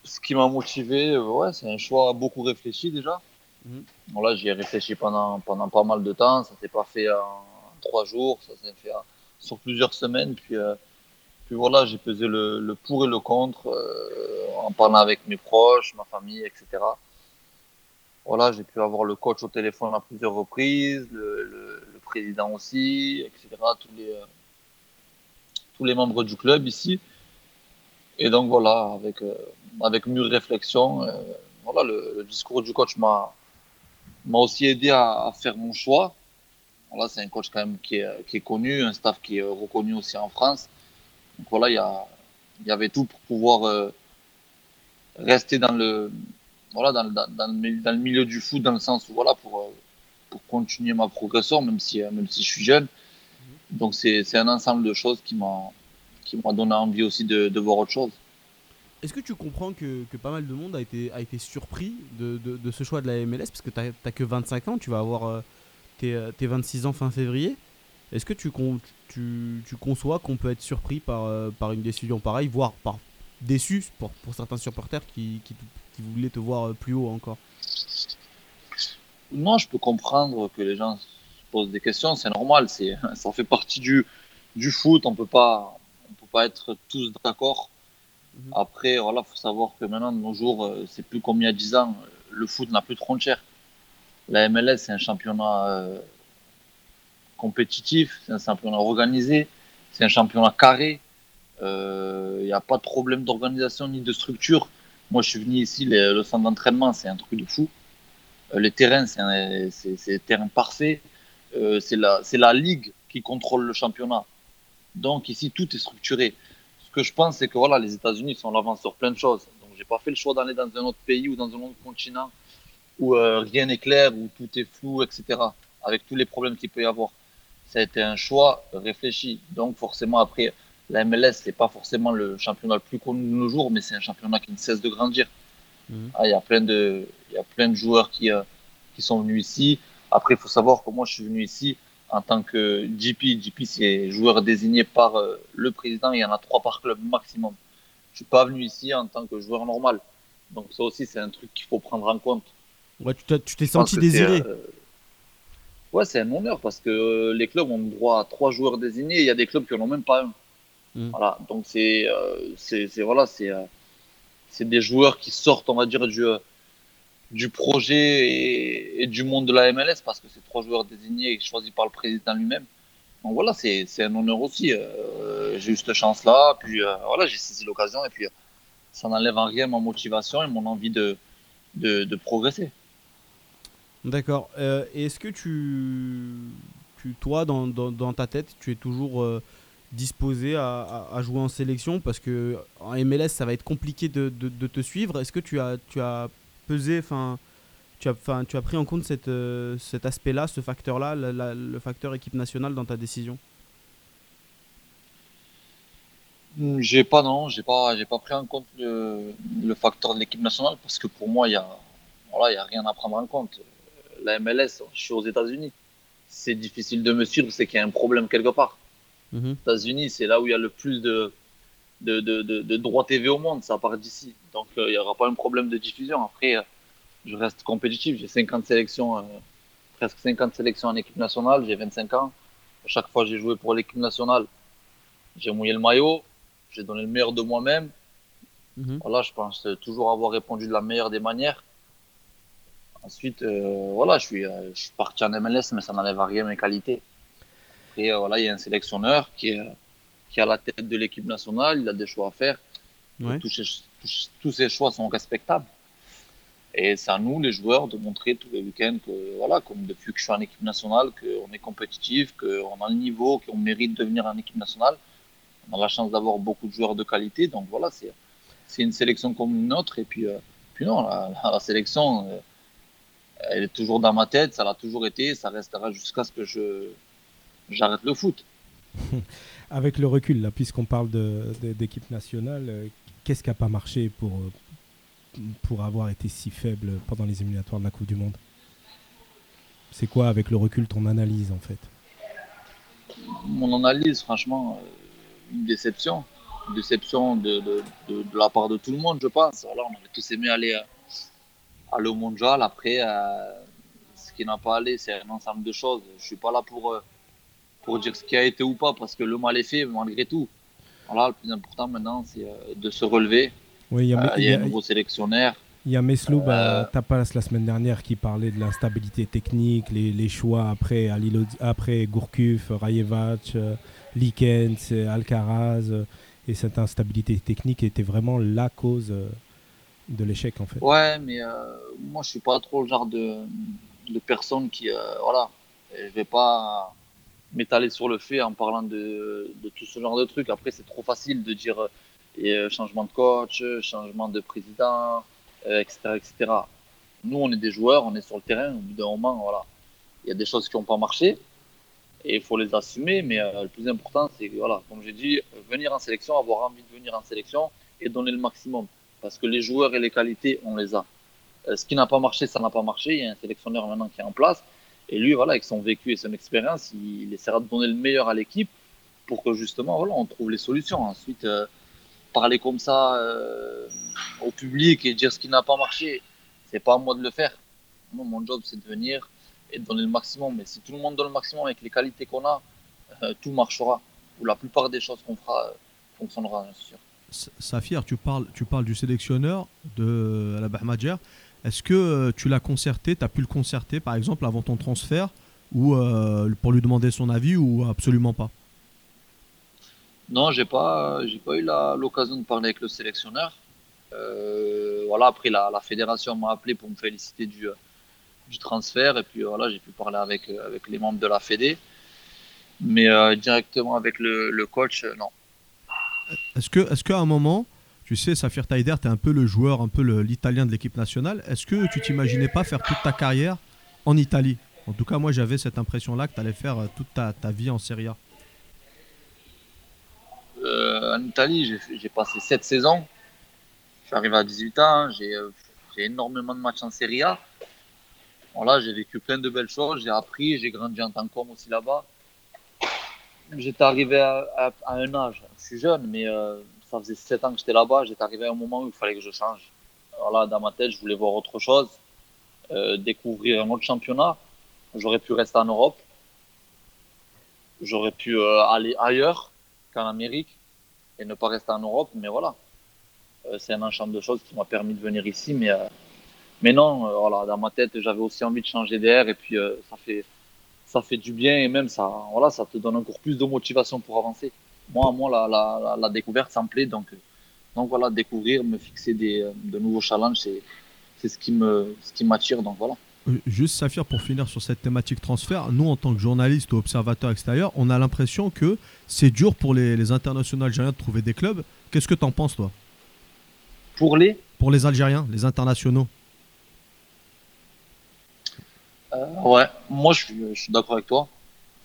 S11: Ce qui m'a motivé, euh, ouais, c'est un choix beaucoup réfléchi déjà.
S4: Mhm.
S11: Bon, là, j'y ai réfléchi pendant, pendant pas mal de temps. Ça s'est pas fait en, en trois jours, ça s'est fait en- sur plusieurs semaines. Puis, euh, puis voilà, j'ai pesé le, le pour et le contre euh, en parlant avec mes proches, ma famille, etc. Voilà, j'ai pu avoir le coach au téléphone à plusieurs reprises, le, le- le président aussi, etc. Tous les, euh, tous les membres du club ici. Et donc voilà, avec, euh, avec mûre réflexion, euh, voilà, le, le discours du coach m'a m'a aussi aidé à, à faire mon choix. Voilà, c'est un coach quand même qui est, qui est connu, un staff qui est reconnu aussi en France. Donc voilà, il y, a- il y avait tout pour pouvoir euh, rester dans le, voilà, dans, le- dans, dans le, mi- dans le milieu du foot, dans le sens où voilà, pour, euh, pour continuer ma progression, même si, euh, même si je suis jeune. Donc c'est c'est un ensemble de choses qui m'a qui m'a donné envie aussi de, de voir autre chose.
S4: Est-ce que tu comprends que, que pas mal de monde a été, a été surpris de, de- de ce choix de la MLS Parce que t'as t'as que 25 ans, tu vas avoir euh, tes, euh, tes 26 ans fin février. Est-ce que tu, con- tu, tu conçois qu'on peut être surpris par, euh, par une décision pareille, voire par déçu pour, pour certains supporters qui, qui, qui voulaient te voir euh, plus haut encore
S11: Non, je peux comprendre que les gens se posent des questions, c'est normal, c'est ça fait partie du, du foot, on peut pas on peut pas être tous d'accord. Après voilà, faut savoir que maintenant de nos jours, euh, c'est plus comme il y a 10 ans, euh, le foot n'a plus de frontières. La MLS, c'est un championnat euh, compétitif, c'est un championnat organisé, c'est un championnat carré. Euh, Il n'y a pas de problème d'organisation ni de structure. Moi, je suis venu ici, le, le centre d'entraînement, c'est un truc de fou. Euh, les terrains, c'est un- c'est c'est des terrains parfaits. Euh, c'est la, c'est la ligue qui contrôle le championnat. Donc ici, tout est structuré. Ce que je pense, c'est que voilà, les États-Unis sont en avance sur plein de choses. Donc j'ai pas fait le choix d'aller dans un autre pays ou dans un autre continent où euh, rien n'est clair, où tout est flou, etc. Avec tous les problèmes qu'il peut y avoir. Ça a été un choix réfléchi. Donc forcément, après, la MLS, c'est pas forcément le championnat le plus connu de nos jours, mais c'est un championnat qui ne cesse de grandir. Ah, Il y a plein de, il y a plein de joueurs qui, euh, qui sont venus ici. Après, il faut savoir que moi, je suis venu ici en tant que GP. GP, c'est joueur désigné par euh, le président. Il y en a trois par club maximum. Je suis pas venu ici en tant que joueur normal. Donc ça aussi, c'est un truc qu'il faut prendre en compte.
S4: Ouais, tu t'as- tu t'es
S11: Je pense
S4: senti
S11: que c'est,
S4: désiré.
S11: euh, Ouais, c'est un honneur parce que euh, les clubs ont droit à trois joueurs désignés. et Il y a des clubs qui n'en ont même pas un.
S4: Mm.
S11: Voilà, donc c'est euh, c'est c'est- voilà, c'est euh, c'est des joueurs qui sortent, on va dire, du, euh, du projet et, et du monde de la MLS parce que c'est trois joueurs désignés et choisis par le président lui-même. Donc voilà, c'est c'est un honneur aussi. Euh, j'ai eu cette chance-là, puis euh, voilà, j'ai saisi l'occasion et puis euh, ça n'enlève en rien ma motivation et mon envie de, de, de progresser.
S4: D'accord. Euh, et est-ce que tu, tu toi, dans, dans- dans ta tête, tu es toujours euh, disposé à, à- à jouer en sélection Parce que en MLS, ça va être compliqué de, de- de te suivre. Est-ce que tu as, tu as pesé, enfin, tu as, enfin, tu as pris en compte cette, euh, cet aspect-là, ce facteur-là, la- la- le facteur équipe nationale dans ta décision
S11: Hmm, J'ai pas non, j'ai pas j'ai pas pris en compte le, le facteur de l'équipe nationale parce que pour moi il y a voilà, il y a rien à prendre en compte. Euh, La MLS, je suis aux États-Unis. C'est difficile de me suivre, c'est qu'il y a un problème quelque part.
S4: Mhm.
S11: Les États-Unis, c'est là où il y a le plus de de, de, de, de droits TV au monde, ça part d'ici. Donc euh, il y aura pas un problème de diffusion. Après euh, je reste compétitif, j'ai 50 sélections euh, presque 50 sélections en équipe nationale, j'ai 25 ans. À chaque fois j'ai joué pour l'équipe nationale. J'ai mouillé le maillot j'ai donné le meilleur de moi-même. Voilà, je pense euh, toujours avoir répondu de la meilleure des manières. Ensuite, euh, voilà, je suis, euh, je suis parti en MLS, mais ça n'enlève à rien mes qualités. Et euh, voilà, il y a un sélectionneur qui est, euh, qui est à la tête de l'équipe nationale, il a des choix à faire.
S4: Ouais.
S11: Tous, ces- tous- tous ces choix sont respectables. Et c'est à nous, les joueurs, de montrer tous les week-ends que, voilà, comme depuis que je suis en équipe nationale, qu'on est compétitif, qu'on a le niveau, qu'on mérite de venir en équipe nationale. On a la chance d'avoir beaucoup de joueurs de qualité. Donc voilà, c'est, c'est une sélection comme une autre. Et puis, euh, puis non, la, la- la sélection, euh, elle est toujours dans ma tête. Ça l'a toujours été. Ça restera jusqu'à ce que je, j'arrête le foot.
S1: Avec le recul, là, puisqu'on parle de- de- d'équipe nationale, euh, qu'est-ce qui n'a pas marché pour, euh, pour avoir été si faible pendant les éliminatoires de la Coupe du Monde C'est quoi, avec le recul, ton analyse en fait
S11: Mon analyse, franchement, euh, une déception. Une déception de, de- de- de la part de tout le monde, je pense. Voilà, on aurait tous aimé aller, euh, aller au mondial. Après, euh, ce qui n'a pas allé, c'est un ensemble de choses. Je suis pas là pour, euh, pour dire ce qui a été ou pas, parce que le mal est fait malgré tout. Voilà, le plus important maintenant, c'est euh, de se relever.
S1: Oui, il y a-
S11: Euh, il y
S1: il y
S11: a Euh,
S1: a-
S11: un nouveau sélectionnaire.
S1: Il y a Meslo, bah, Tapas la semaine dernière qui parlait de l'instabilité technique, les, les choix après, Ali Lo- après Gourcuff, Rayevac, euh, Likens, euh, Alcaraz. euh, Et cette instabilité technique était vraiment la cause euh, de l'échec en fait.
S11: Ouais, mais euh, moi je suis pas trop le genre de, de personne qui euh, voilà, Et je vais pas m'étaler sur le fait en parlant de, de tout ce genre de trucs. Après c'est trop facile de dire euh, et, euh, changement de coach, euh, changement de président, euh, etc., etc. Nous on est des joueurs, on est sur le terrain. Au bout d'un moment voilà, il y a des choses qui n'ont pas marché et il faut les assumer. Mais euh, le plus important c'est voilà, comme j'ai dit, venir en sélection, avoir envie de venir en sélection et donner le maximum parce que les joueurs et les qualités, on les a. Euh, ce qui n'a pas marché, ça n'a pas marché. Il y a un sélectionneur maintenant qui est en place. Et lui, voilà, avec son vécu et son expérience, il, il essaiera de donner le meilleur à l'équipe pour que justement, voilà, on trouve les solutions. Ensuite, euh, parler comme ça euh, au public et dire ce qui n'a pas marché, c'est pas à moi de le faire. Moi, mon job, c'est de venir et de donner le maximum. Mais si tout le monde donne le maximum avec les qualités qu'on a, euh, tout marchera. Ou la plupart des choses qu'on fera euh, fonctionnera, je suis sûr.
S3: S- Safir, tu parles, tu parles du sélectionneur de la Bahmadjer. Est-ce que euh, tu l'as concerté, tu as pu le concerter par exemple avant ton transfert ou euh, pour lui demander son avis ou absolument pas
S11: Non, j'ai pas, euh, j'ai pas eu la- l'occasion de parler avec le sélectionneur. Euh, voilà, après la, la fédération m'a appelé pour me féliciter du, euh, du transfert et puis euh, voilà, j'ai pu parler avec euh, avec les membres de la Fédé, mais euh, directement avec le, le coach, euh, non.
S3: Est-ce que, est-ce qu'à un moment, tu sais, Safir Taider, tu es un peu le joueur, un peu le- l'italien de l'équipe nationale. Est-ce que tu t'imaginais pas faire toute ta carrière en Italie En tout cas, moi, j'avais cette impression-là que tu allais faire euh, toute ta, ta vie en Serie A.
S11: Euh, en Italie, j'ai- j'ai passé 7 saisons. Je suis arrivé à 18 ans, j'ai euh, j'ai énormément de matchs en Serie A. Voilà, j'ai vécu plein de belles choses, j'ai appris, j'ai grandi en tant qu'homme aussi là-bas. J'étais arrivé à, à- à un âge, je suis jeune, mais euh, ça faisait 7 ans que j'étais là-bas, j'étais arrivé à un moment où il fallait que je change. Voilà, dans ma tête, je voulais voir autre chose, euh, découvrir un autre championnat. J'aurais pu rester en Europe, j'aurais pu euh, aller ailleurs qu'en Amérique et ne pas rester en Europe, mais voilà. Euh, c'est un enchant de choses qui m'a permis de venir ici, mais, euh, mais non, euh, voilà, dans ma tête, j'avais aussi envie de changer d'air, et puis euh, ça, fait, ça fait du bien, et même ça, voilà, ça te donne encore plus de motivation pour avancer. Moi, moi la, la, la, la découverte, ça me plaît, donc, euh, donc voilà, découvrir, me fixer des, euh, de nouveaux challenges, c'est, c'est ce, qui me, ce qui m'attire, donc voilà.
S3: Euh, Juste Saphir, pour finir sur cette thématique transfert, nous en tant que journalistes ou observateurs extérieurs, on a l'impression que c'est dur pour les, les internationaux algériens de trouver des clubs. Qu'est-ce que t'en penses toi
S11: Pour les
S3: Pour les Algériens, les internationaux.
S11: Euh, ouais, moi je suis, je suis d'accord avec toi.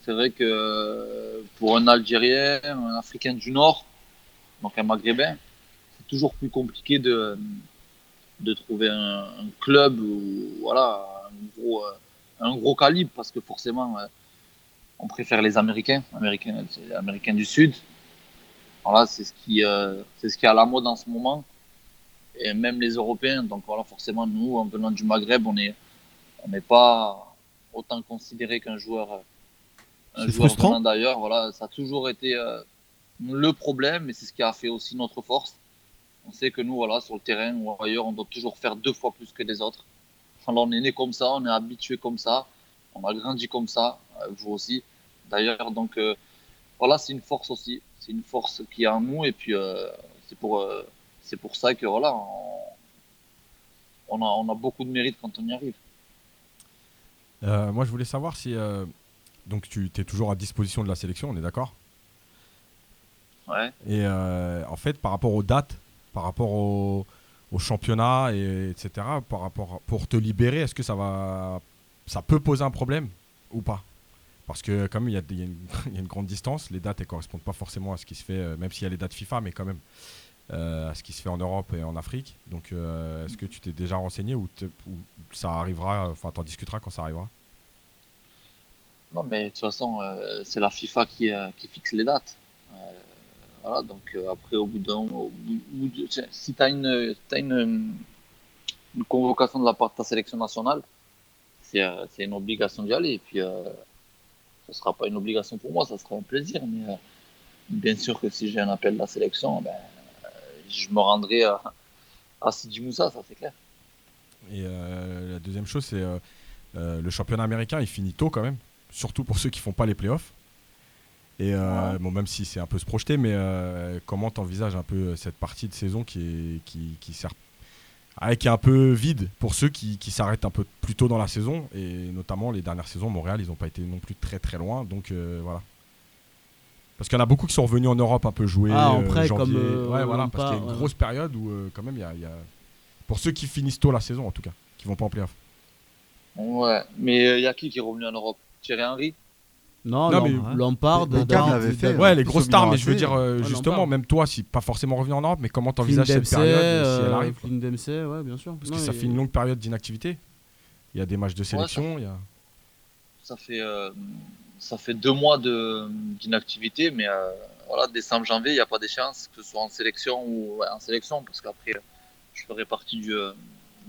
S11: C'est vrai que euh, pour un Algérien, un Africain du Nord, donc un Maghrébin, c'est toujours plus compliqué de, de trouver un, un club ou voilà, un gros, euh, un gros calibre parce que forcément euh, on préfère les Américains, Américains, c'est les Américains du Sud. Voilà, c'est ce qui euh, c'est ce qui est à la mode en ce moment et même les Européens. Donc voilà, forcément nous en venant du Maghreb, on est on n'est pas autant considéré qu'un joueur, euh, un
S3: C'est
S11: joueur
S3: frustrant.
S11: venant d'ailleurs. Voilà, ça a toujours été euh, le problème, mais c'est ce qui a fait aussi notre force. On sait que nous, voilà, sur le terrain ou ailleurs, on doit toujours faire deux fois plus que les autres. Enfin, là, on est né comme ça, on est habitué comme ça, on a grandi comme ça, euh, vous aussi. D'ailleurs, donc euh, voilà, c'est une force aussi, c'est une force qui est en nous et puis euh, c'est pour euh, c'est pour ça que voilà, on, on a on a beaucoup de mérite quand on y arrive.
S2: Euh, moi, je voulais savoir si. euh, donc, tu es toujours à disposition de la sélection, on est d'accord
S11: Ouais.
S2: Et euh, en fait, par rapport aux dates, par rapport au, au championnat, et, etc., par rapport à- pour te libérer, est-ce que ça va, ça peut poser un problème ou pas Parce que comme il y, a des- il y a une- il y a une grande distance, les dates ne correspondent pas forcément à ce qui se fait, euh, même s'il y a les dates FIFA, mais quand même. euh, à ce qui se fait en Europe et en Afrique. Donc, euh, est-ce que tu t'es déjà renseigné ou, te- ou ça arrivera Enfin, t'en discuteras quand ça arrivera.
S11: Non, mais de toute façon, euh, c'est la FIFA qui, euh, qui fixe les dates. Euh, voilà, donc euh, après, au bout d'un. au bout- au bout de- tiens, Si tu as, une, euh, t'as une, euh, une convocation de la part de ta sélection nationale, c'est euh, c'est une obligation d'y aller. Et puis, euh, ce sera pas une obligation pour moi, ça sera un plaisir. Mais euh, bien sûr que si j'ai un appel de la sélection, ben, euh, je me rendrai à, à Sidi Moussa, ça c'est clair.
S2: Et euh, la deuxième chose, c'est euh, euh, le championnat américain, il finit tôt quand même, surtout pour ceux qui font pas les playoffs. Et euh, bon, même si c'est un peu se projeter, mais euh, comment t'envisages un peu euh, cette partie de saison qui est, qui, qui sert, ah, qui est un peu vide pour ceux qui, qui s'arrêtent un peu plus tôt dans la saison et notamment les dernières saisons, Montréal, ils n'ont pas été non plus très très loin, donc euh, voilà. Parce qu'il y en a beaucoup qui sont revenus en Europe un peu jouer.
S4: Ah, en
S2: euh,
S4: prêt,
S2: janvier.
S4: comme, euh,
S2: ouais, voilà,
S4: ou
S2: parce
S4: pas,
S2: qu'il y a une
S4: ouais.
S2: grosse période où euh, quand même il y a- il y a pour ceux qui finissent tôt la saison, en tout cas, qui vont pas en playoff.
S11: Ouais, mais il y a qui qui est revenu en Europe Thierry Henry
S2: Non,
S4: Non, Lam-
S2: mais-
S4: Lampard,
S2: Les
S4: Dard- hein,
S2: Ouais, les grosses stars, mais je veux dire, euh,
S4: Ouais,
S2: justement,
S4: Lampard.
S2: même toi, si pas forcément revenu en Europe, mais comment
S4: Clint
S2: t'envisages cette
S4: Dempsey,
S2: période euh, si elle
S4: euh,
S2: arrive quoi
S4: Clint Dempsey, ouais, bien sûr.
S2: Parce
S4: Non,
S2: que ça
S4: il-
S2: fait une longue période d'inactivité. Il y a des matchs de sélection, il y a-
S11: ça fait euh, ça fait deux mois de d'inactivité mais euh, voilà décembre janvier il n'y a pas d'échéance que ce soit en sélection ou ouais, en sélection parce qu'après euh, je ferai partie du, euh,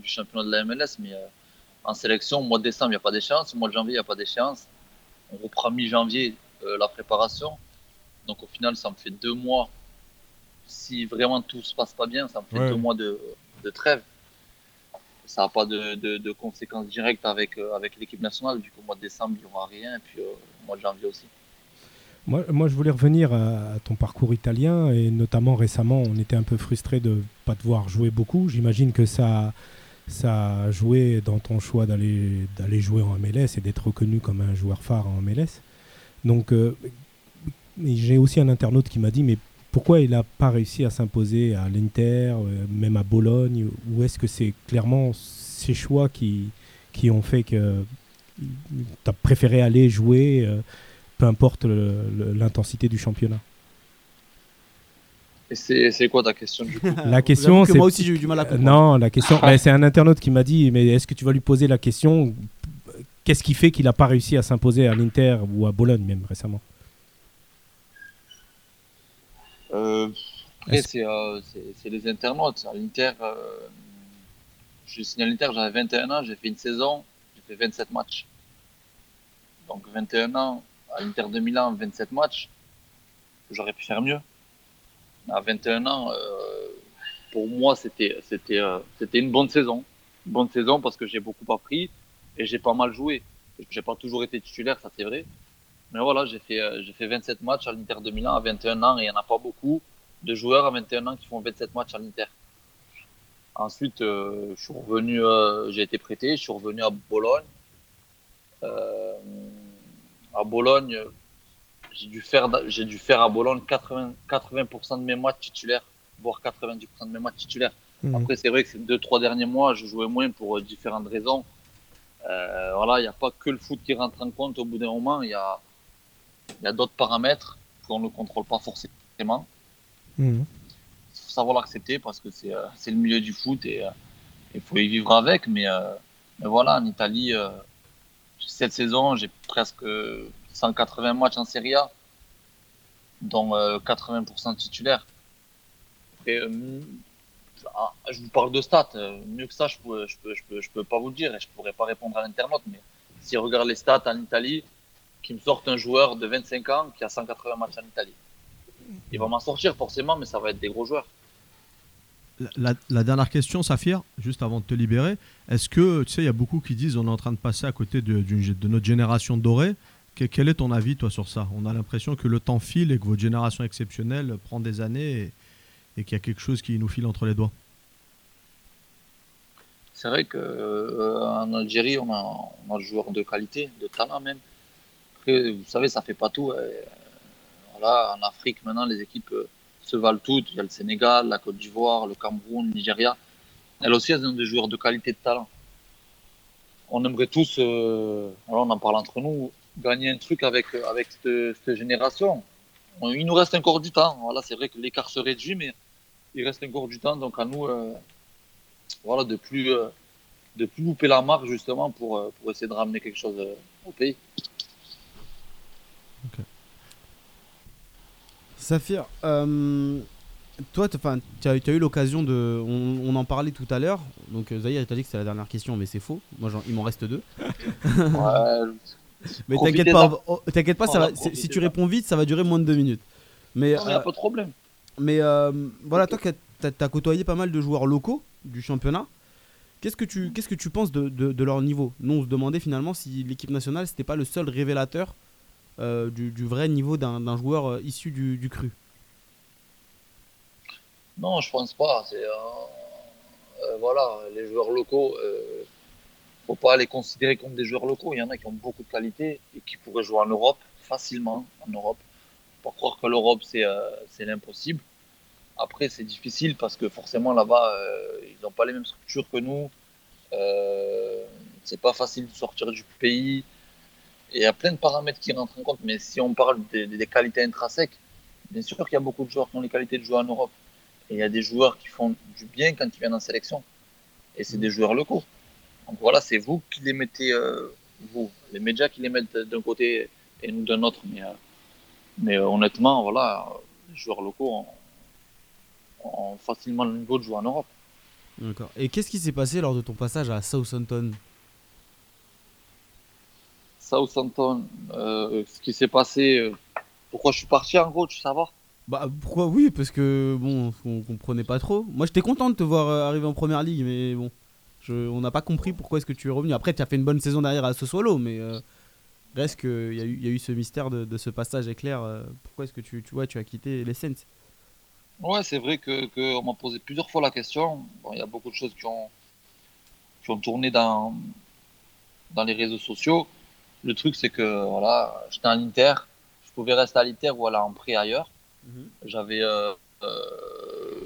S11: du championnat de la MLS mais euh, en sélection au mois de décembre il n'y a pas d'échéance au mois de janvier il n'y a pas d'échéance on reprend mi janvier la préparation donc au final ça me fait deux mois si vraiment tout se passe pas bien ça me fait
S2: Ouais.
S11: deux mois de, de trêve ça n'a pas de, de- de conséquences directes avec, euh, avec l'équipe nationale. Du coup, au mois de décembre, il n'y aura rien. Et puis, euh, au mois de janvier aussi.
S1: Moi, moi, je voulais revenir à, à ton parcours italien et notamment récemment, on était un peu frustré de pas te voir jouer beaucoup. J'imagine que ça, ça a joué dans ton choix d'aller d'aller jouer en MLS et d'être reconnu comme un joueur phare en MLS. Donc, euh, mais j'ai aussi un internaute qui m'a dit, mais pourquoi il n'a pas réussi à s'imposer à l'Inter, euh, même à Bologne Ou est-ce que c'est clairement ces choix qui, qui ont fait que tu as préféré aller jouer euh, peu importe le- le- l'intensité du championnat.
S11: Et c'est c'est quoi ta question du coup
S1: La question,
S4: que
S1: c'est
S4: moi aussi, j'ai eu du mal à
S1: Euh,
S4: comprendre.
S1: Non, la question, mais c'est un internaute qui m'a dit, mais est-ce que tu vas lui poser la question Qu'est-ce qui fait qu'il n'a pas réussi à s'imposer à l'Inter ou à Bologne même récemment
S11: Euh, après,
S1: Est-ce-
S11: c'est euh, c'est- c'est les internautes. À l'Inter, euh, je suis signé à l'Inter, j'avais 21 ans, j'ai fait une saison, j'ai fait 27 matchs. Donc 21 ans, à l'Inter de Milan, 27 matchs, j'aurais pu faire mieux. À 21 ans, euh, pour moi, c'était c'était euh, c'était une bonne saison. Une bonne saison parce que j'ai beaucoup appris et j'ai pas mal joué. J'ai pas toujours été titulaire, ça c'est vrai. Mais voilà, j'ai fait, euh, j'ai fait 27 matchs à l'Inter de Milan à 21 ans et il n'y en a pas beaucoup de joueurs à 21 ans qui font 27 matchs à l'Inter. Ensuite, euh, je suis revenu, euh, j'ai été prêté, je suis revenu à Bologne. Euh, à Bologne, j'ai dû faire, j'ai dû faire à Bologne 80, 80% de mes matchs titulaires, voire 90% de mes matchs titulaires.
S1: Mhm.
S11: Après, c'est vrai que ces deux, trois derniers mois, je jouais moins pour euh, différentes raisons. Euh, voilà, il n'y a pas que le foot qui rentre en compte au bout d'un moment. Il y a, il y a d'autres paramètres qu'on ne contrôle pas forcément.
S4: Mhm.
S11: Il faut savoir l'accepter parce que c'est euh, c'est le milieu du foot et euh, il faut y vivre avec. Mais, euh, mais voilà, en Italie, euh, cette saison, j'ai presque 180 matchs en Serie A, dont euh, 80% titulaires. Après, euh, m- ah, je vous parle de stats. euh, Mieux que ça, je ne je peux, je peux, je peux pas vous le dire et je pourrais pas répondre à l'internaute. Mais si on regarde les stats en Italie, qui me sortent un joueur de 25 ans qui a 180 matchs en Italie. Il va m'en sortir forcément, mais ça va être des gros joueurs.
S3: La, la- la dernière question, Saphir, juste avant de te libérer. Est-ce que, tu sais, il y a beaucoup qui disent on est en train de passer à côté de, d'une gé- de notre génération dorée. Que- quel est ton avis, toi, sur ça On a l'impression que le temps file et que votre génération exceptionnelle prend des années et, et qu'il y a quelque chose qui nous file entre les doigts.
S11: C'est vrai que euh, en Algérie, on a, on a des joueurs de qualité, de talent même. Après, vous savez, ça fait pas tout. hein. Euh, Voilà, en Afrique, maintenant, les équipes euh, se valent toutes. Il y a le Sénégal, la Côte d'Ivoire, le Cameroun, le Nigeria. Elles aussi, elles ont des joueurs de qualité, de talent. On aimerait tous, euh, voilà, on en parle entre nous, gagner un truc avec, euh, avec cette, cette génération. On- Il nous reste encore du temps. Voilà, c'est vrai que l'écart se réduit, mais il reste encore du temps, donc à nous, euh, voilà, de plus, euh, de plus louper la marque justement pour, euh, pour essayer de ramener quelque chose euh, au pays.
S4: Saphir, euh, toi, tu as, eu l'occasion de. On, on en parlait tout à l'heure. Donc, euh, Zahir, il t'a dit que c'était la dernière question, mais c'est faux. Moi, j'en- il m'en reste deux. mais t'inquiète
S11: Profitez-en.
S4: pas, oh, t'inquiète pas ça va-
S11: Voilà,
S4: c'est- si tu
S11: profitez-en.
S4: réponds vite, ça va durer moins de deux minutes. Mais,
S11: Non, mais y a
S4: euh,
S11: pas de problème.
S4: Mais euh, voilà, toi, tu as, côtoyé pas mal de joueurs locaux du championnat. Qu'est-ce que tu, qu'est-ce que tu penses de, de- de leur niveau Nous, on se demandait finalement si l'équipe nationale, c'était pas le seul révélateur euh, du, du vrai niveau d'un d'un joueur euh, issu du, du cru.
S11: Non, je pense pas. C'est, euh, euh, voilà, les joueurs locaux, euh, faut pas les considérer comme des joueurs locaux. Il y en a qui ont beaucoup de qualité et qui pourraient jouer en Europe facilement en Europe. Faut Pas croire que l'Europe c'est euh, c'est l'impossible. Après, c'est difficile parce que forcément là-bas, euh, ils n'ont pas les mêmes structures que nous. Euh, c'est pas facile de sortir du pays. Et il y a plein de paramètres qui rentrent en compte. Mais si on parle des, des qualités intrinsèques, bien sûr qu'il y a beaucoup de joueurs qui ont les qualités de jouer en Europe. Et il y a des joueurs qui font du bien quand ils viennent en sélection. Et c'est des joueurs locaux. Donc voilà, c'est vous qui les mettez, euh, vous, les médias qui les mettent d'un côté et nous d'un autre. Mais, euh, mais euh, honnêtement, voilà, euh, les joueurs locaux ont, ont facilement le niveau de jouer en Europe.
S4: D'accord. Et qu'est-ce qui s'est passé lors de ton passage à Southampton
S11: Southampton, euh, ce qui s'est passé, euh, pourquoi je suis parti en gros, tu veux savoir
S4: Bah pourquoi oui Parce que bon, on comprenait pas trop. Moi, j'étais content de te voir euh, arriver en première ligue, mais bon, je- on n'a pas compris pourquoi est-ce que tu es revenu. Après, tu as fait une bonne saison derrière à Sassuolo, mais euh, reste que il y, a eu- il y a eu ce mystère de, de ce passage éclair. euh, pourquoi est-ce que tu, tu vois, tu as quitté les Saints
S11: Ouais, c'est vrai que, que on m'a posé plusieurs fois la question. Bon, il y a beaucoup de choses qui ont, qui ont tourné dans, dans les réseaux sociaux. Le truc, c'est que voilà, j'étais à l'Inter. Je pouvais rester à l'Inter ou aller en prêt ailleurs. J'avais euh, euh,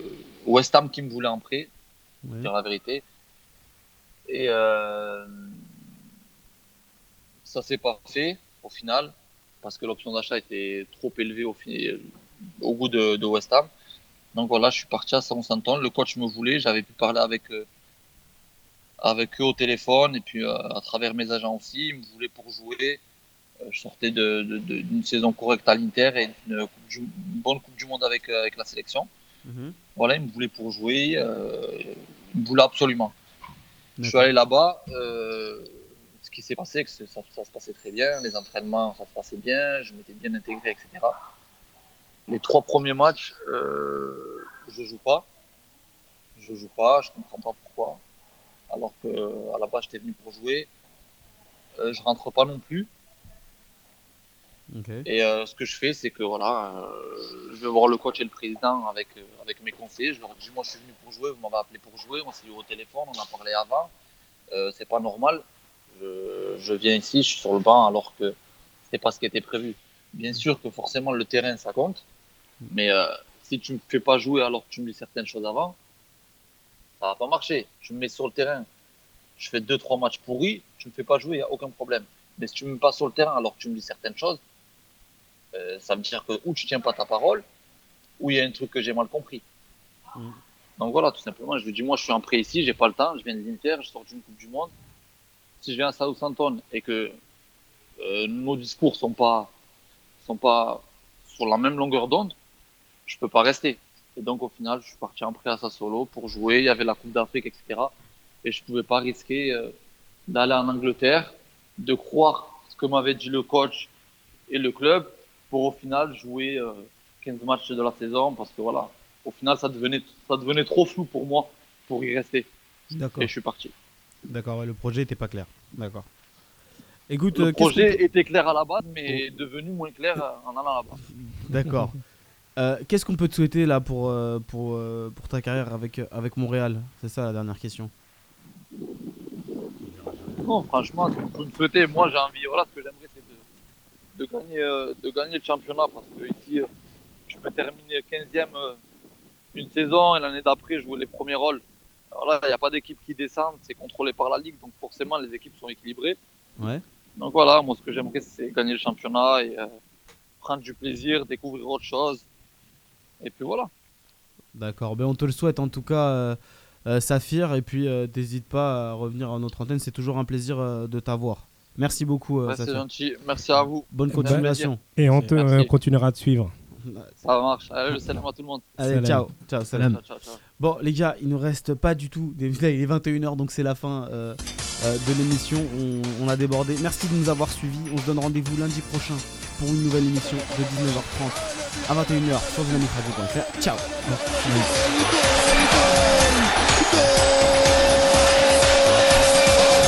S11: West Ham qui me voulait en prêt, pour
S4: Ouais.
S11: dire la vérité. Et euh, ça s'est pas fait au final, parce que l'option d'achat était trop élevée au, fi- au goût de, de West Ham. Donc voilà, je suis parti à Southampton. Le coach me voulait, j'avais pu parler avec, euh, avec eux au téléphone et puis euh, à travers mes agents aussi. Ils me voulaient pour jouer. Euh, je sortais de- de- de- d'une saison correcte à l'Inter et d'une coupe du- une bonne Coupe du Monde avec, euh, avec la sélection. Voilà, ils me voulaient pour jouer. euh, ils me voulaient absolument. Je suis allé là-bas. euh, ce qui s'est passé, que ça, ça se passait très bien. Les entraînements, ça se passait bien. Je m'étais bien intégré, etc. Les trois premiers matchs, euh, je joue pas. Je joue pas, je comprends pas pourquoi. Alors que euh, à la base, j'étais venu pour jouer. Euh, je rentre pas non plus.
S4: Ok.
S11: Et euh, ce que je fais, c'est que voilà, euh, je vais voir le coach et le président avec, euh, avec mes conseillers. Je leur dis Moi, je suis venu pour jouer, vous m'avez appelé pour jouer. On s'est eu au téléphone, on en parlé avant. Euh, c'est pas normal. Je, je viens ici, je suis sur le banc alors que c'est pas ce qui était prévu. Bien sûr que forcément, le terrain, ça compte. Mais euh, si tu me fais pas jouer alors que tu me dis certaines choses avant, ça va pas marcher. Tu me mets sur le terrain, je fais deux, trois matchs pourris, tu me fais pas jouer, il n'y a aucun problème. Mais si tu me mets pas sur le terrain alors que tu me dis certaines choses, euh, ça veut dire que ou tu tiens pas ta parole, ou il y a un truc que j'ai mal compris. Donc voilà, tout simplement, je lui dis moi je suis en prêt ici, j'ai pas le temps, je viens de l'Inter, je sors d'une Coupe du Monde. Si je viens à Southampton et que euh, nos discours sont pas sont pas sur la même longueur d'onde, je peux pas rester. Et donc au final, je suis parti en prêt à Sassuolo pour jouer. Il y avait la Coupe d'Afrique, etc. Et je pouvais pas risquer euh, d'aller en Angleterre, de croire ce que m'avait dit le coach et le club pour au final jouer euh, 15 matchs de la saison parce que voilà, au final ça devenait ça devenait trop flou pour moi pour y rester.
S4: D'accord.
S11: Et je suis parti.
S4: D'accord, ouais, le projet était pas clair. D'accord. Écoute, euh,
S11: le
S4: qu'est-ce Oh. que-
S11: projet était clair à la base, mais est devenu moins clair en allant là-bas.
S4: D'accord. Euh, Qu'est-ce qu'on peut te souhaiter là pour, euh, pour, euh, pour ta carrière avec, euh, avec Montréal C'est ça la dernière question.
S11: Non, franchement, c'est ce que vous me souhaitez. Moi, j'ai envie, voilà, ce que j'aimerais, c'est de, de gagner, euh, de gagner le championnat parce que ici, euh, je peux terminer 15e euh, une saison et l'année d'après, jouer les premiers rôles. Alors là, il n'y a pas d'équipe qui descend, c'est contrôlé par la Ligue, donc forcément, les équipes sont équilibrées.
S4: Ouais.
S11: Donc voilà, moi, ce que j'aimerais, c'est gagner le championnat et euh, prendre du plaisir, découvrir autre chose. Et puis voilà.
S4: D'accord, ben on te le souhaite en tout cas, euh, euh, Saphir, et puis euh, n'hésite pas à revenir à notre antenne, c'est toujours un plaisir euh, de t'avoir. Merci beaucoup, euh,
S11: Ouais, c'est
S4: Saphir.
S11: gentil. Bah, Merci à vous.
S4: Bonne
S11: Ça me fait
S4: continuation.
S1: Et
S11: plaisir.
S1: on te,
S11: Merci.
S1: euh, continuera de suivre.
S11: Ça marche. Allez, le salam à tout le monde.
S4: Allez, ciao. Ciao, salam. Bon, les gars, il nous reste pas du tout. des- Là, il est 21h, donc c'est la fin euh, euh, de l'émission. On, on a débordé. Merci de nous avoir suivis. On se donne rendez-vous lundi prochain pour une nouvelle émission de 19h30 à 21h sur dynamicradio.fr. Ciao. Merci.